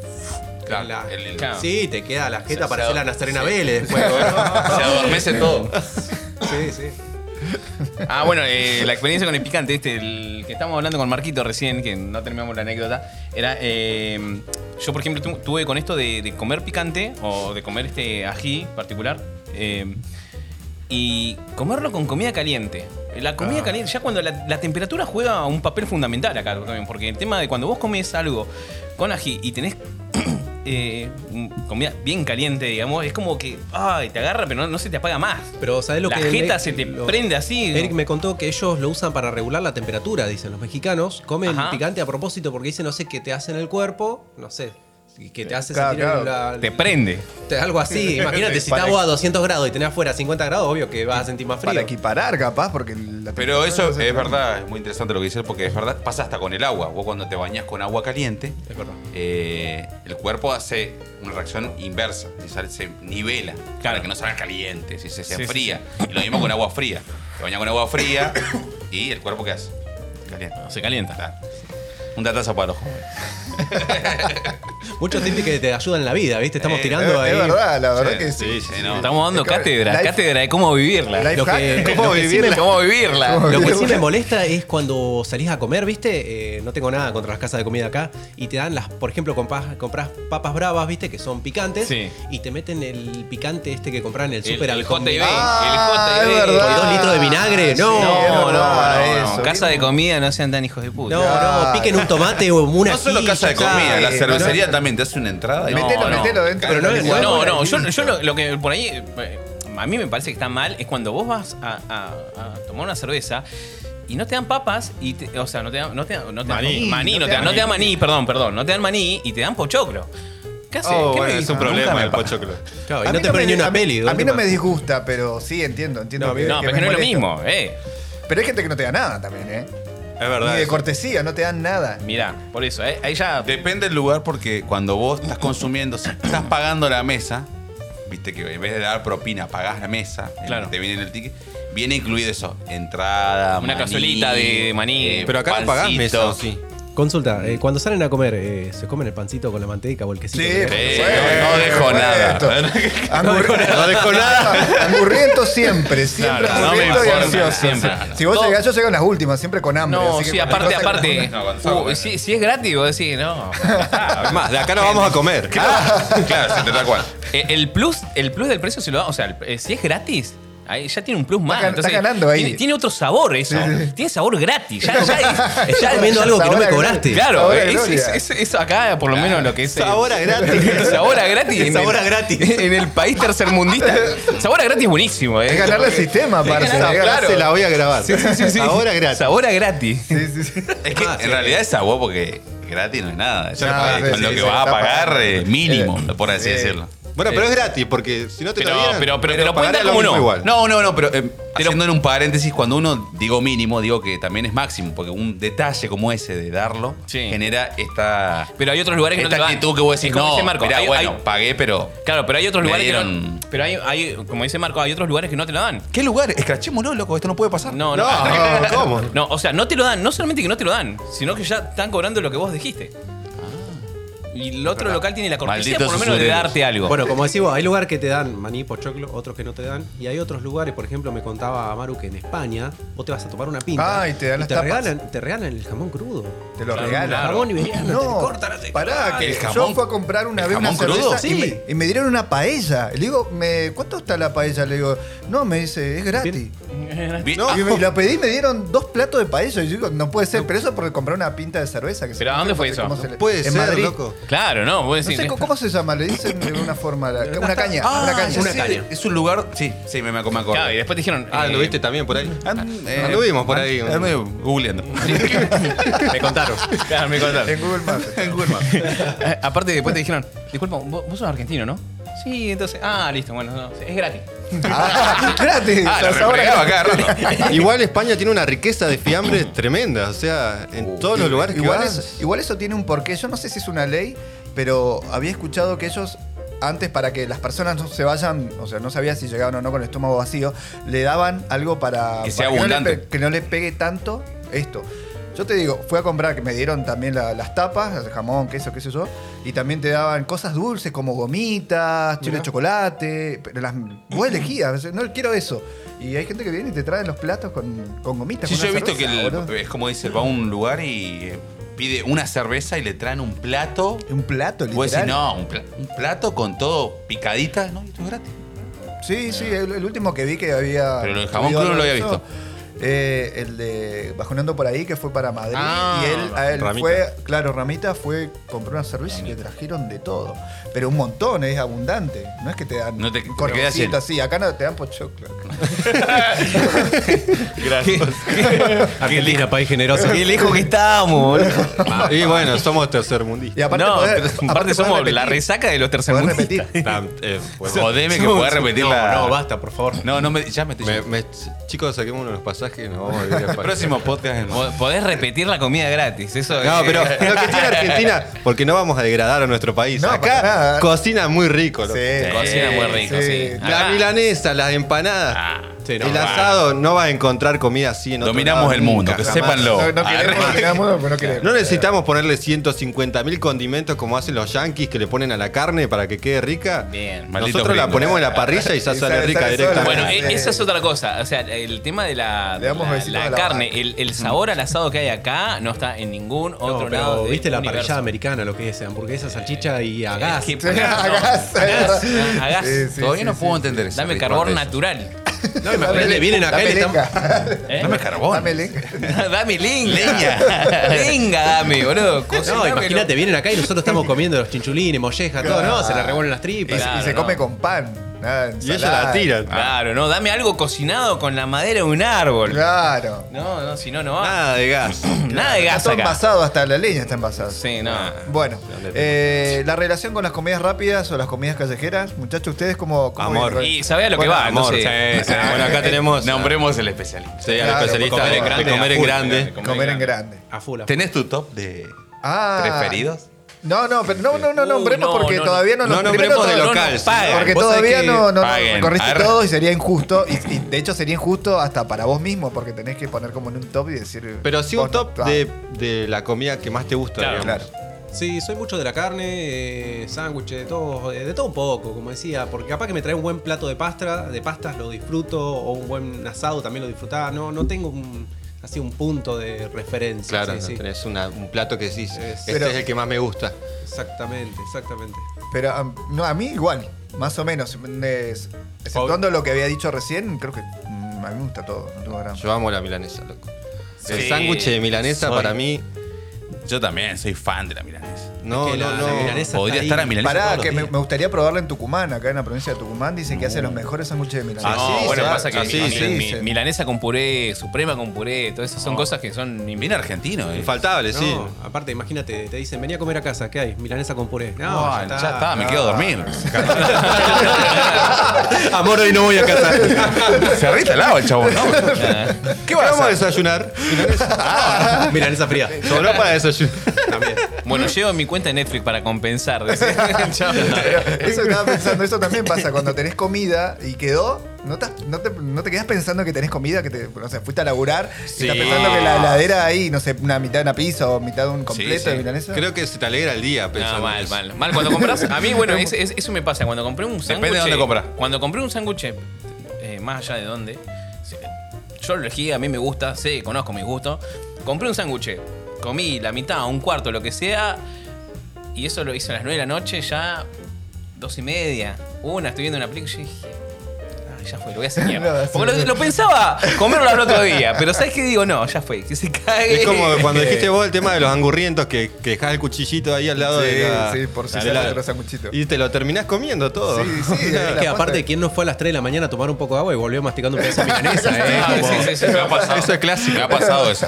[SPEAKER 4] Claro,
[SPEAKER 5] la-
[SPEAKER 4] el- el-
[SPEAKER 2] claro.
[SPEAKER 5] Sí, te queda la jeta
[SPEAKER 4] Se-
[SPEAKER 5] para
[SPEAKER 4] se-
[SPEAKER 5] hacer la Nazarena
[SPEAKER 4] sí.
[SPEAKER 5] Vélez después. boludo.
[SPEAKER 4] Se adormece todo.
[SPEAKER 5] sí, sí.
[SPEAKER 2] Ah, bueno, eh, la experiencia con el picante, este, el que estábamos hablando con Marquito recién, que no terminamos la anécdota, era. eh, yo, por ejemplo, tu- tuve con esto de, de comer picante o de comer este ají particular. eh, y comerlo con comida caliente. La comida caliente, ya cuando la, la temperatura juega un papel fundamental acá también, porque el tema de cuando vos comes algo con ají y tenés eh, comida bien caliente, digamos, es como que ay, te agarra, pero no, no se te apaga más.
[SPEAKER 5] Pero ¿sabés lo
[SPEAKER 2] la
[SPEAKER 5] que.
[SPEAKER 2] jeta
[SPEAKER 5] Eric-
[SPEAKER 2] se te
[SPEAKER 5] lo-
[SPEAKER 2] prende así.
[SPEAKER 5] Eric me contó que ellos lo usan para regular la temperatura, dicen los mexicanos. Comen
[SPEAKER 2] Ajá.
[SPEAKER 5] picante a propósito porque dicen, no sé, qué te hace en el cuerpo, no sé, y que te hace
[SPEAKER 1] Claro,
[SPEAKER 5] sentir
[SPEAKER 1] claro.
[SPEAKER 5] la-
[SPEAKER 2] Te prende.
[SPEAKER 5] Te- Algo así, imagínate, si estás vos a 200 grados y tenés afuera 50 grados, obvio que vas a sentir más frío.
[SPEAKER 1] Para equiparar, capaz, porque. la
[SPEAKER 4] Pero
[SPEAKER 1] temperatura
[SPEAKER 4] eso
[SPEAKER 1] no
[SPEAKER 4] es
[SPEAKER 1] se-
[SPEAKER 4] verdad, es muy interesante lo que dices, porque es verdad, pasa hasta con el agua. Vos cuando te bañas con agua caliente,
[SPEAKER 5] Es verdad.
[SPEAKER 4] eh, el cuerpo hace una reacción inversa, y sale- se nivela, para que no salga caliente, si se, se
[SPEAKER 2] Sí,
[SPEAKER 4] enfría. Y lo mismo con agua fría. Te bañas con agua fría y el cuerpo qué hace? Caliente.
[SPEAKER 2] Se calienta.
[SPEAKER 4] Claro. Un datazo para los jóvenes.
[SPEAKER 5] Muchos tips que te ayudan en la vida, ¿viste? Estamos
[SPEAKER 4] Eh,
[SPEAKER 1] Es,
[SPEAKER 5] tirando ahí.
[SPEAKER 1] es verdad, la verdad que sí.
[SPEAKER 4] sí, no.
[SPEAKER 2] Estamos dando
[SPEAKER 1] Es que
[SPEAKER 2] cátedra,
[SPEAKER 1] life-
[SPEAKER 2] cátedra de cómo vivirla.
[SPEAKER 1] Life
[SPEAKER 5] Lo que-
[SPEAKER 1] hack.
[SPEAKER 5] lo que sí me-
[SPEAKER 2] Cómo vivirla.
[SPEAKER 5] Lo que sí me molesta es cuando salís a comer, ¿viste? Eh, no tengo nada contra las casas de comida acá. Y te dan las, por ejemplo, compás- compras papas bravas, ¿viste? Que son picantes.
[SPEAKER 2] Sí.
[SPEAKER 5] Y te meten el picante este que compran en el super
[SPEAKER 2] el
[SPEAKER 5] al
[SPEAKER 2] JB.
[SPEAKER 5] combi-
[SPEAKER 2] El
[SPEAKER 1] Ah, es
[SPEAKER 2] JB.
[SPEAKER 1] verdad.
[SPEAKER 5] Con dos litros de vinagre, no.
[SPEAKER 1] es
[SPEAKER 2] No, no,
[SPEAKER 1] verdad,
[SPEAKER 2] no, no.
[SPEAKER 1] eso.
[SPEAKER 2] Casa de comida no sean tan hijos de
[SPEAKER 5] No,
[SPEAKER 2] puta.
[SPEAKER 5] no,
[SPEAKER 1] Claro.
[SPEAKER 5] piquen un tomate o una
[SPEAKER 4] No solo casa de comida, la cervecería también te hace una entrada. y-
[SPEAKER 2] No,
[SPEAKER 1] Metelo,
[SPEAKER 2] no.
[SPEAKER 1] metelo dentro.
[SPEAKER 5] Pero no es-
[SPEAKER 1] igual.
[SPEAKER 2] No, no, yo, yo lo, lo que por ahí. eh, A mí me parece que está mal es cuando vos vas a, a- a tomar una cerveza. Y no te dan papas, y te- o sea, no te dan, no te dan- no te dan-
[SPEAKER 3] Maní.
[SPEAKER 2] maní, no, te dan, no te dan maní, perdón, perdón, no te dan maní y te dan pochoclo. ¿Qué haces?
[SPEAKER 3] Oh,
[SPEAKER 2] ¿Qué
[SPEAKER 3] bueno,
[SPEAKER 2] me-
[SPEAKER 3] es un
[SPEAKER 2] nunca
[SPEAKER 3] problema
[SPEAKER 2] me
[SPEAKER 3] el
[SPEAKER 2] pa-
[SPEAKER 3] pochoclo.
[SPEAKER 5] Claro,
[SPEAKER 1] A
[SPEAKER 5] y
[SPEAKER 1] mí
[SPEAKER 5] no te ponen ni
[SPEAKER 1] me-
[SPEAKER 5] una
[SPEAKER 1] a mí-
[SPEAKER 5] peli.
[SPEAKER 1] A mí no me
[SPEAKER 5] dijo
[SPEAKER 1] disgusta, pero sí entiendo, entiendo.
[SPEAKER 5] No, a mí
[SPEAKER 2] No, pero es que
[SPEAKER 1] me
[SPEAKER 2] no es lo
[SPEAKER 1] molesta.
[SPEAKER 2] mismo, eh.
[SPEAKER 1] Pero hay gente que no te da nada también, ¿eh?
[SPEAKER 4] Es verdad.
[SPEAKER 1] Ni de
[SPEAKER 4] eso.
[SPEAKER 1] cortesía, no te dan nada.
[SPEAKER 2] Mirá, por eso, eh, ahí ya.
[SPEAKER 4] Depende del lugar porque cuando vos estás consumiendo, si estás pagando la mesa, viste que en vez de dar propina, pagás la mesa, el
[SPEAKER 2] Claro.
[SPEAKER 4] que te viene en el ticket, viene incluido eso, entrada, eh,
[SPEAKER 2] Una cazuelita de maní.
[SPEAKER 3] Pero acá no pagás mesa, ¿o sí?
[SPEAKER 5] Consulta, eh, cuando salen a comer, eh, ¿se comen el pancito con la manteca o el quesito?
[SPEAKER 1] Sí,
[SPEAKER 5] Que
[SPEAKER 1] por
[SPEAKER 5] le-
[SPEAKER 4] Sí,
[SPEAKER 1] supuesto,
[SPEAKER 4] no- no dejo
[SPEAKER 1] por
[SPEAKER 4] nada.
[SPEAKER 1] supuesto. Angurri-
[SPEAKER 3] No dejo nada.
[SPEAKER 1] Ah, Angurriento siempre, siempre
[SPEAKER 4] Claro, no me
[SPEAKER 1] angurriento y
[SPEAKER 4] importa,
[SPEAKER 1] ansioso.
[SPEAKER 2] siempre.
[SPEAKER 1] Si vos
[SPEAKER 2] No.
[SPEAKER 1] llegás, yo llego en las últimas, siempre con hambre.
[SPEAKER 2] No,
[SPEAKER 1] así que
[SPEAKER 2] sí,
[SPEAKER 1] cuando
[SPEAKER 2] aparte,
[SPEAKER 1] estás en-
[SPEAKER 2] aparte.
[SPEAKER 4] No, cuando está
[SPEAKER 2] Uh,
[SPEAKER 4] bueno.
[SPEAKER 2] si, si es gratis, vos decís, no.
[SPEAKER 3] Más, de acá no vamos a comer.
[SPEAKER 4] Claro, sí, tal cual.
[SPEAKER 2] Eh, el, plus, el plus del precio se lo da. O sea, el- eh, si es gratis. ahí ya tiene un plus más.
[SPEAKER 1] gan-
[SPEAKER 2] Entonces,
[SPEAKER 1] está ganando ahí.
[SPEAKER 2] Tiene, tiene otro sabor eso. Tiene sabor gratis. Ya, ya, es-
[SPEAKER 5] Estás
[SPEAKER 2] ya-
[SPEAKER 5] comiendo algo que no me
[SPEAKER 1] Sabor a
[SPEAKER 5] cobraste.
[SPEAKER 2] Claro,
[SPEAKER 1] Sabor a
[SPEAKER 2] eh, es,
[SPEAKER 1] gloria.
[SPEAKER 2] es- es- es acá por lo menos lo que es. el-
[SPEAKER 3] Sabor a gratis.
[SPEAKER 2] el sabor a gratis.
[SPEAKER 5] El
[SPEAKER 2] en
[SPEAKER 5] sabor a gratis.
[SPEAKER 2] En el país tercermundista. Sabor a gratis es buenísimo. eh.
[SPEAKER 1] Es ganarle al sistema, parce.
[SPEAKER 3] Esa
[SPEAKER 1] es ganar-
[SPEAKER 3] frase la voy a grabar.
[SPEAKER 2] Sí, sí, sí, sí.
[SPEAKER 3] Ahora gratis.
[SPEAKER 2] Sabor a gratis.
[SPEAKER 1] Sí, sí, sí.
[SPEAKER 4] Es que
[SPEAKER 5] Ah,
[SPEAKER 4] en
[SPEAKER 5] sí.
[SPEAKER 4] realidad es agua porque gratis no es nada. Yo
[SPEAKER 1] No,
[SPEAKER 4] lo pagué.
[SPEAKER 1] sí,
[SPEAKER 4] Con lo
[SPEAKER 1] sí,
[SPEAKER 4] que
[SPEAKER 1] sí,
[SPEAKER 4] vas a
[SPEAKER 1] está
[SPEAKER 4] pagar, eh, mínimo, por así
[SPEAKER 1] Sí.
[SPEAKER 4] decirlo.
[SPEAKER 3] Eh, Bueno, pero es gratis, porque si no te
[SPEAKER 2] Pero,
[SPEAKER 3] lo dieran,
[SPEAKER 2] pero, pero te lo
[SPEAKER 3] pagaré
[SPEAKER 2] cuentan como
[SPEAKER 3] mismo
[SPEAKER 2] no.
[SPEAKER 3] igual.
[SPEAKER 4] No, no, no, pero eh,
[SPEAKER 2] Pero-
[SPEAKER 4] haciendo en un paréntesis, cuando uno digo mínimo, digo que también es máximo, porque un detalle como ese de darlo
[SPEAKER 2] Sí.
[SPEAKER 4] genera esta,
[SPEAKER 2] Pero hay otros lugares que no
[SPEAKER 4] esta
[SPEAKER 2] te lo dan.
[SPEAKER 4] actitud que vos
[SPEAKER 2] Es
[SPEAKER 4] decís,
[SPEAKER 2] como
[SPEAKER 4] no,
[SPEAKER 2] dice Marco,
[SPEAKER 4] mirá,
[SPEAKER 2] hay-
[SPEAKER 4] bueno,
[SPEAKER 2] hay-
[SPEAKER 4] pagué, pero...
[SPEAKER 2] Claro, pero hay otros
[SPEAKER 4] Me
[SPEAKER 2] lugares que
[SPEAKER 4] dieron-
[SPEAKER 2] no, Pero hay, hay, como dice Marco, hay otros lugares que no te lo dan.
[SPEAKER 4] ¿Qué lugar? Escrachémonos, loco, esto no puede pasar.
[SPEAKER 2] No, no.
[SPEAKER 3] No, ¿cómo?
[SPEAKER 2] No, o sea, no te lo dan, no solamente que no te lo dan, sino que ya están cobrando lo que vos dijiste. Y el otro local tiene la cortesía
[SPEAKER 4] Malditos
[SPEAKER 2] por lo menos de
[SPEAKER 4] usureros.
[SPEAKER 2] darte algo.
[SPEAKER 5] Bueno, como decís vos, hay lugares que te dan maní, pochoclo, otros que no te dan. Y hay otros lugares, por ejemplo, me contaba Amaru que en España vos te vas a tomar una pinta.
[SPEAKER 1] Ah, y te dan las
[SPEAKER 5] te
[SPEAKER 1] tapas.
[SPEAKER 5] regalan, te regalan el jamón crudo.
[SPEAKER 1] Te lo
[SPEAKER 2] Claro,
[SPEAKER 1] regalan.
[SPEAKER 2] claro.
[SPEAKER 5] Jamón iberiano, te
[SPEAKER 1] No,
[SPEAKER 5] lo cortan así.
[SPEAKER 1] pará, que
[SPEAKER 4] El
[SPEAKER 1] yo
[SPEAKER 4] jamón-
[SPEAKER 1] fui a comprar una
[SPEAKER 4] ¿el
[SPEAKER 1] vez una
[SPEAKER 4] jamón crudo?
[SPEAKER 1] cerveza y,
[SPEAKER 5] Sí.
[SPEAKER 1] me, y me dieron una paella. Le digo, me, ¿cuánto está la paella? Le digo, no, me dice, es gratis.
[SPEAKER 5] Bien.
[SPEAKER 4] Bien,
[SPEAKER 1] Y me- la pedí y me dieron dos platos de paella. Y yo digo, no puede ser, pero eso porque compré una pinta de cerveza. Que se-
[SPEAKER 2] ¿Pero a
[SPEAKER 1] no sé
[SPEAKER 2] dónde
[SPEAKER 1] cómo
[SPEAKER 2] fue
[SPEAKER 1] se-
[SPEAKER 2] eso?
[SPEAKER 1] cómo se le-
[SPEAKER 3] Puede
[SPEAKER 1] en
[SPEAKER 3] ser,
[SPEAKER 1] Madrid.
[SPEAKER 3] loco.
[SPEAKER 2] Claro, no, vos
[SPEAKER 1] No
[SPEAKER 2] decís.
[SPEAKER 1] sé
[SPEAKER 2] "Esto-
[SPEAKER 1] cómo se llama, le dicen de una forma, la- una caña,
[SPEAKER 4] Ah,
[SPEAKER 1] una caña.
[SPEAKER 5] una
[SPEAKER 4] sí,
[SPEAKER 5] caña.
[SPEAKER 4] Es un lugar. Sí, sí, me, me me acuerdo.
[SPEAKER 2] Claro, y después te dijeron.
[SPEAKER 3] Ah,
[SPEAKER 2] eh,
[SPEAKER 3] ¿lo viste también por ahí?
[SPEAKER 1] Ah,
[SPEAKER 4] And- eh,
[SPEAKER 3] Anduvimos por ahí.
[SPEAKER 4] and- anduve googleando.
[SPEAKER 2] Me contaron. Claro, me contaron.
[SPEAKER 1] En Google Maps.
[SPEAKER 4] En Google Maps.
[SPEAKER 2] Eh, Aparte, después te dijeron, disculpa, vos, vos sos argentino, ¿no? Sí, entonces. Ah, listo, bueno, no, es gratis.
[SPEAKER 1] Ah, gratis.
[SPEAKER 4] Ah, lo
[SPEAKER 1] hasta ahora
[SPEAKER 4] refregaba
[SPEAKER 1] gratis.
[SPEAKER 4] cada rato.
[SPEAKER 3] Igual España tiene una riqueza de fiambres tremenda, o sea, en
[SPEAKER 4] Uh,
[SPEAKER 3] todos los lugares que
[SPEAKER 1] igual,
[SPEAKER 3] vas.
[SPEAKER 1] es- igual eso tiene un porqué. Yo no sé si es una ley, pero había escuchado que ellos antes para que las personas no se vayan, o sea, no sabía si llegaban o no con el estómago vacío, le daban algo para
[SPEAKER 4] Que sea
[SPEAKER 1] para no le
[SPEAKER 4] abundante.
[SPEAKER 1] pe- que no le pegue tanto esto. Yo te digo, fui a comprar, que me dieron también la- las tapas, el jamón, queso, qué sé yo, y también te daban cosas dulces como gomitas, chile de chocolate, pero las vos elegías, no quiero eso. Y hay gente que viene y te trae los platos con, con gomitas.
[SPEAKER 4] Sí,
[SPEAKER 1] con
[SPEAKER 4] yo he
[SPEAKER 1] una
[SPEAKER 4] visto que
[SPEAKER 1] cerveza,
[SPEAKER 4] el-
[SPEAKER 1] boludo.
[SPEAKER 4] es como dice, va a un lugar y eh, pide una cerveza y le traen un plato.
[SPEAKER 1] un plato, literal.
[SPEAKER 4] Vos decís, Pues no, un, pla- un plato con todo picadita, no, y esto es gratis.
[SPEAKER 1] Sí, sí, el, el último que vi que había.
[SPEAKER 4] Pero lo del jamón
[SPEAKER 1] subido
[SPEAKER 4] crudo no lo
[SPEAKER 1] algo
[SPEAKER 4] había
[SPEAKER 1] de eso, eh, el de Bajoneando por ahí, que fue para Madrid.
[SPEAKER 2] Ah,
[SPEAKER 1] y él, a él
[SPEAKER 3] Ramita.
[SPEAKER 1] fue, claro, Ramita fue, compró una cerveza y le trajeron de todo. Pero un montón, es abundante. No es que te dan
[SPEAKER 4] No te- te
[SPEAKER 1] con
[SPEAKER 4] quedas
[SPEAKER 1] rosita,
[SPEAKER 4] lleno.
[SPEAKER 1] así. Acá no te dan pochoclo.
[SPEAKER 2] Gracias.
[SPEAKER 5] Argentina, país generoso.
[SPEAKER 2] Qué lejos que estamos, boludo.
[SPEAKER 3] Y bueno, somos tercermundistas.
[SPEAKER 1] Y aparte,
[SPEAKER 2] no,
[SPEAKER 1] podés-
[SPEAKER 2] pero aparte,
[SPEAKER 1] aparte
[SPEAKER 2] somos
[SPEAKER 1] podés
[SPEAKER 2] la
[SPEAKER 1] repetir,
[SPEAKER 2] resaca de los
[SPEAKER 1] podés
[SPEAKER 2] tercermundistas.
[SPEAKER 1] repetir.
[SPEAKER 3] Tam- eh, pues,
[SPEAKER 4] Jodeme que pueda repetir la.
[SPEAKER 5] No, basta, por favor.
[SPEAKER 4] No, no me, ya me estoy.
[SPEAKER 3] me- me- chicos, saquemos unos pasajes y nos vamos a ir a España.
[SPEAKER 4] Próximo podcast. en-
[SPEAKER 2] Po- Podés repetir la comida gratis, eso
[SPEAKER 3] No,
[SPEAKER 2] es-
[SPEAKER 3] pero lo que tiene Argentina, porque no vamos a degradar a nuestro país.
[SPEAKER 1] No, para
[SPEAKER 3] Acá
[SPEAKER 1] nada.
[SPEAKER 3] cocina muy rico. loco.
[SPEAKER 1] Sí,
[SPEAKER 2] Cocina muy rico, sí.
[SPEAKER 3] La
[SPEAKER 2] Ah.
[SPEAKER 3] milanesa, las empanadas,
[SPEAKER 5] Sí, no,
[SPEAKER 3] el
[SPEAKER 5] va.
[SPEAKER 3] asado, no vas a encontrar comida así en otro
[SPEAKER 4] Dominamos
[SPEAKER 3] lado
[SPEAKER 4] el mundo,
[SPEAKER 3] nunca,
[SPEAKER 4] que
[SPEAKER 3] jamás.
[SPEAKER 4] sépanlo.
[SPEAKER 1] No, no queremos, no queremos, pero no queremos.
[SPEAKER 3] No necesitamos ponerle 150 mil condimentos como hacen los yanquis que le ponen a la carne para que quede rica.
[SPEAKER 2] Bien.
[SPEAKER 3] Nosotros
[SPEAKER 4] Malditos
[SPEAKER 3] la
[SPEAKER 4] gringos.
[SPEAKER 3] ponemos en la parrilla y ya
[SPEAKER 1] Y
[SPEAKER 3] sale
[SPEAKER 1] sale-
[SPEAKER 3] rica
[SPEAKER 1] sale sola.
[SPEAKER 3] directamente.
[SPEAKER 2] Bueno,
[SPEAKER 1] Sí.
[SPEAKER 2] e- esa es otra cosa. O sea, el tema de la,
[SPEAKER 1] Le damos
[SPEAKER 2] la-
[SPEAKER 1] besitos
[SPEAKER 2] la
[SPEAKER 1] a la
[SPEAKER 2] carne,
[SPEAKER 1] vaca.
[SPEAKER 2] el, el sabor al asado que hay acá no está en ningún otro
[SPEAKER 5] No, pero
[SPEAKER 2] lado. del
[SPEAKER 5] viste la
[SPEAKER 2] universo. Eh,
[SPEAKER 5] parrillada americana, lo que es hamburguesa, salchicha y a gas.
[SPEAKER 2] Es que-
[SPEAKER 1] Sí, a gas,
[SPEAKER 2] a gas,
[SPEAKER 1] es verdad.
[SPEAKER 2] a gas.
[SPEAKER 1] Sí, sí,
[SPEAKER 4] Todavía
[SPEAKER 1] sí,
[SPEAKER 4] no
[SPEAKER 1] sí,
[SPEAKER 4] puedo
[SPEAKER 1] sí.
[SPEAKER 4] entender ese
[SPEAKER 2] Dame
[SPEAKER 4] ritual
[SPEAKER 2] carbón
[SPEAKER 4] de-
[SPEAKER 2] natural.
[SPEAKER 5] No, imagínate, vienen acá
[SPEAKER 1] La
[SPEAKER 5] y le están-
[SPEAKER 1] pelenca.
[SPEAKER 2] ¿eh?
[SPEAKER 4] Dame carbón.
[SPEAKER 1] La pelenca.
[SPEAKER 2] dame leña. Leña. Leña, dame, boludo.
[SPEAKER 5] No,
[SPEAKER 2] Cociname,
[SPEAKER 5] imagínate, vienen acá y nosotros estamos comiendo los chinchulines, molleja, todo, no, se le revuelven las
[SPEAKER 1] Y,
[SPEAKER 5] tripas.
[SPEAKER 1] y
[SPEAKER 2] Claro,
[SPEAKER 1] se
[SPEAKER 2] no.
[SPEAKER 1] come con pan. nada,
[SPEAKER 3] y ellos
[SPEAKER 1] ensalada.
[SPEAKER 3] la tiran.
[SPEAKER 2] Ah. Claro, no, dame algo cocinado con la madera de un árbol.
[SPEAKER 1] Claro.
[SPEAKER 2] No, no, si no, no va.
[SPEAKER 4] Ah,
[SPEAKER 3] Nada de gas.
[SPEAKER 2] Nada de gas
[SPEAKER 1] Está todo
[SPEAKER 2] acá.
[SPEAKER 1] envasado, hasta la leña está envasada.
[SPEAKER 2] Sí, no.
[SPEAKER 1] Bueno, eh, la relación con las comidas rápidas o las comidas callejeras, muchachos, ustedes como...
[SPEAKER 3] Amor.
[SPEAKER 2] Y sabés a lo que va,
[SPEAKER 3] Amor,
[SPEAKER 2] entonces-
[SPEAKER 3] sí, sí. Bueno, acá tenemos.
[SPEAKER 4] Eh, Nombremos el especialista.
[SPEAKER 3] Sí, al
[SPEAKER 1] Claro,
[SPEAKER 3] especialista
[SPEAKER 1] comer en
[SPEAKER 3] de
[SPEAKER 5] grande,
[SPEAKER 3] comer en
[SPEAKER 5] a full.
[SPEAKER 3] grande.
[SPEAKER 1] Comer en grande.
[SPEAKER 5] A full. a full.
[SPEAKER 4] ¿Tenés tu top de
[SPEAKER 1] Ah.
[SPEAKER 4] preferidos?
[SPEAKER 1] No, no, pero no, no, no,
[SPEAKER 2] Uy,
[SPEAKER 1] nombremos
[SPEAKER 2] no,
[SPEAKER 1] porque
[SPEAKER 2] no,
[SPEAKER 1] todavía no,
[SPEAKER 3] No
[SPEAKER 1] primero
[SPEAKER 3] nombremos de
[SPEAKER 1] todo-
[SPEAKER 2] no,
[SPEAKER 3] local.
[SPEAKER 2] no,
[SPEAKER 3] sí.
[SPEAKER 2] paga.
[SPEAKER 1] Porque
[SPEAKER 3] Vos sabés
[SPEAKER 1] todavía
[SPEAKER 3] que-
[SPEAKER 1] no, no,
[SPEAKER 4] Paguen,
[SPEAKER 1] no corriste
[SPEAKER 4] arre.
[SPEAKER 1] todo y sería injusto. Y, y de hecho sería injusto hasta para vos mismo, porque tenés que poner como en un top y decir.
[SPEAKER 3] Pero sí
[SPEAKER 1] vos
[SPEAKER 3] un
[SPEAKER 1] no-
[SPEAKER 3] top
[SPEAKER 1] ah,
[SPEAKER 3] de, de la comida que más te gusta,
[SPEAKER 2] Claro,
[SPEAKER 3] digamos.
[SPEAKER 5] Sí, soy mucho de la carne, eh, sándwiches, de todo, eh, de todo un poco, como decía, porque capaz que me trae un buen plato de pasta, de pastas lo disfruto, o un buen asado también lo disfrutaba, no, no tengo un- así un punto de referencia.
[SPEAKER 3] Claro,
[SPEAKER 5] sí,
[SPEAKER 3] no
[SPEAKER 5] sí.
[SPEAKER 3] tenés una- un plato que decís, este
[SPEAKER 1] Pero-
[SPEAKER 3] es el que más me gusta.
[SPEAKER 5] Exactamente, exactamente.
[SPEAKER 1] Pero a, no, a mí igual, más o menos. Es- Exceptuando lo que había dicho recién, creo que mm, a mí me gusta todo. No tengo gran-
[SPEAKER 3] Yo amo la milanesa, loco.
[SPEAKER 2] Sí.
[SPEAKER 3] El sándwich de milanesa
[SPEAKER 2] Soy-
[SPEAKER 3] para mí,
[SPEAKER 4] Yo también soy fan de la milanesa.
[SPEAKER 3] No,
[SPEAKER 5] que
[SPEAKER 3] no,
[SPEAKER 5] la-
[SPEAKER 3] no.
[SPEAKER 5] la milanesa está
[SPEAKER 4] Podría
[SPEAKER 5] ahí.
[SPEAKER 4] estar a milanesa
[SPEAKER 1] Pará,
[SPEAKER 4] todos los
[SPEAKER 1] que me,
[SPEAKER 4] días.
[SPEAKER 1] me gustaría probarla en Tucumán, acá en la provincia de Tucumán. Dicen que hace los mejores sándwiches de milanesa.
[SPEAKER 4] Ah,
[SPEAKER 2] no,
[SPEAKER 4] sí,
[SPEAKER 2] bueno,
[SPEAKER 4] se
[SPEAKER 2] pasa
[SPEAKER 4] hace,
[SPEAKER 2] que
[SPEAKER 4] así
[SPEAKER 2] mi-
[SPEAKER 4] se
[SPEAKER 2] mi-
[SPEAKER 1] dice.
[SPEAKER 2] milanesa con puré, suprema con puré, todas esas son cosas que son
[SPEAKER 4] Bien argentino, eh.
[SPEAKER 3] Infaltable, sí.
[SPEAKER 5] No, aparte, imagínate, te dicen, venía a comer a casa, ¿qué hay? Milanesa con puré. No,
[SPEAKER 4] Bueno, ya, está,
[SPEAKER 5] Ah.
[SPEAKER 4] me quedo a dormir.
[SPEAKER 3] Amor, hoy no voy a casar.
[SPEAKER 4] Se re instalado el chabón, ¿no?
[SPEAKER 3] ¿Qué vamos a desayunar?
[SPEAKER 5] Milanesa fría.
[SPEAKER 3] Sobró para desayunar.
[SPEAKER 5] También.
[SPEAKER 2] Bueno, llevo mi cuenta de Netflix para compensar. decía. Chao.
[SPEAKER 1] Eso estaba pensando, eso también pasa cuando tenés comida y quedó. No, estás- no te, no te quedas pensando que tenés comida, que te, no sé, fuiste a laburar y estás pensando que la heladera ahí, no sé, una mitad de una pizza o mitad de un completo
[SPEAKER 4] sí.
[SPEAKER 1] de milanesa.
[SPEAKER 3] Creo que se te alegra el día pensando.
[SPEAKER 2] No, mal,
[SPEAKER 3] eso.
[SPEAKER 2] mal. Mal, cuando compras. A mí, bueno, es- es- eso me pasa. Cuando compré un sándwich.
[SPEAKER 4] Depende de dónde compras.
[SPEAKER 2] Cuando compré un sándwich, eh, más allá de dónde. se- Yo lo elegí, a mí me gusta, sé, conozco mis gustos. Compré un sándwich, comí la mitad, un cuarto, lo que sea. Y eso lo hice a las 9 de la noche, ya. Dos y media, una, estoy viendo una película. y Yo dije. "Ah, Ya fue, lo voy a hacer mierda". Porque lo, lo pensaba comerlo al otro día, pero ¿sabes qué digo? No, ya fue, que se cague.
[SPEAKER 3] Es como cuando dijiste vos el tema de los angurrientos que, que dejás el cuchillito ahí al lado
[SPEAKER 1] Sí,
[SPEAKER 3] de la,
[SPEAKER 1] sí, por si
[SPEAKER 3] de
[SPEAKER 1] sale
[SPEAKER 3] la-
[SPEAKER 1] otro sanguchito.
[SPEAKER 3] Y te lo terminás comiendo todo.
[SPEAKER 1] Sí, sí, ahí
[SPEAKER 5] Es
[SPEAKER 1] la
[SPEAKER 5] que
[SPEAKER 1] posta.
[SPEAKER 5] aparte, ¿quién no fue a las 3 de la mañana a tomar un poco de agua y volvió masticando un pedazo de milanesa? eh?
[SPEAKER 2] Ah,
[SPEAKER 5] Como,
[SPEAKER 2] sí, sí, sí, me ha pasado.
[SPEAKER 3] Eso es clásico.
[SPEAKER 4] Me ha pasado eso.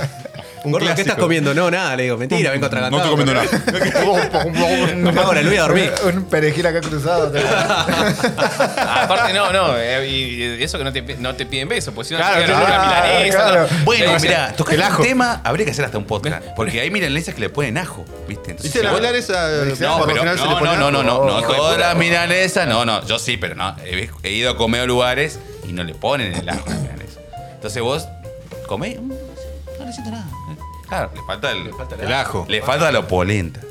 [SPEAKER 3] Un
[SPEAKER 5] "Gordo, ¿qué estás
[SPEAKER 3] clásico.
[SPEAKER 5] comiendo? No, nada, le digo, mentira, vengo tragando.
[SPEAKER 4] No estoy comiendo nada.
[SPEAKER 5] Papá, ahora le voy a dormir.
[SPEAKER 1] Un, un perejil acá cruzado.
[SPEAKER 2] Ah, Aparte, no, no. eh, Y y eso que no te, no te piden beso, pues si no
[SPEAKER 3] Claro,
[SPEAKER 2] te
[SPEAKER 3] claro,
[SPEAKER 2] una milanesa.
[SPEAKER 1] claro.
[SPEAKER 2] no.
[SPEAKER 4] Bueno,
[SPEAKER 2] Eh,
[SPEAKER 4] mira, tocar
[SPEAKER 3] el
[SPEAKER 4] el
[SPEAKER 3] ajo.
[SPEAKER 4] tema habría que hacer hasta un podcast. Porque hay milanesas que le ponen ajo, ¿viste? Entonces,
[SPEAKER 3] ¿Viste la
[SPEAKER 4] si vos-
[SPEAKER 3] milanesa?
[SPEAKER 4] No,
[SPEAKER 3] por lo
[SPEAKER 4] pero
[SPEAKER 3] general se le
[SPEAKER 4] no,
[SPEAKER 3] pone
[SPEAKER 4] no, no, no,
[SPEAKER 3] algo.
[SPEAKER 4] no, no,
[SPEAKER 2] hijo de
[SPEAKER 4] todas
[SPEAKER 2] puta.
[SPEAKER 4] las milanesas, no, no, yo sí, pero no, he, he ido a comer a lugares y no le ponen el ajo a la milanesa. Entonces vos comés, mm, no le siento nada. Claro, le falta el,
[SPEAKER 3] El ajo.
[SPEAKER 4] le falta la opolenta.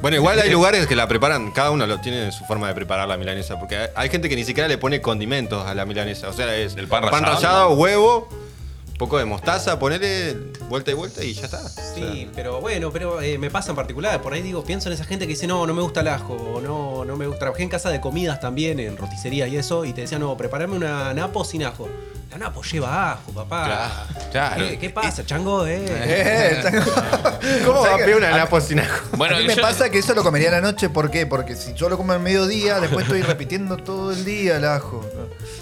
[SPEAKER 3] Bueno, igual hay lugares que la preparan, cada uno lo tiene su forma de preparar la milanesa, porque hay- hay gente que ni siquiera le pone condimentos a la milanesa. O sea, es
[SPEAKER 4] El pan
[SPEAKER 3] pan
[SPEAKER 4] rallado.
[SPEAKER 3] rallado, huevo, un poco de mostaza, ponele vuelta y vuelta y ya está.
[SPEAKER 5] Sí, pero bueno, pero eh, me pasa en particular. Por ahí digo, pienso en esa gente que dice, no, no me gusta el ajo, o no, no me gusta. Trabajé en casa de comidas también, en roticería y eso, y te decía, no, preparame una napo sin ajo. La napo lleva ajo, papá.
[SPEAKER 4] Claro, claro.
[SPEAKER 5] ¿Qué, qué pasa, chango? Eh?
[SPEAKER 1] Eh,
[SPEAKER 3] ¿Cómo
[SPEAKER 1] va a pedir
[SPEAKER 3] una napo sin ajo?
[SPEAKER 2] Bueno,
[SPEAKER 1] a mí
[SPEAKER 2] y
[SPEAKER 1] me
[SPEAKER 2] yo-
[SPEAKER 1] pasa que eso lo comería a la noche, ¿por qué? Porque si yo lo como al mediodía, después estoy repitiendo todo el día el ajo.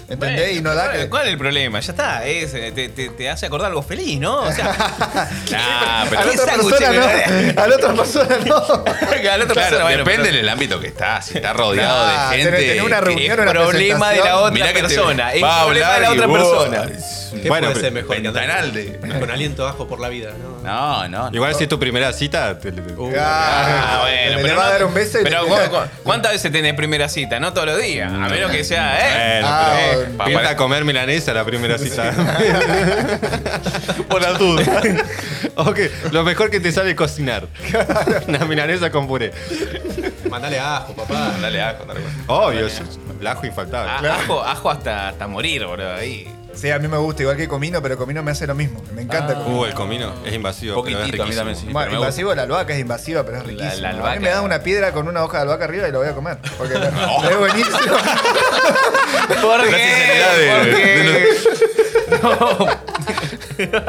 [SPEAKER 1] ¿Entendés?
[SPEAKER 2] bueno,
[SPEAKER 1] y no da
[SPEAKER 2] ¿cuál-
[SPEAKER 1] que-
[SPEAKER 2] ¿Cuál es el problema? Ya está, es, eh, te, te- te hace acordar algo feliz, ¿no? O sea, nah,
[SPEAKER 1] A
[SPEAKER 2] pero
[SPEAKER 1] la
[SPEAKER 2] ¿qué
[SPEAKER 1] otra
[SPEAKER 2] sándwich?
[SPEAKER 1] persona no. A la otra persona no.
[SPEAKER 2] Al otro
[SPEAKER 4] Claro,
[SPEAKER 2] persona, bueno,
[SPEAKER 4] depende
[SPEAKER 2] pero-
[SPEAKER 4] del ámbito que estás, si estás rodeado
[SPEAKER 1] Nah,
[SPEAKER 4] de
[SPEAKER 1] tenés-
[SPEAKER 4] gente.
[SPEAKER 1] tenés una
[SPEAKER 4] que-
[SPEAKER 1] reunión, una
[SPEAKER 2] Problema de la
[SPEAKER 1] presentación.
[SPEAKER 2] otra
[SPEAKER 4] mirá que te
[SPEAKER 2] persona. Es
[SPEAKER 4] va a
[SPEAKER 2] problema de
[SPEAKER 4] hablar
[SPEAKER 2] la
[SPEAKER 4] y
[SPEAKER 2] otra
[SPEAKER 4] vos-
[SPEAKER 2] persona.
[SPEAKER 5] ¿Qué
[SPEAKER 3] Bueno,
[SPEAKER 5] puede ser
[SPEAKER 3] pero-
[SPEAKER 5] mejor que andar
[SPEAKER 4] ventanal de-
[SPEAKER 5] con aliento a ajo por la vida? ¿no?
[SPEAKER 4] No, no, no.
[SPEAKER 3] Igual si es tu primera cita, te-
[SPEAKER 4] Uh.
[SPEAKER 2] Ah,
[SPEAKER 1] Ah,
[SPEAKER 2] bueno,
[SPEAKER 1] le
[SPEAKER 2] pero
[SPEAKER 1] va a
[SPEAKER 2] no-
[SPEAKER 1] dar un beso y
[SPEAKER 2] pero
[SPEAKER 1] le-
[SPEAKER 2] ¿cu- cu- ¿cuántas veces tenés primera cita? No todos los días. A menos que sea, ¿eh?
[SPEAKER 3] Bueno,
[SPEAKER 1] Ah,
[SPEAKER 2] eh,
[SPEAKER 1] bueno.
[SPEAKER 2] pa-
[SPEAKER 3] Pinta
[SPEAKER 2] para-
[SPEAKER 3] a comer milanesa la primera cita.
[SPEAKER 4] Por la duda.
[SPEAKER 3] ok, lo mejor que te sale es cocinar. Una milanesa con puré.
[SPEAKER 5] Mandale ajo, papá.
[SPEAKER 4] Dale ajo, dale ajo. Ah.
[SPEAKER 3] Obvio, el ajo infaltable.
[SPEAKER 2] a- ajo, ajo hasta, hasta morir, boludo. Ahí.
[SPEAKER 1] Sí, a mí me gusta, igual que comino, pero comino me hace lo mismo. Me encanta
[SPEAKER 2] Ah,
[SPEAKER 1] el comino.
[SPEAKER 3] Uh, el comino es invasivo, pero es
[SPEAKER 4] Poquitito, a mí también sí.
[SPEAKER 3] riquísimo.
[SPEAKER 1] Bueno,
[SPEAKER 4] pero me
[SPEAKER 1] invasivo la albahaca es invasiva, pero es riquísimo.
[SPEAKER 2] la
[SPEAKER 1] a
[SPEAKER 2] albahaca.
[SPEAKER 1] mí me das una piedra con una hoja de albahaca arriba y lo voy a comer. Porque es buenísimo.
[SPEAKER 2] ¿Por qué?
[SPEAKER 4] sinceridad de-
[SPEAKER 2] ¿Por qué?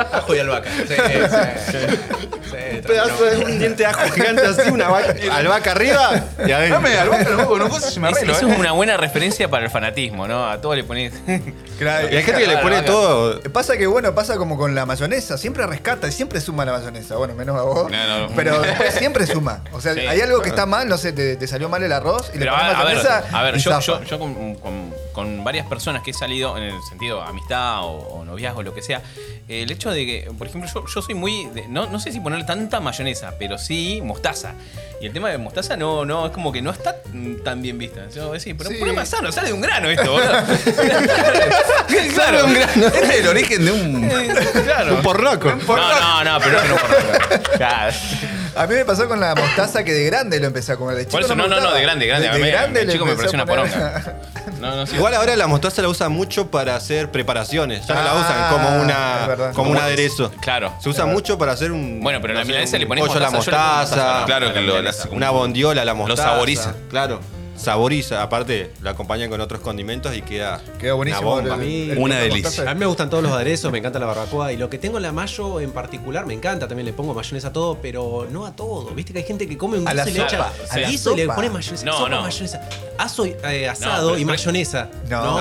[SPEAKER 5] Ajo y albahaca. Sí, sí, sí. Sí,
[SPEAKER 3] pedazo de un diente de ajo gigante así, una vaca, albahaca arriba y adentro.
[SPEAKER 4] Dame al boca, no, no cosa se me
[SPEAKER 2] Es-
[SPEAKER 4] arreglo,
[SPEAKER 2] eso
[SPEAKER 4] eh.
[SPEAKER 2] es una buena referencia para el fanatismo, ¿no? A todos le pones.
[SPEAKER 1] Claro.
[SPEAKER 3] Y hay gente que le pone
[SPEAKER 2] Albahaca.
[SPEAKER 3] todo.
[SPEAKER 1] Pasa que, bueno, pasa como con la mayonesa. Siempre rescata y siempre suma la mayonesa. Bueno, menos a vos.
[SPEAKER 4] No, no.
[SPEAKER 1] Pero después siempre suma. O sea,
[SPEAKER 2] Sí,
[SPEAKER 1] hay algo que está mal, no sé, te, te salió mal el arroz y le
[SPEAKER 2] Pero
[SPEAKER 1] pones
[SPEAKER 2] a, a ver,
[SPEAKER 1] mayonesa.
[SPEAKER 2] a ver,
[SPEAKER 1] y
[SPEAKER 2] yo,
[SPEAKER 1] zafa.
[SPEAKER 2] yo, yo con, con- con varias personas que he salido en el sentido amistad o, o noviazgo, lo que sea, eh, el hecho de que, por ejemplo, yo, yo soy muy. de- no, no sé si poner tanta mayonesa, pero sí mostaza. Y el tema de mostaza no, no es como que no está mm, tan bien vista. Yo decía, pero
[SPEAKER 1] Sí.
[SPEAKER 2] pura manzana, sale de un grano esto, boludo.
[SPEAKER 4] Claro, un gran- Este es el origen de un.
[SPEAKER 2] Eh, claro.
[SPEAKER 3] Un porroco.
[SPEAKER 2] No, no, no, pero es que no por Claro.
[SPEAKER 1] A mí me pasó con la mostaza que de grande lo empecé a comer. De chico
[SPEAKER 2] Por eso, no, no, no,
[SPEAKER 1] gustaba.
[SPEAKER 2] de grande, grande.
[SPEAKER 1] De,
[SPEAKER 2] a mí,
[SPEAKER 1] de grande
[SPEAKER 2] de
[SPEAKER 1] le
[SPEAKER 2] chico me
[SPEAKER 1] empecé
[SPEAKER 2] pareció
[SPEAKER 1] a
[SPEAKER 2] una
[SPEAKER 1] poner-
[SPEAKER 2] poronga. No, no, sí.
[SPEAKER 3] Igual ahora la mostaza la usan mucho para hacer preparaciones. Ya no la usan
[SPEAKER 1] Ah,
[SPEAKER 3] como
[SPEAKER 1] es
[SPEAKER 3] una
[SPEAKER 1] verdad.
[SPEAKER 3] como un aderezo.
[SPEAKER 2] Claro.
[SPEAKER 3] Se usa mucho para hacer un.
[SPEAKER 2] Bueno, pero
[SPEAKER 3] no
[SPEAKER 2] la
[SPEAKER 3] sé,
[SPEAKER 2] milanesa
[SPEAKER 3] un
[SPEAKER 2] le ponés
[SPEAKER 3] pollo a la
[SPEAKER 2] mostaza, yo le pongo
[SPEAKER 3] mostaza.
[SPEAKER 2] mostaza,
[SPEAKER 4] Claro que lo- las-
[SPEAKER 3] Una bondiola a la mostaza.
[SPEAKER 4] saboriza.
[SPEAKER 3] Claro. saboriza, aparte lo acompañan con otros condimentos y queda.
[SPEAKER 1] Queda buenísimo.
[SPEAKER 3] Una bomba.
[SPEAKER 1] el- el-
[SPEAKER 4] Una
[SPEAKER 1] el- el-
[SPEAKER 4] delicia.
[SPEAKER 5] A mí me gustan todos los aderezos, me encanta la barbacoa y lo que tengo la mayo en particular me encanta. También le pongo mayonesa a todo, pero no a todo. Viste que hay gente que come un
[SPEAKER 1] A la
[SPEAKER 5] guiso y le
[SPEAKER 2] sopa,
[SPEAKER 5] echa
[SPEAKER 2] a la
[SPEAKER 5] guiso y le
[SPEAKER 1] sopa.
[SPEAKER 5] pone mayonesa,
[SPEAKER 2] No,
[SPEAKER 5] sopa,
[SPEAKER 2] no.
[SPEAKER 5] mayonesa, aso, eh, asado
[SPEAKER 2] pero-
[SPEAKER 5] y
[SPEAKER 2] pero-
[SPEAKER 5] mayonesa.
[SPEAKER 1] No.
[SPEAKER 2] No,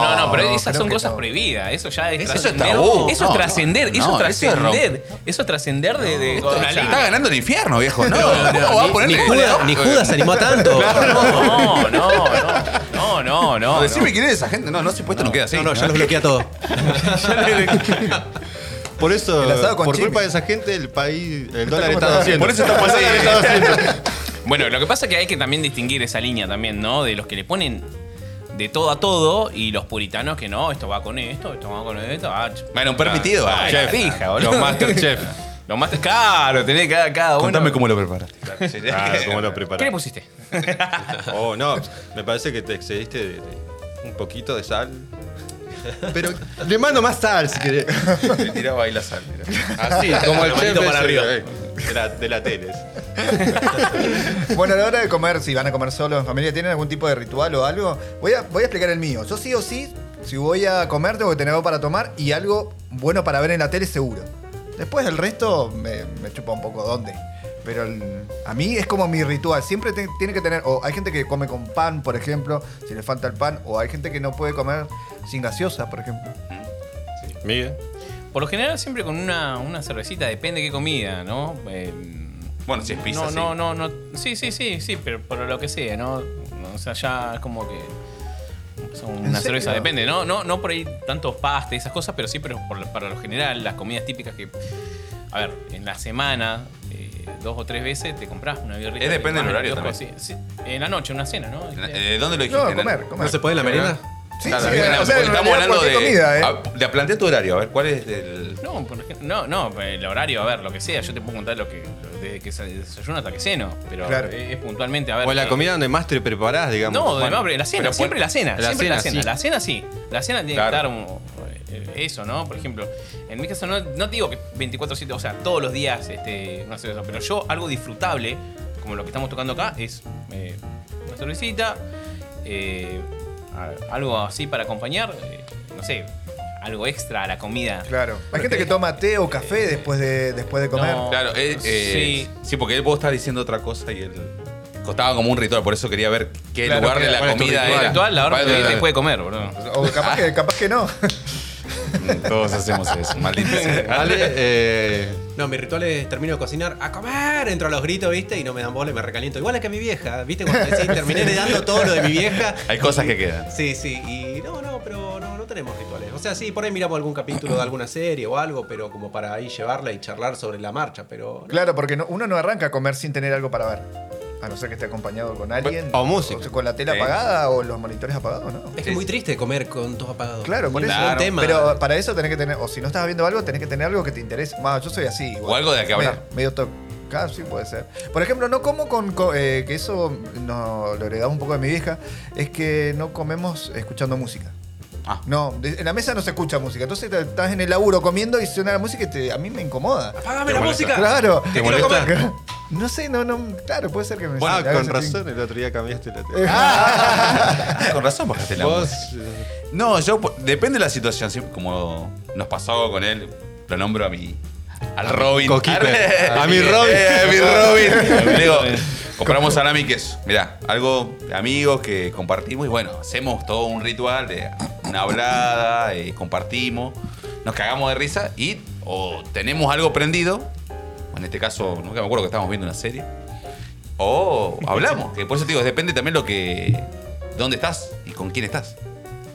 [SPEAKER 2] no, no, pero
[SPEAKER 1] No,
[SPEAKER 2] esas
[SPEAKER 1] creo
[SPEAKER 2] son
[SPEAKER 1] que
[SPEAKER 2] cosas
[SPEAKER 1] no.
[SPEAKER 2] prohibidas. Eso ya es
[SPEAKER 5] Eso es
[SPEAKER 2] trascender.
[SPEAKER 4] tabú.
[SPEAKER 2] Eso es
[SPEAKER 4] No,
[SPEAKER 2] trascender,
[SPEAKER 4] no,
[SPEAKER 2] eso es
[SPEAKER 4] no, eso es
[SPEAKER 2] trascender. Eso es trascender de, de- con la
[SPEAKER 4] Se
[SPEAKER 2] línea.
[SPEAKER 4] está ganando el infierno, viejo. No, no, va a
[SPEAKER 5] Ni
[SPEAKER 4] ponerle.
[SPEAKER 5] Judas, ni Judas se animó a tanto.
[SPEAKER 2] No, no, no, no, no, no.
[SPEAKER 4] Decime quién es esa gente. No, no se puesto, no, queda así.
[SPEAKER 5] No, no, ya los bloquea todo.
[SPEAKER 3] Por eso,
[SPEAKER 1] El asado con
[SPEAKER 3] por
[SPEAKER 1] chimi.
[SPEAKER 3] culpa de esa gente, el país, el dólar
[SPEAKER 1] como
[SPEAKER 3] está
[SPEAKER 1] está.
[SPEAKER 3] 200.
[SPEAKER 4] Por eso está pasando.
[SPEAKER 3] El dólar está 200.
[SPEAKER 2] Bueno, lo que pasa es que hay que también distinguir esa línea también, ¿no? De los que le ponen de todo a todo y los puritanos que no, esto va con esto, esto va con esto. Ah, ch-
[SPEAKER 4] Bueno, un permitido.
[SPEAKER 2] Ah,
[SPEAKER 4] ah,
[SPEAKER 2] chef.
[SPEAKER 4] ya.
[SPEAKER 2] fija, boludo.
[SPEAKER 3] Los Masterchef.
[SPEAKER 2] Los más claro, tenés cada, cada uno.
[SPEAKER 4] Contame cómo lo preparaste.
[SPEAKER 3] Claro, cómo Ah, lo
[SPEAKER 2] ¿Qué le
[SPEAKER 3] preparas.
[SPEAKER 2] pusiste?
[SPEAKER 3] Oh, no, me parece que te excediste de, de un poquito de sal. Pero le mando más sal si querés.
[SPEAKER 4] Le tiraba ahí la sal. mira.
[SPEAKER 3] Así, como el
[SPEAKER 2] Manito
[SPEAKER 3] chef
[SPEAKER 2] para
[SPEAKER 3] ese,
[SPEAKER 2] arriba.
[SPEAKER 3] eh, De la, de la tele.
[SPEAKER 1] Bueno, a la hora de comer, si van a comer solo en familia, ¿tienen algún tipo de ritual o algo? Voy a, voy a explicar el mío. Yo sí o sí, si voy a comer, tengo que tener algo para tomar y algo bueno para ver en la tele seguro. Después del resto me, me chupa un poco dónde. Pero el- a mí es como mi ritual. Siempre te- tiene que tener. O hay gente que come con pan, por ejemplo, si le falta el pan. O hay gente que no puede comer sin gaseosa, por ejemplo.
[SPEAKER 3] Miguel.
[SPEAKER 2] Por lo general siempre con una, una cervecita, depende qué comida, ¿no? Eh,
[SPEAKER 4] Bueno, si es pizza,
[SPEAKER 2] No,
[SPEAKER 4] sí.
[SPEAKER 2] no, no, no. Sí, sí, sí, sí, pero por lo que sea, ¿no? O sea, ya es como que. son Una
[SPEAKER 1] serio?
[SPEAKER 2] cerveza, depende, ¿no? No, no por ahí tantos pastes, esas cosas, pero sí, pero por- para lo general, las comidas típicas que. A ver, en la semana, eh, dos o tres veces te compras una birrita.
[SPEAKER 4] Es depende
[SPEAKER 2] te
[SPEAKER 4] del
[SPEAKER 2] vas al
[SPEAKER 4] horario
[SPEAKER 2] kiosco, sí, sí. en la noche, una cena, ¿no? Este,
[SPEAKER 4] Eh, ¿Dónde lo
[SPEAKER 1] No,
[SPEAKER 4] dijiste?
[SPEAKER 1] comer, comer.
[SPEAKER 5] ¿No se puede en la merienda?
[SPEAKER 1] Sí,
[SPEAKER 4] Claro,
[SPEAKER 1] sí,
[SPEAKER 4] bien,
[SPEAKER 1] o sea, en
[SPEAKER 4] porque estamos
[SPEAKER 1] realidad
[SPEAKER 4] hablando de.
[SPEAKER 1] cualquier comida, ¿eh?
[SPEAKER 4] a- de plantea tu horario, a ver, ¿cuál es el.
[SPEAKER 2] No, por ejemplo, no, no, el horario, a ver, lo que sea, yo te puedo contar lo que lo- desde que se- desayuno hasta que ceno, pero
[SPEAKER 1] Claro.
[SPEAKER 2] es, es puntualmente, a ver.
[SPEAKER 3] O la
[SPEAKER 2] eh,
[SPEAKER 3] comida donde más te preparás, digamos.
[SPEAKER 2] No, de
[SPEAKER 3] Bueno,
[SPEAKER 2] hambre, la cena,
[SPEAKER 4] pero
[SPEAKER 2] siempre
[SPEAKER 4] pon-
[SPEAKER 2] la cena,
[SPEAKER 3] la
[SPEAKER 2] siempre la
[SPEAKER 3] cena,
[SPEAKER 2] cena,
[SPEAKER 3] sí.
[SPEAKER 2] la cena sí, la cena tiene que
[SPEAKER 4] Claro.
[SPEAKER 2] estar un- eh, eso, ¿no? Por ejemplo, en mi caso no, no te digo que 24/7, o sea, todos los días este, una cerveza, pero yo algo disfrutable, como lo que estamos tocando acá, es eh, una cervecita, eh, a- algo así para acompañar, eh, no sé, algo extra a la comida.
[SPEAKER 1] Claro. Hay gente que toma té o café después de, después de comer.
[SPEAKER 2] No.
[SPEAKER 4] Claro, eh, eh, sí. porque él vos estar diciendo otra cosa y él. Costaba como un ritual, por eso quería ver qué
[SPEAKER 3] Claro,
[SPEAKER 4] lugar
[SPEAKER 3] que-
[SPEAKER 4] de la
[SPEAKER 3] ¿cuál es tu
[SPEAKER 4] comida
[SPEAKER 3] ritual?
[SPEAKER 4] era.
[SPEAKER 2] Ritual, la hora
[SPEAKER 4] Vale,
[SPEAKER 2] que
[SPEAKER 4] vale,
[SPEAKER 2] después de comer, boludo.
[SPEAKER 1] O capaz que, capaz que no.
[SPEAKER 4] vale. Todos hacemos eso, maldito. sea.
[SPEAKER 3] Ale, eh,
[SPEAKER 5] No, mi ritual es termino de cocinar, a comer, entro a los gritos, ¿viste? Y no me dan bola y me recaliento. Igual es que mi vieja, ¿viste? Cuando decís, terminé dando todo lo de mi vieja.
[SPEAKER 4] Hay cosas que quedan.
[SPEAKER 5] Sí, sí, y no, no, pero no, no tenemos rituales. O sea, sí, por ahí miramos algún capítulo de alguna serie o algo, pero como para ahí llevarla y charlar sobre la marcha, pero... no.
[SPEAKER 1] Claro, porque no- uno no arranca a comer sin tener algo para ver. A no ser que esté acompañado con alguien.
[SPEAKER 3] O música.
[SPEAKER 1] sea, con la tela
[SPEAKER 4] Sí.
[SPEAKER 1] apagada o los monitores apagados, ¿no?
[SPEAKER 5] Es que es muy triste comer con todo apagado.
[SPEAKER 1] Claro, por
[SPEAKER 5] Ni
[SPEAKER 1] eso.
[SPEAKER 5] ningún tema.
[SPEAKER 1] Pero para eso tenés que tener, o si no estás viendo algo, tenés que tener algo que te interese. Más, yo soy así. igual.
[SPEAKER 4] O algo de que hablar.
[SPEAKER 1] Me- Medio, top. Claro, sí puede ser. Por ejemplo, no como con, co- eh, que eso no, lo heredamos un poco de mi vieja, es que no comemos escuchando música.
[SPEAKER 4] Ah.
[SPEAKER 1] No, de- en la mesa no se escucha música. Entonces te- estás en el laburo comiendo y suena la música y te- a mí me incomoda.
[SPEAKER 5] ¡Apágame la música!
[SPEAKER 1] Claro.
[SPEAKER 3] ¿Te
[SPEAKER 1] Quiero
[SPEAKER 3] molesta?
[SPEAKER 1] comer- No sé, no, no. Claro, puede ser que me.
[SPEAKER 3] ah,
[SPEAKER 1] haga
[SPEAKER 3] con
[SPEAKER 1] sentir-
[SPEAKER 3] razón, el otro día cambiaste la
[SPEAKER 1] Eh,
[SPEAKER 5] Eh,
[SPEAKER 3] tele.
[SPEAKER 1] ah,
[SPEAKER 4] Con razón bajaste la
[SPEAKER 3] Vos,
[SPEAKER 4] música.
[SPEAKER 3] eh,
[SPEAKER 4] No, yo po- depende de la situación, sí, como nos pasó con él, lo nombro a mi al Robin.
[SPEAKER 3] Coquipe. A mi Robin.
[SPEAKER 4] Eh, a mi Robin. Le digo, compramos salami y queso. Mirá, algo de amigos que compartimos y bueno, hacemos todo un ritual de una hablada, eh, compartimos, nos cagamos de risa y o tenemos algo prendido, en este caso nunca me acuerdo que estábamos viendo una serie, o hablamos, que por eso te digo, depende también lo que, dónde estás y con quién estás,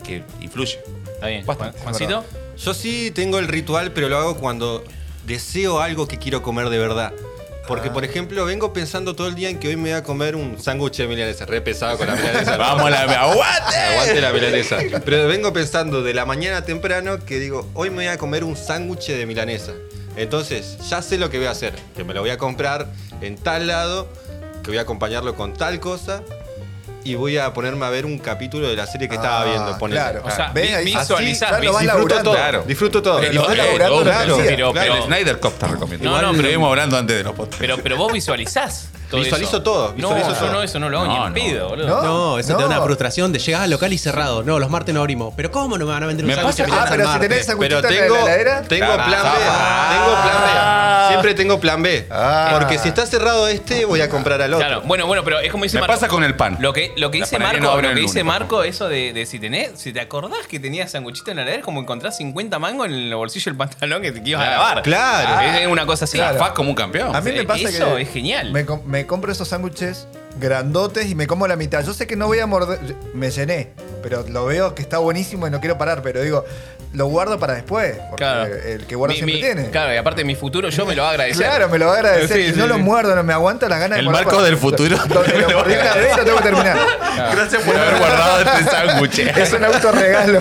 [SPEAKER 4] que influye.
[SPEAKER 2] Está bien.
[SPEAKER 4] Bastante,
[SPEAKER 2] Juan- Juancito,
[SPEAKER 3] yo sí tengo el ritual, pero lo hago cuando deseo algo que quiero comer de verdad. Porque,
[SPEAKER 5] Ah.
[SPEAKER 3] por ejemplo, vengo pensando todo el día en que hoy me voy a comer un sándwich de milanesa, re pesado con la milanesa.
[SPEAKER 4] Vamos a la aguante. Eh,
[SPEAKER 3] Aguante la milanesa. Pero vengo pensando de la mañana temprano que digo, hoy me voy a comer un sándwich de milanesa. Entonces, ya sé lo que voy a hacer. Que me lo voy a comprar en tal lado, que voy a acompañarlo con tal cosa. Y voy a ponerme a ver un capítulo de la serie que estaba
[SPEAKER 1] Ah,
[SPEAKER 3] viendo. ponele.
[SPEAKER 1] Claro.
[SPEAKER 2] O sea,
[SPEAKER 1] ¿Ves?
[SPEAKER 2] vi-
[SPEAKER 1] Ahí-
[SPEAKER 2] visualizar,
[SPEAKER 1] así ya lo vas
[SPEAKER 2] vis-
[SPEAKER 3] Disfruto
[SPEAKER 1] laburando.
[SPEAKER 3] todo.
[SPEAKER 4] Claro.
[SPEAKER 3] Disfruto todo.
[SPEAKER 1] Pero
[SPEAKER 4] Lo-
[SPEAKER 1] estás
[SPEAKER 4] eh,
[SPEAKER 1] laburando
[SPEAKER 4] obvio,
[SPEAKER 1] la
[SPEAKER 3] claro.
[SPEAKER 1] energía.
[SPEAKER 2] Pero-
[SPEAKER 4] Claro,
[SPEAKER 2] pero-
[SPEAKER 4] el Snyder Cop te recomiendo.
[SPEAKER 2] No, no,
[SPEAKER 4] Igual
[SPEAKER 2] pero-
[SPEAKER 4] estuvimos hablando antes de los podcasts.
[SPEAKER 2] pero, pero vos visualizás. todo
[SPEAKER 3] Visualizo
[SPEAKER 2] eso.
[SPEAKER 3] todo, visualizo
[SPEAKER 2] no,
[SPEAKER 3] todo.
[SPEAKER 2] yo no, eso no lo hago
[SPEAKER 4] No,
[SPEAKER 2] ni en
[SPEAKER 4] no.
[SPEAKER 2] pedo, boludo.
[SPEAKER 1] No.
[SPEAKER 5] No, eso te da
[SPEAKER 1] No.
[SPEAKER 5] una frustración de llegar al local y cerrado. No, los martes no abrimos. Pero ¿cómo no me van a vender un
[SPEAKER 4] Me
[SPEAKER 5] sándwich
[SPEAKER 4] pasa-
[SPEAKER 5] de
[SPEAKER 1] Ah,
[SPEAKER 5] milanesa
[SPEAKER 1] pero
[SPEAKER 5] el
[SPEAKER 1] si
[SPEAKER 5] martes?
[SPEAKER 1] tenés
[SPEAKER 3] Pero
[SPEAKER 1] sanguchito en
[SPEAKER 3] tengo,
[SPEAKER 1] la heladera.
[SPEAKER 3] tengo
[SPEAKER 4] Claro.
[SPEAKER 3] plan B. Tengo plan B. Siempre tengo plan B.
[SPEAKER 1] Ah.
[SPEAKER 3] Porque si está cerrado este, voy a comprar al otro.
[SPEAKER 2] Claro, bueno, bueno, pero es como dice
[SPEAKER 4] Me
[SPEAKER 2] Marco.
[SPEAKER 4] pasa con el pan.
[SPEAKER 2] Lo que, lo que
[SPEAKER 4] La
[SPEAKER 2] dice
[SPEAKER 4] panadería
[SPEAKER 2] Marco,
[SPEAKER 4] no abre
[SPEAKER 2] lo que
[SPEAKER 4] el
[SPEAKER 2] dice
[SPEAKER 4] lunes,
[SPEAKER 2] Marco, eso de, de si tenés, si te acordás que tenías sanguchito en la heladera, es como encontrar 50 mangos en el bolsillo del pantalón ah, que te que ibas a lavar.
[SPEAKER 3] claro.
[SPEAKER 2] Ah, Es una cosa así.
[SPEAKER 4] La faz como un campeón.
[SPEAKER 1] A mí me pasa
[SPEAKER 2] Eso
[SPEAKER 1] que
[SPEAKER 2] es genial.
[SPEAKER 1] Me, com- me compro esos sándwiches grandotes y me como la mitad. Yo sé que no voy a morder. Me llené, pero lo veo que está buenísimo y no quiero parar. Pero digo, lo guardo para después. Porque
[SPEAKER 2] Claro.
[SPEAKER 1] el que guarda
[SPEAKER 2] Mi-
[SPEAKER 1] siempre
[SPEAKER 2] mi-
[SPEAKER 1] tiene. Claro,
[SPEAKER 2] Claro, y aparte mi futuro yo me lo va a agradecer.
[SPEAKER 1] me lo va a agradecer.
[SPEAKER 2] Sí,
[SPEAKER 1] y
[SPEAKER 2] sí,
[SPEAKER 1] no lo
[SPEAKER 2] sí.
[SPEAKER 1] muerdo, no me aguanto las ganas
[SPEAKER 4] El
[SPEAKER 1] de morder
[SPEAKER 4] marco
[SPEAKER 1] para-
[SPEAKER 4] del futuro.
[SPEAKER 1] Donde lo mordí una vez y lo tengo que terminar.
[SPEAKER 4] Gracias por Ah. haber guardado este sándwich.
[SPEAKER 1] Es un autorregalo.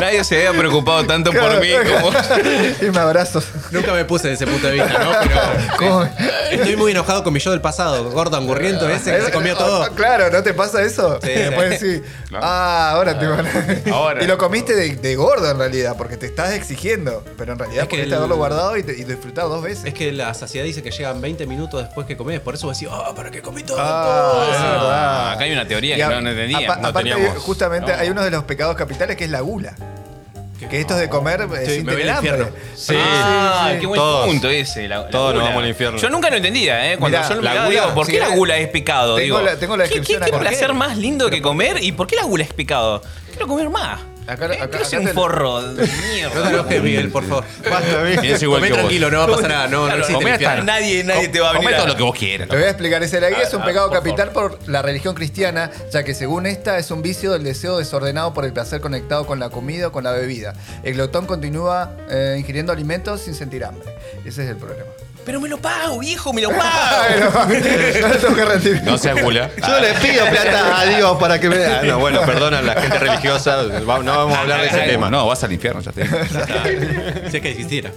[SPEAKER 2] Nadie se había preocupado tanto por mí como.
[SPEAKER 1] y me abrazos.
[SPEAKER 5] Nunca me puse desde ese punto de vista, ¿no? Pero
[SPEAKER 1] ¿Cómo?
[SPEAKER 5] estoy muy enojado con mi yo del pasado, gordo, angurriento ese que se comió todo.
[SPEAKER 1] Ah, Claro, ¿no te pasa eso?
[SPEAKER 5] Sí.
[SPEAKER 1] Y después decís,
[SPEAKER 4] No.
[SPEAKER 1] ah, ahora te van a-
[SPEAKER 4] Ahora.
[SPEAKER 1] Y lo comiste de, de gordo en realidad, porque te estás exigiendo. Pero en realidad
[SPEAKER 5] Es que
[SPEAKER 1] pudiste
[SPEAKER 5] el-
[SPEAKER 1] haberlo guardado y, te- y disfrutar dos veces.
[SPEAKER 5] Es que la saciedad dice que llegan 20 minutos después que comes, por eso vos decís, oh, ¿para qué comí todo?
[SPEAKER 1] Ah, es verdad.
[SPEAKER 2] acá hay una teoría
[SPEAKER 1] Y a-
[SPEAKER 2] que no, no entendía,
[SPEAKER 1] apa-
[SPEAKER 2] no
[SPEAKER 1] aparte,
[SPEAKER 2] teníamos.
[SPEAKER 1] justamente
[SPEAKER 2] No.
[SPEAKER 1] hay uno de los pecados capitales que es la gula. Que esto es de comer eh,
[SPEAKER 5] Sí,
[SPEAKER 1] sin
[SPEAKER 5] me voy
[SPEAKER 1] tener
[SPEAKER 5] al
[SPEAKER 1] hambre.
[SPEAKER 5] infierno.
[SPEAKER 3] Sí.
[SPEAKER 2] ah, qué buen
[SPEAKER 3] Todos.
[SPEAKER 2] punto ese. La, la
[SPEAKER 3] Todos nos
[SPEAKER 2] gula.
[SPEAKER 3] vamos al infierno.
[SPEAKER 2] Yo nunca lo entendía, ¿eh? Cuando
[SPEAKER 1] Mirá,
[SPEAKER 2] yo lo
[SPEAKER 1] la
[SPEAKER 2] miraba,
[SPEAKER 1] gula,
[SPEAKER 2] digo, ¿por qué
[SPEAKER 1] sí,
[SPEAKER 2] la gula es pecado?
[SPEAKER 1] tengo
[SPEAKER 2] digo,
[SPEAKER 1] la- tengo la
[SPEAKER 2] ¿qué- ¿qué,
[SPEAKER 1] descripción
[SPEAKER 2] qué
[SPEAKER 1] acá.
[SPEAKER 2] placer más lindo que comer? ¿Y por qué la gula es pecado? Quiero comer más.
[SPEAKER 1] Acá-
[SPEAKER 2] Eh,
[SPEAKER 1] acá-
[SPEAKER 2] Quiero ser
[SPEAKER 1] acá
[SPEAKER 2] un
[SPEAKER 1] te-
[SPEAKER 2] forro de
[SPEAKER 5] No te
[SPEAKER 2] mierda.
[SPEAKER 5] enojes, Miguel, por favor.
[SPEAKER 3] Basta, viejo.
[SPEAKER 4] Es igual
[SPEAKER 5] Comé
[SPEAKER 4] que vos.
[SPEAKER 5] tranquilo, no va a pasar nada. No, no
[SPEAKER 2] Claro,
[SPEAKER 5] existe
[SPEAKER 4] comé
[SPEAKER 5] el infierno.
[SPEAKER 4] hasta-
[SPEAKER 2] Nadie, nadie te va a
[SPEAKER 4] Comé
[SPEAKER 2] venir. a-
[SPEAKER 4] todo lo que vos quieras.
[SPEAKER 1] Te voy a explicar, ese la guía es un
[SPEAKER 2] Ah, ah,
[SPEAKER 1] pecado
[SPEAKER 2] por
[SPEAKER 1] capital por la religión cristiana, ya que según esta es un vicio del deseo desordenado por el placer conectado con la comida o con la bebida. El glotón continúa eh, ingiriendo alimentos sin sentir hambre. Ese es el problema.
[SPEAKER 2] Pero me lo pago, viejo, me lo pago.
[SPEAKER 3] Ah,
[SPEAKER 1] no lo tengo que rendir.
[SPEAKER 4] No seas gula.
[SPEAKER 3] Yo
[SPEAKER 1] Ah.
[SPEAKER 3] le pido plata a Dios para que me. Ah, no, bueno, perdona a la gente religiosa. va- No vamos a hablar
[SPEAKER 1] Ah,
[SPEAKER 3] de ese tema.
[SPEAKER 4] Ah, No, vas al infierno, ya te digo.
[SPEAKER 5] Si es que existiera.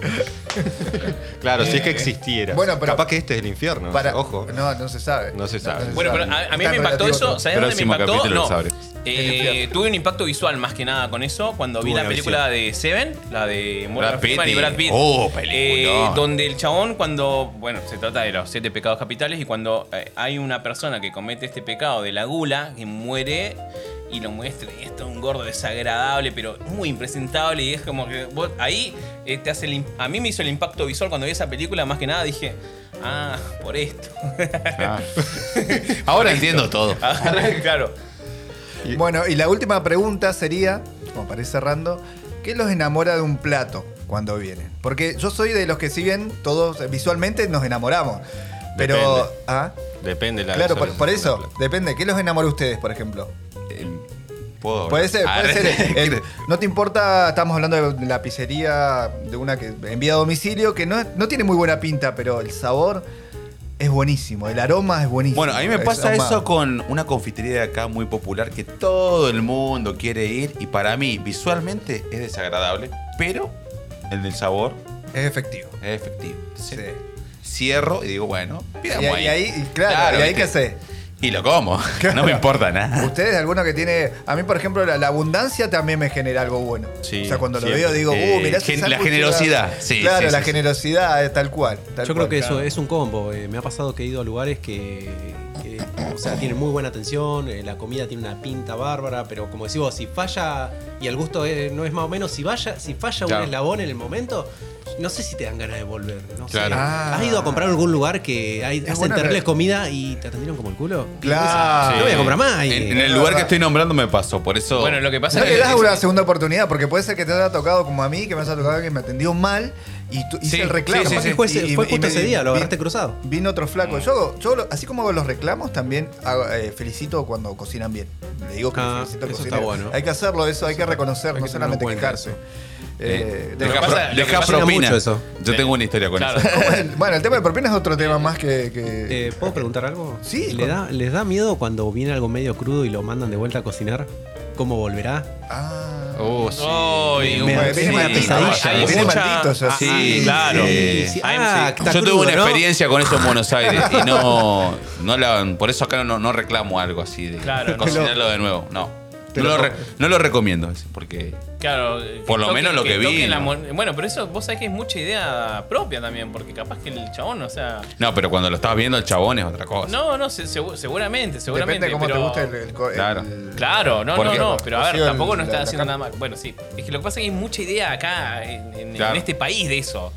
[SPEAKER 3] Claro, si es que existiera.
[SPEAKER 1] Eh, Bueno, pero-
[SPEAKER 3] Capaz que este es el infierno.
[SPEAKER 1] Para-
[SPEAKER 3] Ojo.
[SPEAKER 1] No, no se sabe.
[SPEAKER 3] No se sabe.
[SPEAKER 2] Bueno, pero
[SPEAKER 1] sabe.
[SPEAKER 2] a, a mí
[SPEAKER 1] Está
[SPEAKER 2] me impactó
[SPEAKER 1] relativo
[SPEAKER 2] eso.
[SPEAKER 1] todo.
[SPEAKER 2] ¿Sabes dónde me
[SPEAKER 4] Próximo
[SPEAKER 2] impactó?
[SPEAKER 4] capítulo lo
[SPEAKER 2] No.
[SPEAKER 4] sabré.
[SPEAKER 2] Eh, tuve un impacto visual más que nada con eso cuando vi
[SPEAKER 3] Tuve
[SPEAKER 2] la
[SPEAKER 3] una
[SPEAKER 2] película de Seven, la de
[SPEAKER 4] Brad
[SPEAKER 2] Morgan
[SPEAKER 4] Pitt
[SPEAKER 2] Freeman y
[SPEAKER 4] y-
[SPEAKER 2] Brad Pitt. Eh,
[SPEAKER 4] Oh, peliculón.
[SPEAKER 2] donde el chabón cuando, bueno, se trata de los siete pecados capitales y cuando eh, hay una persona que comete este pecado de la gula, que muere y lo muestra y es todo un gordo desagradable, pero muy impresentable y es como que vos- ahí eh, te hace el im- a mí me hizo el impacto visual cuando vi esa película, más que nada dije, ah, por esto.
[SPEAKER 4] Ah. Ahora entiendo todo.
[SPEAKER 2] Ah, claro.
[SPEAKER 1] Bueno, y la última pregunta sería, como para ir cerrando, ¿qué los enamora de un plato cuando vienen? Porque yo soy de los que si bien todos eh, visualmente nos enamoramos. Pero.
[SPEAKER 3] Depende.
[SPEAKER 1] ¿Ah?
[SPEAKER 3] Depende la
[SPEAKER 1] Claro, por,
[SPEAKER 3] visualización
[SPEAKER 1] por
[SPEAKER 3] de la
[SPEAKER 1] eso,
[SPEAKER 3] plata.
[SPEAKER 1] depende. ¿Qué los enamora a ustedes, por ejemplo?
[SPEAKER 4] El- ¿Puedo hablar?
[SPEAKER 1] Puede ser,
[SPEAKER 4] Ah,
[SPEAKER 1] puede ser. el- no te importa, estamos hablando de la pizzería de una que envía a domicilio, que no, no tiene muy buena pinta, pero el sabor es buenísimo, el aroma es buenísimo.
[SPEAKER 4] Bueno, a mí me
[SPEAKER 1] es
[SPEAKER 4] pasa
[SPEAKER 1] ahumado.
[SPEAKER 4] eso con una confitería de acá muy popular que todo el mundo quiere ir y para mí visualmente es desagradable, pero el del sabor
[SPEAKER 1] Es efectivo.
[SPEAKER 4] es efectivo. Entonces,
[SPEAKER 1] Sí.
[SPEAKER 4] Cierro y digo, bueno,
[SPEAKER 1] Y,
[SPEAKER 4] pidamos
[SPEAKER 1] ahí, y ahí- y claro, y ahí qué
[SPEAKER 4] ¿viste?
[SPEAKER 1] haces.
[SPEAKER 4] Y lo como, no me importa nada.
[SPEAKER 1] Ustedes, alguno que tiene. A mí, por ejemplo, la, la abundancia también me genera algo bueno.
[SPEAKER 3] Sí,
[SPEAKER 1] o sea, cuando
[SPEAKER 3] siempre.
[SPEAKER 1] lo veo, digo,
[SPEAKER 4] Eh,
[SPEAKER 1] uh, mirá ese
[SPEAKER 4] gen- la
[SPEAKER 1] sándwich,
[SPEAKER 4] generosidad.
[SPEAKER 1] era-
[SPEAKER 4] Sí,
[SPEAKER 1] claro,
[SPEAKER 4] sí,
[SPEAKER 1] la
[SPEAKER 4] sí, sí.
[SPEAKER 1] generosidad, eh, tal cual. tal
[SPEAKER 5] Yo
[SPEAKER 1] cual.
[SPEAKER 5] creo que eso es un combo. eh, me ha pasado que he ido a lugares que, que, o sea, tienen muy buena atención, eh, la comida tiene una pinta bárbara, pero como decís vos, si falla y el gusto es- no es más o menos, si, vaya, si falla
[SPEAKER 4] Claro.
[SPEAKER 5] un eslabón en el momento, no sé si te dan ganas de volver. No sé.
[SPEAKER 4] Claro.
[SPEAKER 1] Ah.
[SPEAKER 5] ¿Has ido a comprar a algún lugar que hay,
[SPEAKER 1] Es
[SPEAKER 5] hacen
[SPEAKER 1] buena
[SPEAKER 5] terribles
[SPEAKER 1] re-
[SPEAKER 5] comida y te atendieron como el culo?
[SPEAKER 1] Claro.
[SPEAKER 5] No voy a comprar más. y-
[SPEAKER 4] Eh, En, en el lugar que estoy nombrando me pasó, por eso.
[SPEAKER 2] Bueno, lo que pasa
[SPEAKER 1] No
[SPEAKER 2] es
[SPEAKER 1] le
[SPEAKER 2] que.
[SPEAKER 1] das una segunda oportunidad, porque puede ser que te haya tocado como a mí, que me haya tocado que me atendió mal y tu- hice
[SPEAKER 4] Sí,
[SPEAKER 1] el reclamo.
[SPEAKER 4] sí,
[SPEAKER 5] Capaz
[SPEAKER 4] sí,
[SPEAKER 5] que fue, ese-
[SPEAKER 1] Y- y-
[SPEAKER 5] fue
[SPEAKER 1] y
[SPEAKER 5] justo
[SPEAKER 1] me-
[SPEAKER 5] ese día, lo
[SPEAKER 1] vi-
[SPEAKER 5] agarraste cruzado.
[SPEAKER 1] Vino otro flaco. Yo, yo lo- así como hago los reclamos, también hago, eh, felicito cuando cocinan bien. Le digo que
[SPEAKER 5] Ah,
[SPEAKER 1] felicito al
[SPEAKER 5] eso
[SPEAKER 1] cocinero.
[SPEAKER 5] está bueno.
[SPEAKER 1] Hay que hacerlo, eso hay que reconocer,
[SPEAKER 5] hay
[SPEAKER 1] no
[SPEAKER 5] que tenerlo en
[SPEAKER 1] solamente
[SPEAKER 5] cuenta
[SPEAKER 1] quejarse. Eh, de-
[SPEAKER 2] Lo que
[SPEAKER 4] deja
[SPEAKER 2] pasa-
[SPEAKER 4] pro-
[SPEAKER 2] lo que
[SPEAKER 4] deja
[SPEAKER 2] pasa-
[SPEAKER 4] propina.
[SPEAKER 5] Mucho eso.
[SPEAKER 4] Yo tengo una historia con
[SPEAKER 2] Claro.
[SPEAKER 4] eso.
[SPEAKER 1] bueno, el tema de propina es otro tema más que. que-
[SPEAKER 5] Eh, ¿Puedo preguntar algo?
[SPEAKER 1] Sí,
[SPEAKER 5] ¿Le
[SPEAKER 1] con-
[SPEAKER 5] da, ¿Les da miedo cuando viene algo medio crudo y lo mandan de vuelta a cocinar? ¿Cómo volverá?
[SPEAKER 1] Ah.
[SPEAKER 3] Oh, sí.
[SPEAKER 2] Ay,
[SPEAKER 5] Me-
[SPEAKER 2] un-
[SPEAKER 5] me-
[SPEAKER 2] sí,
[SPEAKER 5] me-
[SPEAKER 2] hay
[SPEAKER 5] pesadilla,
[SPEAKER 2] mucha-
[SPEAKER 1] viene maldito, ya,
[SPEAKER 2] Ah,
[SPEAKER 1] sí.
[SPEAKER 2] sí, claro.
[SPEAKER 4] Sí.
[SPEAKER 5] Eh, Sí, sí.
[SPEAKER 2] I'm
[SPEAKER 5] Ah,
[SPEAKER 2] sick.
[SPEAKER 5] está
[SPEAKER 4] Yo tuve
[SPEAKER 5] crudo,
[SPEAKER 4] una
[SPEAKER 5] ¿no?
[SPEAKER 4] experiencia con eso en Buenos Aires y no, no la- por eso acá no, no reclamo algo así de
[SPEAKER 2] Claro, no.
[SPEAKER 4] cocinarlo de nuevo. No. No
[SPEAKER 1] Pero-
[SPEAKER 4] lo, re- no lo recomiendo, es porque
[SPEAKER 2] Claro, eh, que
[SPEAKER 4] Por lo
[SPEAKER 2] toquen-
[SPEAKER 4] menos lo que vi,
[SPEAKER 2] toquen la
[SPEAKER 4] ¿no?
[SPEAKER 2] mon- bueno, pero eso vos sabés que es mucha idea propia también, porque capaz que el chabón, o sea.
[SPEAKER 4] No, pero cuando lo estás viendo, el chabón es otra cosa.
[SPEAKER 2] No, no, se- segu- seguramente, seguramente.
[SPEAKER 1] Depende de cómo
[SPEAKER 2] pero,
[SPEAKER 1] te gusta el. el co- el-
[SPEAKER 4] Claro.
[SPEAKER 2] Claro, no, no,
[SPEAKER 4] Porque-
[SPEAKER 2] no, pero a ver,
[SPEAKER 1] Rocío,
[SPEAKER 2] tampoco
[SPEAKER 1] la-
[SPEAKER 2] no está
[SPEAKER 1] la
[SPEAKER 2] haciendo
[SPEAKER 1] cara-
[SPEAKER 2] nada mal. Bueno, sí, es que lo que pasa es que hay mucha idea acá en, en- en
[SPEAKER 4] Claro.
[SPEAKER 2] este país de eso.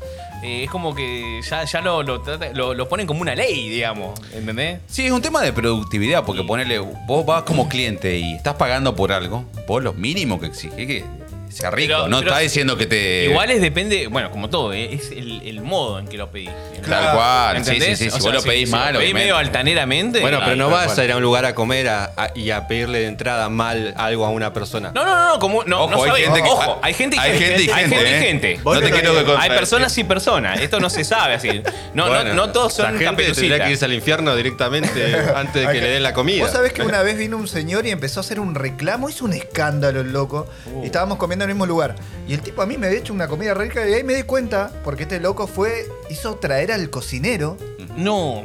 [SPEAKER 2] Eh, es como que ya, ya lo, lo, trata- lo- lo ponen como una ley, digamos, ¿entendés?
[SPEAKER 4] Sí, es un tema de productividad, porque ponele, vos vas como cliente y estás pagando por algo, vos lo mínimo que exige que sea rico,
[SPEAKER 2] Pero-
[SPEAKER 4] no
[SPEAKER 2] pero
[SPEAKER 4] está diciendo que te...
[SPEAKER 2] Igual es depende, bueno, como todo, eh, es el, el modo en que lo pedís.
[SPEAKER 4] Tal cual, sí,
[SPEAKER 2] ¿Entendés?
[SPEAKER 4] sí, sí,
[SPEAKER 2] O
[SPEAKER 4] si
[SPEAKER 2] sea,
[SPEAKER 4] vos lo pedís
[SPEAKER 2] si
[SPEAKER 4] mal,
[SPEAKER 2] lo pedís
[SPEAKER 4] obviamente.
[SPEAKER 2] medio altaneramente.
[SPEAKER 3] Bueno,
[SPEAKER 2] claro.
[SPEAKER 3] pero no
[SPEAKER 4] tal
[SPEAKER 3] vas
[SPEAKER 4] cual.
[SPEAKER 3] a ir a un lugar a comer a- a- y a pedirle de entrada mal algo a una persona.
[SPEAKER 2] No, no, no, no, como, no,
[SPEAKER 4] Ojo,
[SPEAKER 2] no
[SPEAKER 4] hay
[SPEAKER 2] sabés.
[SPEAKER 4] gente que-
[SPEAKER 2] Ojo, hay gente y
[SPEAKER 4] hay
[SPEAKER 2] gente.
[SPEAKER 4] gente y
[SPEAKER 2] hay
[SPEAKER 4] gente,
[SPEAKER 2] gente y
[SPEAKER 4] ¿eh?
[SPEAKER 2] gente.
[SPEAKER 4] No te quiero que
[SPEAKER 2] Hay
[SPEAKER 4] contradiga.
[SPEAKER 2] personas y personas. Esto no se sabe así. No,
[SPEAKER 3] Bueno,
[SPEAKER 2] no, no todos
[SPEAKER 3] La
[SPEAKER 2] son
[SPEAKER 3] gente tendría
[SPEAKER 2] campeoncitas.
[SPEAKER 3] que irse al infierno directamente antes de que le den la comida.
[SPEAKER 1] Vos sabés que una vez vino un señor y empezó a hacer un reclamo, hizo un escándalo el loco. Y estábamos comiendo en el mismo lugar. Y el tipo a mí me había hecho una comida rica y ahí me di cuenta, porque este loco fue, hizo traer al cocinero
[SPEAKER 2] No.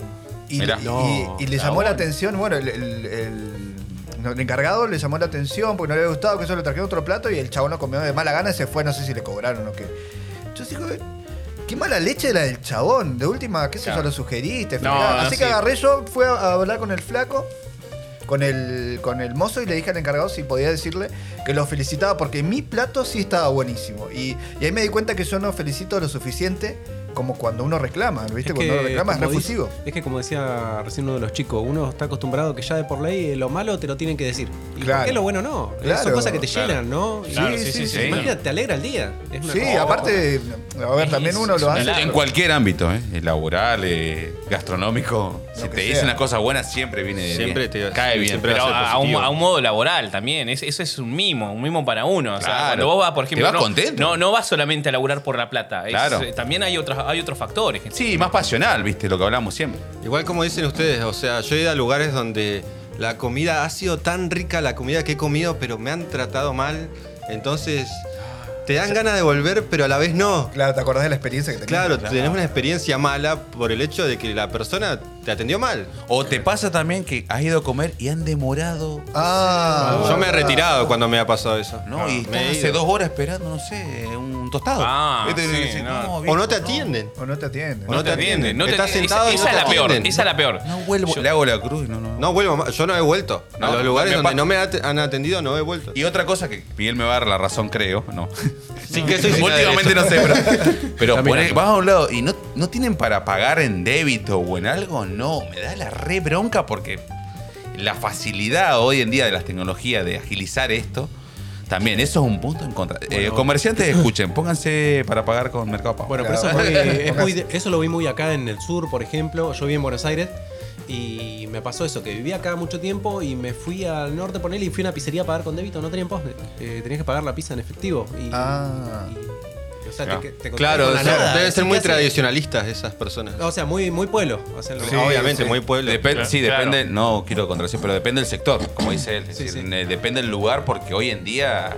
[SPEAKER 1] y,
[SPEAKER 4] Mirá.
[SPEAKER 1] y-
[SPEAKER 5] No,
[SPEAKER 1] y le llamó la atención, bueno, el, el- el- no, el encargado le llamó la atención porque no le había gustado, que eso le trajeron otro plato y el chabón lo comió de mala gana y se fue, no sé si le cobraron o qué. Yo digo, qué mala leche la del chabón, de última, qué sé yo,
[SPEAKER 2] Claro.
[SPEAKER 1] lo sugeriste.
[SPEAKER 2] No,
[SPEAKER 1] fregá.
[SPEAKER 2] no,
[SPEAKER 1] Así
[SPEAKER 2] sí.
[SPEAKER 1] que agarré yo, fui a, a hablar con el flaco. Con el, con el mozo y le dije al encargado si podía decirle que lo felicitaba porque mi plato sí estaba buenísimo. Y, y ahí me di cuenta que yo no felicito lo suficiente como cuando uno reclama, ¿viste? Este cuando uno reclama es
[SPEAKER 5] como dice-
[SPEAKER 1] refusivo.
[SPEAKER 5] es que como decía recién uno de los chicos, uno está acostumbrado que ya de por ley eh, lo malo te lo tienen que decir. ¿Y
[SPEAKER 1] Claro.
[SPEAKER 5] por qué lo bueno no? Eh, Son
[SPEAKER 1] Claro,
[SPEAKER 5] cosas que te
[SPEAKER 2] claro.
[SPEAKER 5] llenan, ¿no? Y-
[SPEAKER 2] Claro, sí, sí, sí,
[SPEAKER 5] y-
[SPEAKER 2] sí.
[SPEAKER 5] Imagínate, te alegra el día. Es una
[SPEAKER 1] Sí,
[SPEAKER 5] cosa-
[SPEAKER 1] aparte, a ver,
[SPEAKER 2] Es-
[SPEAKER 1] también uno
[SPEAKER 2] es
[SPEAKER 1] lo
[SPEAKER 2] una
[SPEAKER 1] hace.
[SPEAKER 2] lata.
[SPEAKER 4] En cualquier ámbito, ¿eh? laboral, eh, gastronómico, si
[SPEAKER 1] que
[SPEAKER 4] te
[SPEAKER 1] sea.
[SPEAKER 4] dicen una cosa buena siempre viene de
[SPEAKER 3] Siempre
[SPEAKER 4] bien.
[SPEAKER 3] te-
[SPEAKER 4] cae
[SPEAKER 3] sí,
[SPEAKER 4] bien. ah,
[SPEAKER 3] siempre
[SPEAKER 2] Pero
[SPEAKER 3] va a ser
[SPEAKER 2] a, a un,
[SPEAKER 3] positivo.
[SPEAKER 2] a un modo laboral también. Es- eso es un mimo, un mimo para uno. O sea,
[SPEAKER 4] Claro.
[SPEAKER 2] cuando vos vas, por
[SPEAKER 4] Te
[SPEAKER 2] ejemplo.
[SPEAKER 4] vas
[SPEAKER 2] no,
[SPEAKER 4] contento.
[SPEAKER 2] No, no vas solamente a laburar por la plata. Es-
[SPEAKER 4] Claro.
[SPEAKER 2] eh, también hay, otras, hay otros factores. que-
[SPEAKER 4] Sí, más pasional, viste, lo que hablamos siempre.
[SPEAKER 3] Igual como dicen ustedes, o sea, yo he ido a lugares donde la comida ha sido tan rica, la comida que he comido, pero me han tratado mal. Entonces, te dan ganas de volver, pero a la vez no.
[SPEAKER 1] Claro, ¿te acordás de la experiencia que tenías?
[SPEAKER 3] Claro, tenés una experiencia mala por el hecho de que la persona te atendió mal.
[SPEAKER 4] O te pasa también que has ido a comer y han demorado,
[SPEAKER 1] Ah,
[SPEAKER 3] Yo me he retirado cuando me ha pasado eso.
[SPEAKER 4] ¿no? y
[SPEAKER 3] Ah, me he
[SPEAKER 4] estás hace
[SPEAKER 3] ido.
[SPEAKER 4] dos horas esperando, no sé, un tostado.
[SPEAKER 2] Ah,
[SPEAKER 4] Viste,
[SPEAKER 2] sí,
[SPEAKER 4] y decís,
[SPEAKER 2] no.
[SPEAKER 4] viejo,
[SPEAKER 3] O no te atienden.
[SPEAKER 1] O no te atienden.
[SPEAKER 3] O no te atienden.
[SPEAKER 2] No te-
[SPEAKER 3] Estás
[SPEAKER 2] esa-
[SPEAKER 3] sentado y
[SPEAKER 2] esa
[SPEAKER 3] no
[SPEAKER 2] es
[SPEAKER 3] te
[SPEAKER 2] la peor.
[SPEAKER 3] atienden.
[SPEAKER 2] Esa es la peor.
[SPEAKER 4] No vuelvo.
[SPEAKER 2] Yo-
[SPEAKER 4] Le hago la cruz, no, no.
[SPEAKER 3] No vuelvo más. Yo no he vuelto.
[SPEAKER 4] No,
[SPEAKER 3] a los lugares
[SPEAKER 4] me
[SPEAKER 3] donde
[SPEAKER 4] pa-
[SPEAKER 3] no me at- han atendido no he vuelto.
[SPEAKER 4] Y otra cosa que Miguel me va a dar la razón, creo, no.
[SPEAKER 3] Sí que soy
[SPEAKER 4] Últimamente no sé, pero. Pero
[SPEAKER 5] También
[SPEAKER 4] pone-
[SPEAKER 5] acá.
[SPEAKER 4] vas a un lado y no, no tienen para pagar en débito o en algo, no. Me da la re bronca porque la facilidad hoy en día de las tecnologías de agilizar esto. También, eso es un punto en contra. Eh, comerciantes, escuchen, pónganse para pagar con Mercado Pago.
[SPEAKER 5] Bueno,
[SPEAKER 1] Claro.
[SPEAKER 5] pero eso, es muy- es muy de- eso lo vi muy acá en el sur, por ejemplo. Yo viví en Buenos Aires y me pasó eso, que viví acá mucho tiempo y me fui al norte, ponele, y fui a una pizzería a pagar con débito. No tenían postre. Eh, tenías que pagar la pizza en efectivo. Y,
[SPEAKER 1] Ah.
[SPEAKER 5] y- o sea, te- te,
[SPEAKER 3] Claro,
[SPEAKER 5] contratan
[SPEAKER 3] o
[SPEAKER 5] a
[SPEAKER 3] sea,
[SPEAKER 5] nada.
[SPEAKER 3] deben ser
[SPEAKER 5] Así
[SPEAKER 3] muy
[SPEAKER 5] que hace-
[SPEAKER 3] tradicionalistas esas personas.
[SPEAKER 5] O sea, muy, muy pueblo. O sea, lo-
[SPEAKER 3] Sí, Obviamente,
[SPEAKER 1] sí.
[SPEAKER 3] muy pueblo.
[SPEAKER 4] Depen- sí,
[SPEAKER 2] claro.
[SPEAKER 4] depende, no quiero contradecir, pero depende del sector, como dice él. Es
[SPEAKER 5] Sí,
[SPEAKER 4] decir,
[SPEAKER 5] sí.
[SPEAKER 4] eh, Depende del lugar porque hoy en día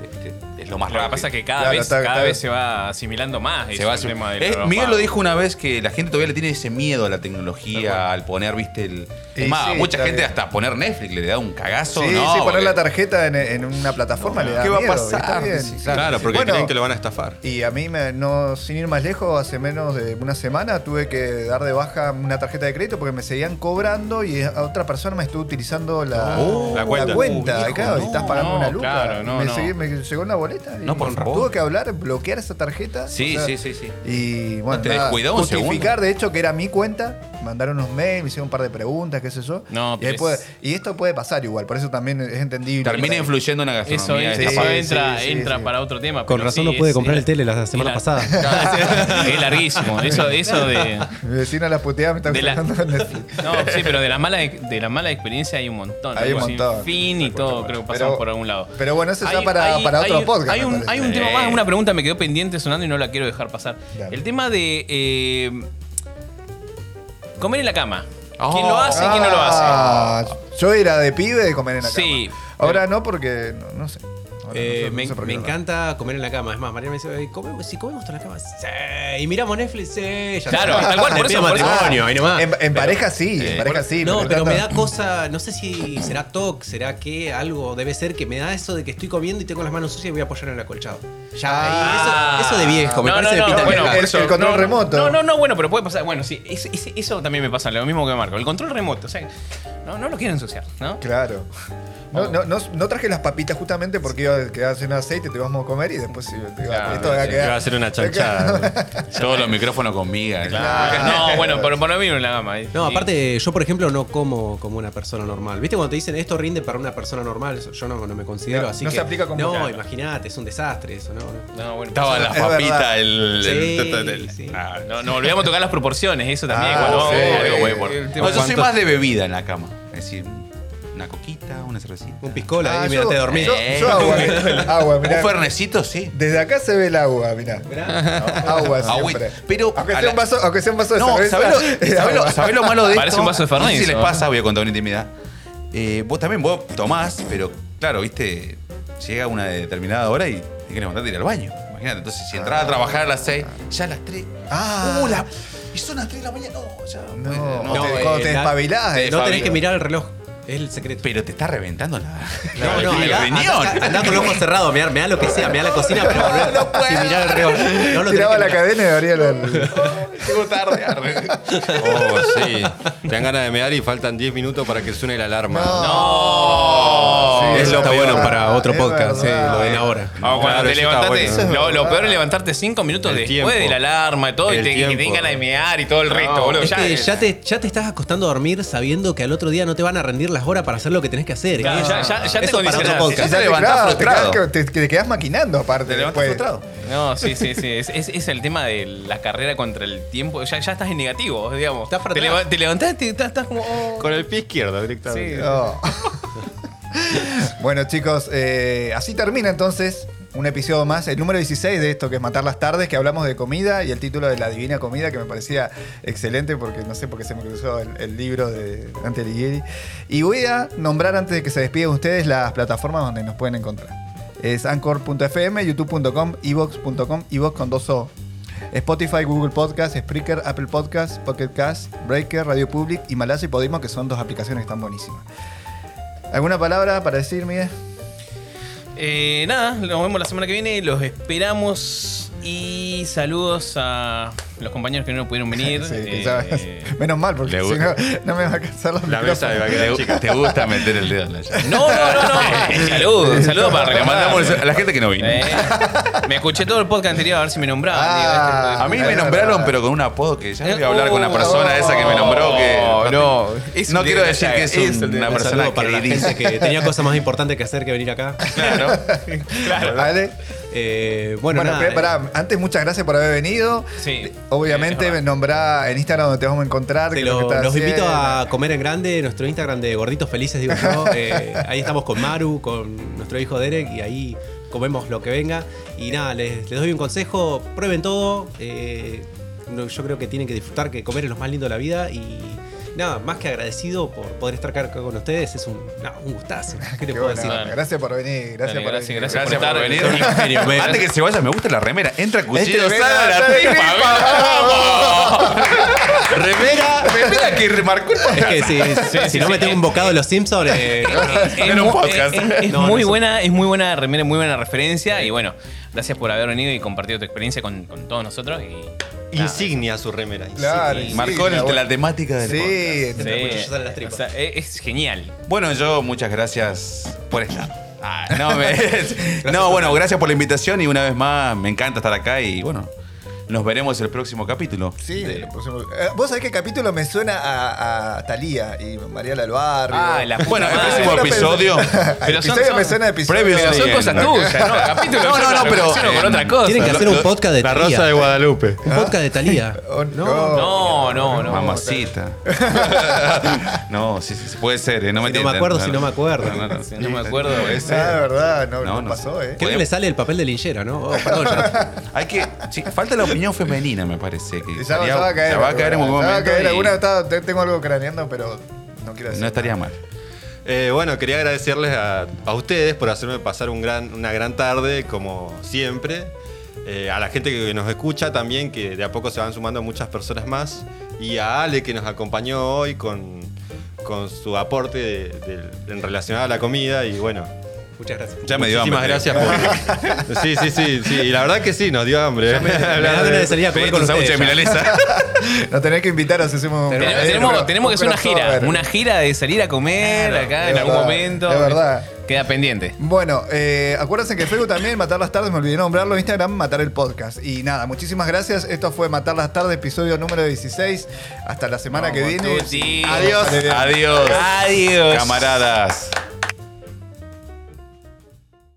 [SPEAKER 4] te- te- es lo más
[SPEAKER 2] Lo que
[SPEAKER 4] rápido.
[SPEAKER 2] pasa es que cada
[SPEAKER 1] Claro,
[SPEAKER 2] vez,
[SPEAKER 1] está-
[SPEAKER 2] cada
[SPEAKER 1] está-
[SPEAKER 2] vez se va asimilando más
[SPEAKER 4] Se
[SPEAKER 2] ese
[SPEAKER 4] va a-
[SPEAKER 2] tema del
[SPEAKER 4] Eh,
[SPEAKER 2] programa.
[SPEAKER 4] Miguel lo dijo una vez que la gente todavía le tiene ese miedo a la tecnología, al poner, viste, el. Es
[SPEAKER 1] Y
[SPEAKER 4] más, a
[SPEAKER 1] sí,
[SPEAKER 4] mucha
[SPEAKER 1] está
[SPEAKER 4] gente
[SPEAKER 1] bien.
[SPEAKER 4] hasta poner Netflix le da un cagazo.
[SPEAKER 1] Sí,
[SPEAKER 4] no,
[SPEAKER 1] sí, poner la
[SPEAKER 4] porque-
[SPEAKER 1] tarjeta en, en una plataforma le da
[SPEAKER 4] ¿Qué va a
[SPEAKER 1] miedo,
[SPEAKER 4] pasar?
[SPEAKER 1] está bien.
[SPEAKER 4] Sí,
[SPEAKER 3] Claro, porque
[SPEAKER 1] Bueno,
[SPEAKER 3] creen que lo van a estafar.
[SPEAKER 1] Y a mí, me- no, sin ir más lejos, hace menos de una semana tuve que dar de baja una tarjeta de crédito porque me seguían cobrando y a otra persona me estuvo utilizando la,
[SPEAKER 3] Oh, la cuenta.
[SPEAKER 1] cuenta,
[SPEAKER 4] Uh, viejo,
[SPEAKER 1] claro, y
[SPEAKER 4] no,
[SPEAKER 1] estás pagando
[SPEAKER 2] no,
[SPEAKER 1] una luca.
[SPEAKER 2] claro, no,
[SPEAKER 1] me,
[SPEAKER 2] no.
[SPEAKER 1] seguí- me llegó una boleta y
[SPEAKER 4] No, por favor.
[SPEAKER 1] tuve que hablar, bloquear esa tarjeta.
[SPEAKER 4] Sí,
[SPEAKER 1] o sea,
[SPEAKER 4] sí, sí, sí.
[SPEAKER 1] Y bueno,
[SPEAKER 4] No te
[SPEAKER 1] nada,
[SPEAKER 4] descuidó un
[SPEAKER 1] justificar
[SPEAKER 4] segundo.
[SPEAKER 1] de hecho que era mi cuenta, mandaron unos mails, me hicieron un par de preguntas, qué sé yo.
[SPEAKER 2] No,
[SPEAKER 1] y, ahí
[SPEAKER 2] pero
[SPEAKER 1] puede-
[SPEAKER 2] es-
[SPEAKER 1] y esto puede pasar igual, por eso también es entendible.
[SPEAKER 4] Termina
[SPEAKER 1] Por ahí.
[SPEAKER 4] influyendo en la
[SPEAKER 2] Eso,
[SPEAKER 4] gastronomía.
[SPEAKER 2] es-
[SPEAKER 1] sí,
[SPEAKER 2] eso
[SPEAKER 1] sí,
[SPEAKER 2] entra,
[SPEAKER 1] sí,
[SPEAKER 2] entra
[SPEAKER 1] sí.
[SPEAKER 2] para otro tema.
[SPEAKER 5] Con
[SPEAKER 2] pero
[SPEAKER 5] razón
[SPEAKER 2] sí,
[SPEAKER 5] no pude
[SPEAKER 2] es-
[SPEAKER 5] comprar el
[SPEAKER 2] es-
[SPEAKER 5] tele la semana
[SPEAKER 2] es
[SPEAKER 5] pasada.
[SPEAKER 2] es larguísimo. Eso, eso de.
[SPEAKER 1] Mi vecina la puteada me está
[SPEAKER 2] de la-
[SPEAKER 1] contando en Netflix.
[SPEAKER 2] No, sí, pero de la mala, de la mala experiencia hay un montón.
[SPEAKER 1] Hay un
[SPEAKER 2] Sin
[SPEAKER 1] montón.
[SPEAKER 2] Fin y todo, creo que pasamos
[SPEAKER 1] Pero-
[SPEAKER 2] por algún lado.
[SPEAKER 1] Pero bueno, eso está
[SPEAKER 2] Hay-
[SPEAKER 1] para,
[SPEAKER 2] hay-
[SPEAKER 1] para otro
[SPEAKER 2] hay-
[SPEAKER 1] podcast.
[SPEAKER 2] Hay
[SPEAKER 1] me
[SPEAKER 2] un,
[SPEAKER 1] parece.
[SPEAKER 2] hay un tema más, una pregunta me quedó pendiente sonando y no la quiero dejar pasar.
[SPEAKER 1] Dale.
[SPEAKER 2] El tema de eh, comer en la cama.
[SPEAKER 4] Oh.
[SPEAKER 2] ¿Quién lo hace? ¿Quién no lo hace?
[SPEAKER 1] Ah, Yo era de pibe de comer en la cama.
[SPEAKER 2] Sí.
[SPEAKER 1] Ahora no porque no, no sé. Ahora,
[SPEAKER 5] Eh,
[SPEAKER 1] no sé- no
[SPEAKER 5] me
[SPEAKER 1] sé por qué
[SPEAKER 5] me
[SPEAKER 1] lo hago.
[SPEAKER 5] encanta comer en la cama. Es más, María me dice, "Ay, ¿come- si comemos todos en la cama, sí. Y miramos Netflix, sí. Ya
[SPEAKER 2] Claro,
[SPEAKER 5] está.
[SPEAKER 2] tal cual, por
[SPEAKER 5] Te
[SPEAKER 2] eso-
[SPEAKER 5] pide
[SPEAKER 2] por eso-
[SPEAKER 5] matrimonio, ahí nomás.
[SPEAKER 1] En, en pareja sí, en
[SPEAKER 4] eh,
[SPEAKER 1] pareja sí.
[SPEAKER 5] no, pero me da
[SPEAKER 1] tanto-
[SPEAKER 5] cosa, no sé si será TOC, será que algo debe ser que me da eso de que estoy comiendo y tengo las manos sucias y voy a apoyar en el acolchado. Ya, ahí, eso, eso de viejo, me
[SPEAKER 2] No, no,
[SPEAKER 5] parece de
[SPEAKER 2] no,
[SPEAKER 5] pinta
[SPEAKER 2] bueno,
[SPEAKER 5] vieja.
[SPEAKER 2] por
[SPEAKER 1] El-
[SPEAKER 2] eso,
[SPEAKER 1] el control
[SPEAKER 2] no, no,
[SPEAKER 1] remoto.
[SPEAKER 2] No, no, no, bueno, pero puede pasar. Bueno, sí, es- es- eso también me pasa, lo mismo que Marco. El control remoto, o sea, no, no lo quieren ensuciar, ¿no?
[SPEAKER 1] Claro. No, no, no, no traje las papitas justamente porque iba a quedarse en aceite, te íbamos a comer y después sí, te iba,
[SPEAKER 2] Claro,
[SPEAKER 1] esto va a
[SPEAKER 2] sí,
[SPEAKER 1] quedar.
[SPEAKER 3] va a ser una chanchada.
[SPEAKER 4] Todos los micrófonos con migas.
[SPEAKER 2] No, bueno, pero por lo mismo en la gama. eh.
[SPEAKER 5] No,
[SPEAKER 2] Sí.
[SPEAKER 5] aparte, yo por ejemplo no como como una persona normal. ¿Viste cuando te dicen esto rinde para una persona normal? Eso Yo no, no me considero
[SPEAKER 1] No,
[SPEAKER 5] así.
[SPEAKER 1] no
[SPEAKER 5] que-
[SPEAKER 1] se aplica como-
[SPEAKER 5] No,
[SPEAKER 1] Claro.
[SPEAKER 5] imagínate, es un desastre eso, ¿no? no.
[SPEAKER 2] No, bueno,
[SPEAKER 4] Estaba las
[SPEAKER 1] Es verdad.
[SPEAKER 4] papitas, el. el-
[SPEAKER 5] Sí,
[SPEAKER 4] el- el-
[SPEAKER 5] sí.
[SPEAKER 4] Ah, no.
[SPEAKER 2] No, no olvidamos tocar las proporciones, eso también.
[SPEAKER 1] Ah,
[SPEAKER 2] cuando-
[SPEAKER 1] sí,
[SPEAKER 2] oh, digo,
[SPEAKER 1] eh,
[SPEAKER 2] güey, por-
[SPEAKER 1] el
[SPEAKER 4] No, yo soy más de bebida en la cama. Es decir, una coquita, una cervecita.
[SPEAKER 5] Un piscola,
[SPEAKER 1] Ah,
[SPEAKER 5] ahí, mira,
[SPEAKER 1] yo-
[SPEAKER 5] te dormí.
[SPEAKER 1] Yo,
[SPEAKER 4] Eh.
[SPEAKER 1] yo agua, mirá, agua,
[SPEAKER 4] Un
[SPEAKER 1] mirá.
[SPEAKER 4] fernecito, sí.
[SPEAKER 1] Desde acá se ve el agua, mirá. Agua siempre.
[SPEAKER 4] Agüita. Pero.
[SPEAKER 1] Aunque
[SPEAKER 4] a
[SPEAKER 1] sea,
[SPEAKER 4] la-
[SPEAKER 1] un vaso, aunque sea un vaso de
[SPEAKER 4] No,
[SPEAKER 1] cerveza.
[SPEAKER 4] ¿sabés lo,
[SPEAKER 1] es
[SPEAKER 4] sabés lo-
[SPEAKER 1] agua.
[SPEAKER 4] sabés lo malo de
[SPEAKER 2] Parece
[SPEAKER 4] esto?
[SPEAKER 2] un vaso de
[SPEAKER 4] No sé
[SPEAKER 2] Fernet
[SPEAKER 4] si les
[SPEAKER 2] eso,
[SPEAKER 4] pasa, voy a contar una intimidad. Eh, vos también, vos tomás, pero claro, viste, llega una determinada hora y te querés levantarte y ir al baño. Imagínate, entonces si entras a trabajar a las 6, ya a las 3.
[SPEAKER 1] Ah.
[SPEAKER 4] Uh, la- y son las 3 de la mañana. No, ya. pues.
[SPEAKER 1] No,
[SPEAKER 4] bueno,
[SPEAKER 5] no,
[SPEAKER 1] te-
[SPEAKER 5] eh,
[SPEAKER 1] cuando te
[SPEAKER 5] la-
[SPEAKER 1] despabilás.
[SPEAKER 4] te-
[SPEAKER 1] eh.
[SPEAKER 5] No tenés
[SPEAKER 4] Fabio.
[SPEAKER 5] que mirar el reloj, es el secreto.
[SPEAKER 4] Pero te está reventando la,
[SPEAKER 5] No, no,
[SPEAKER 4] el
[SPEAKER 5] andá,
[SPEAKER 4] riñón.
[SPEAKER 5] andá- andá con los ojos cerrados, mirá, mirá lo que sea, mirá la cocina, pero volvé sin mirar el reloj. No lo tenés
[SPEAKER 1] Tiraba
[SPEAKER 5] que
[SPEAKER 1] la
[SPEAKER 5] mirar.
[SPEAKER 1] cadena y abría la.
[SPEAKER 4] Llego tarde. arre.
[SPEAKER 3] Oh, sí. Te dan ganas de mear y faltan 10 minutos para que suene la alarma.
[SPEAKER 2] Oh.
[SPEAKER 1] Sí,
[SPEAKER 5] Eso está bueno
[SPEAKER 1] verdad,
[SPEAKER 5] para otro
[SPEAKER 1] es
[SPEAKER 5] podcast, sí,
[SPEAKER 1] verdad.
[SPEAKER 5] lo ven ahora.
[SPEAKER 2] Ah, cuando
[SPEAKER 3] Claro,
[SPEAKER 2] te
[SPEAKER 3] eso está
[SPEAKER 2] levantaste,
[SPEAKER 3] bueno.
[SPEAKER 2] lo, lo peor es levantarte cinco minutos
[SPEAKER 3] El
[SPEAKER 2] después
[SPEAKER 3] tiempo.
[SPEAKER 2] de la alarma y todo, y
[SPEAKER 3] El
[SPEAKER 2] te, y te den
[SPEAKER 3] tiempo.
[SPEAKER 2] ganas de mear y todo el resto,
[SPEAKER 3] No,
[SPEAKER 2] boludo.
[SPEAKER 5] Es
[SPEAKER 2] Ya,
[SPEAKER 5] que
[SPEAKER 2] eh,
[SPEAKER 5] ya te, ya te estás acostando a dormir sabiendo que al otro día no te van a rendir las horas para hacer lo que tenés que hacer. ¿eh?
[SPEAKER 2] Claro,
[SPEAKER 5] Eso-
[SPEAKER 2] ya- ya- ya te
[SPEAKER 5] eso para otro
[SPEAKER 2] condicionaste.
[SPEAKER 5] podcast.
[SPEAKER 4] te levantás
[SPEAKER 1] Claro,
[SPEAKER 4] frustrado.
[SPEAKER 1] Te quedás, que- te, que te quedás maquinando aparte.
[SPEAKER 4] Te levantas
[SPEAKER 1] después.
[SPEAKER 4] frustrado.
[SPEAKER 2] No, sí, sí, sí. Es, es- es el tema de la carrera contra el tiempo. Ya, ya estás en negativo, digamos.
[SPEAKER 5] Estás para
[SPEAKER 2] te,
[SPEAKER 5] atrás.
[SPEAKER 2] leva- te levantás y estás, estás como. oh.
[SPEAKER 3] Con el pie izquierdo directamente.
[SPEAKER 1] No. Oh. bueno, chicos, eh, así termina entonces un episodio más, el número 16 de esto que es Matar las Tardes, que hablamos de comida y el título de La Divina Comida, que me parecía excelente porque no sé por qué se me cruzó el, el libro de Dante Alighieri. Y voy a nombrar antes de que se despiden ustedes las plataformas donde nos pueden encontrar. Es anchor.fm, youtube.com, evox.com, evox con dos O. Spotify, Google Podcast, Spreaker, Apple Podcast, Pocket Cast, Breaker, Radio Public, Himalaya y Podimo, que son dos aplicaciones que están buenísimas. ¿Alguna palabra para decir, Miguel?
[SPEAKER 2] Eh, nada, nos vemos la semana que viene. Los esperamos. Y saludos a los compañeros que no pudieron venir.
[SPEAKER 1] Sí,
[SPEAKER 2] Eh,
[SPEAKER 1] quizás. Menos mal, porque
[SPEAKER 4] le
[SPEAKER 1] si no, no me va a alcanzar los
[SPEAKER 3] La mesa de
[SPEAKER 1] micrófonos.
[SPEAKER 3] vaquera,
[SPEAKER 4] Te,
[SPEAKER 3] chicas.
[SPEAKER 4] te gusta meter el dedo en la llave.
[SPEAKER 2] No, no, no, no. Saludos, saludos para
[SPEAKER 4] Le
[SPEAKER 2] reclamar.
[SPEAKER 4] mandamos a la gente que no vino.
[SPEAKER 2] Eh, me escuché todo el podcast anterior a ver si me nombraban.
[SPEAKER 1] Ah,
[SPEAKER 2] digo, este-
[SPEAKER 4] A mí me
[SPEAKER 1] Bueno,
[SPEAKER 4] nombraron,
[SPEAKER 1] nada.
[SPEAKER 4] pero con un apodo que ya
[SPEAKER 2] Eh,
[SPEAKER 4] voy a hablar con
[SPEAKER 2] oh,
[SPEAKER 4] una persona esa que me nombró que.
[SPEAKER 2] no, no, es
[SPEAKER 4] no
[SPEAKER 2] un
[SPEAKER 4] quiero
[SPEAKER 2] día
[SPEAKER 4] decir
[SPEAKER 2] de
[SPEAKER 4] que
[SPEAKER 2] la
[SPEAKER 4] es,
[SPEAKER 2] llave, es
[SPEAKER 4] un-
[SPEAKER 2] el día de
[SPEAKER 4] una
[SPEAKER 5] Un
[SPEAKER 4] persona
[SPEAKER 5] saludo para la
[SPEAKER 4] querida.
[SPEAKER 5] gente que tenía cosas más importantes que hacer que venir acá.
[SPEAKER 4] Claro.
[SPEAKER 1] ¿Vale?
[SPEAKER 5] Eh, bueno,
[SPEAKER 1] Bueno,
[SPEAKER 5] nada,
[SPEAKER 1] pe-
[SPEAKER 5] eh,
[SPEAKER 1] pará, antes muchas gracias por haber venido. Eh,
[SPEAKER 2] Sí.
[SPEAKER 1] Obviamente
[SPEAKER 2] Es
[SPEAKER 1] me
[SPEAKER 2] verdad.
[SPEAKER 1] nombrá en Instagram donde te vamos a encontrar.
[SPEAKER 5] te
[SPEAKER 1] que es lo
[SPEAKER 5] lo-
[SPEAKER 1] que estás
[SPEAKER 5] los invito a
[SPEAKER 1] haciendo.
[SPEAKER 5] comer en grande, nuestro Instagram de Gorditos Felices, digo yo. Eh, ahí estamos con Maru, con nuestro hijo Derek, y ahí comemos lo que venga. Y nada, les, les doy un consejo, prueben todo. eh, no- yo creo que tienen que disfrutar, que comer es lo más lindo de la vida. Y nada, más que agradecido por poder estar acá con ustedes, es un, nada, un gustazo. ¿Qué te
[SPEAKER 1] Qué
[SPEAKER 5] puedo
[SPEAKER 1] bueno,
[SPEAKER 5] decir?
[SPEAKER 1] Gracias por venir. Gracias
[SPEAKER 2] Dale,
[SPEAKER 1] por
[SPEAKER 2] gracias,
[SPEAKER 1] venir.
[SPEAKER 2] gracias,
[SPEAKER 4] Gracias por venir.
[SPEAKER 2] estar.
[SPEAKER 5] En serio, me-
[SPEAKER 4] Antes que se vaya, me gusta la remera. Entra cuchillo,
[SPEAKER 1] Este,
[SPEAKER 4] sale a la
[SPEAKER 1] sale,
[SPEAKER 4] tripa,
[SPEAKER 1] sale,
[SPEAKER 4] vamos. Remera, remera que remarcó el
[SPEAKER 5] Es
[SPEAKER 4] podcast.
[SPEAKER 5] que si, si
[SPEAKER 2] sí,
[SPEAKER 5] no
[SPEAKER 2] sí.
[SPEAKER 5] me tengo un bocado de los Simpsons, eh,
[SPEAKER 4] Era un podcast.
[SPEAKER 2] Es, es
[SPEAKER 5] No,
[SPEAKER 2] muy
[SPEAKER 5] no sé.
[SPEAKER 2] buena, es muy buena remera, muy buena referencia. Y bueno, gracias por haber venido y compartido tu experiencia con, con todos nosotros. Y,
[SPEAKER 3] Insignia su remera.
[SPEAKER 1] Claro,
[SPEAKER 2] Sí,
[SPEAKER 4] Marcó el-
[SPEAKER 1] bueno.
[SPEAKER 4] la temática del este podcast.
[SPEAKER 1] Sí, este
[SPEAKER 2] Sí,
[SPEAKER 5] muchachos salen las tripas.
[SPEAKER 2] o sea, es, es genial.
[SPEAKER 4] Bueno, yo muchas gracias por estar. Ah, no, me- no, bueno, gracias por la invitación y una vez más me encanta estar acá y bueno, nos veremos el próximo capítulo.
[SPEAKER 1] Sí,
[SPEAKER 4] de-
[SPEAKER 1] lo pusimos- Eh, vos sabés que el capítulo me suena a, a Talía y Mariela del Barrio.
[SPEAKER 2] Ah, la puta
[SPEAKER 4] Bueno, el
[SPEAKER 2] madre.
[SPEAKER 4] próximo episodio.
[SPEAKER 2] Pero son-
[SPEAKER 1] episodio
[SPEAKER 2] son-
[SPEAKER 1] me suena a episodio.
[SPEAKER 4] Previo
[SPEAKER 2] Pero son
[SPEAKER 4] Bien.
[SPEAKER 2] cosas tuyas, ¿no? Capítulo
[SPEAKER 4] No,
[SPEAKER 2] yo
[SPEAKER 4] no,
[SPEAKER 2] lo
[SPEAKER 4] no, pero-
[SPEAKER 2] relaciono con otra cosa.
[SPEAKER 5] tienen que hacer un podcast de
[SPEAKER 3] La rosa de
[SPEAKER 5] Thalía.
[SPEAKER 3] Guadalupe.
[SPEAKER 5] Un podcast de Talía.
[SPEAKER 1] Oh,
[SPEAKER 5] No.
[SPEAKER 2] No, no, no.
[SPEAKER 4] Mamacita. no, sí, sí, sí, puede ser, ¿eh? no me
[SPEAKER 5] Si no me acuerdo, si no me acuerdo.
[SPEAKER 2] Si no me acuerdo,
[SPEAKER 4] Puede
[SPEAKER 2] es-
[SPEAKER 1] Ah, de
[SPEAKER 4] ser.
[SPEAKER 1] verdad, no,
[SPEAKER 4] No,
[SPEAKER 1] no
[SPEAKER 4] no
[SPEAKER 1] pasó,
[SPEAKER 4] sé.
[SPEAKER 1] ¿eh?
[SPEAKER 5] Creo que le sale el papel de linchera, ¿no? Oh, perdón, ya.
[SPEAKER 4] Hay que. sí, falta la opinión femenina, me parece. Que
[SPEAKER 1] Ya,
[SPEAKER 4] estaría-
[SPEAKER 1] va a caer.
[SPEAKER 4] ya va a caer en
[SPEAKER 1] alguna,
[SPEAKER 4] algún
[SPEAKER 1] ya va a
[SPEAKER 4] momento.
[SPEAKER 1] caer
[SPEAKER 4] y
[SPEAKER 1] alguna, estaba- te- tengo algo craneando, pero no quiero decir.
[SPEAKER 4] No estaría mal.
[SPEAKER 3] Eh, bueno, quería agradecerles a, a ustedes por hacerme pasar un gran, una gran tarde, como siempre. Eh, a la gente que nos escucha también, que de a poco se van sumando muchas personas más. Y a Ale, que nos acompañó hoy con, con su aporte de- de- en relación a la comida. Y bueno,
[SPEAKER 5] Muchas gracias.
[SPEAKER 4] Ya me dio hambre.
[SPEAKER 3] muchísimas gracias por. sí, sí, sí, sí. Y la verdad que sí, nos dio hambre. ¿eh?
[SPEAKER 5] Me da ganas de salir a comer
[SPEAKER 4] Pediste
[SPEAKER 5] con
[SPEAKER 4] un sándwich
[SPEAKER 5] ustedes.
[SPEAKER 4] de milanesa.
[SPEAKER 1] Nos tenés que invitar, os hacemos un.
[SPEAKER 2] Tenemos,
[SPEAKER 1] eh,
[SPEAKER 2] tenemos-
[SPEAKER 1] un-
[SPEAKER 2] tenemos que hacer una gira,
[SPEAKER 1] crossover.
[SPEAKER 2] una gira de salir a comer acá
[SPEAKER 1] es
[SPEAKER 2] en algún
[SPEAKER 1] verdad,
[SPEAKER 2] momento.
[SPEAKER 1] es verdad.
[SPEAKER 2] Queda pendiente.
[SPEAKER 1] Bueno, eh, acuérdense que en Facebook también, Matar las Tardes, me olvidé nombrarlo, en Instagram, Matar el Podcast. Y nada, muchísimas gracias. Esto fue Matar las Tardes, episodio número 16. Hasta la semana que
[SPEAKER 2] Vamos,
[SPEAKER 1] viene.
[SPEAKER 2] Tuti.
[SPEAKER 1] Adiós.
[SPEAKER 4] Adiós.
[SPEAKER 2] Adiós.
[SPEAKER 4] Camaradas.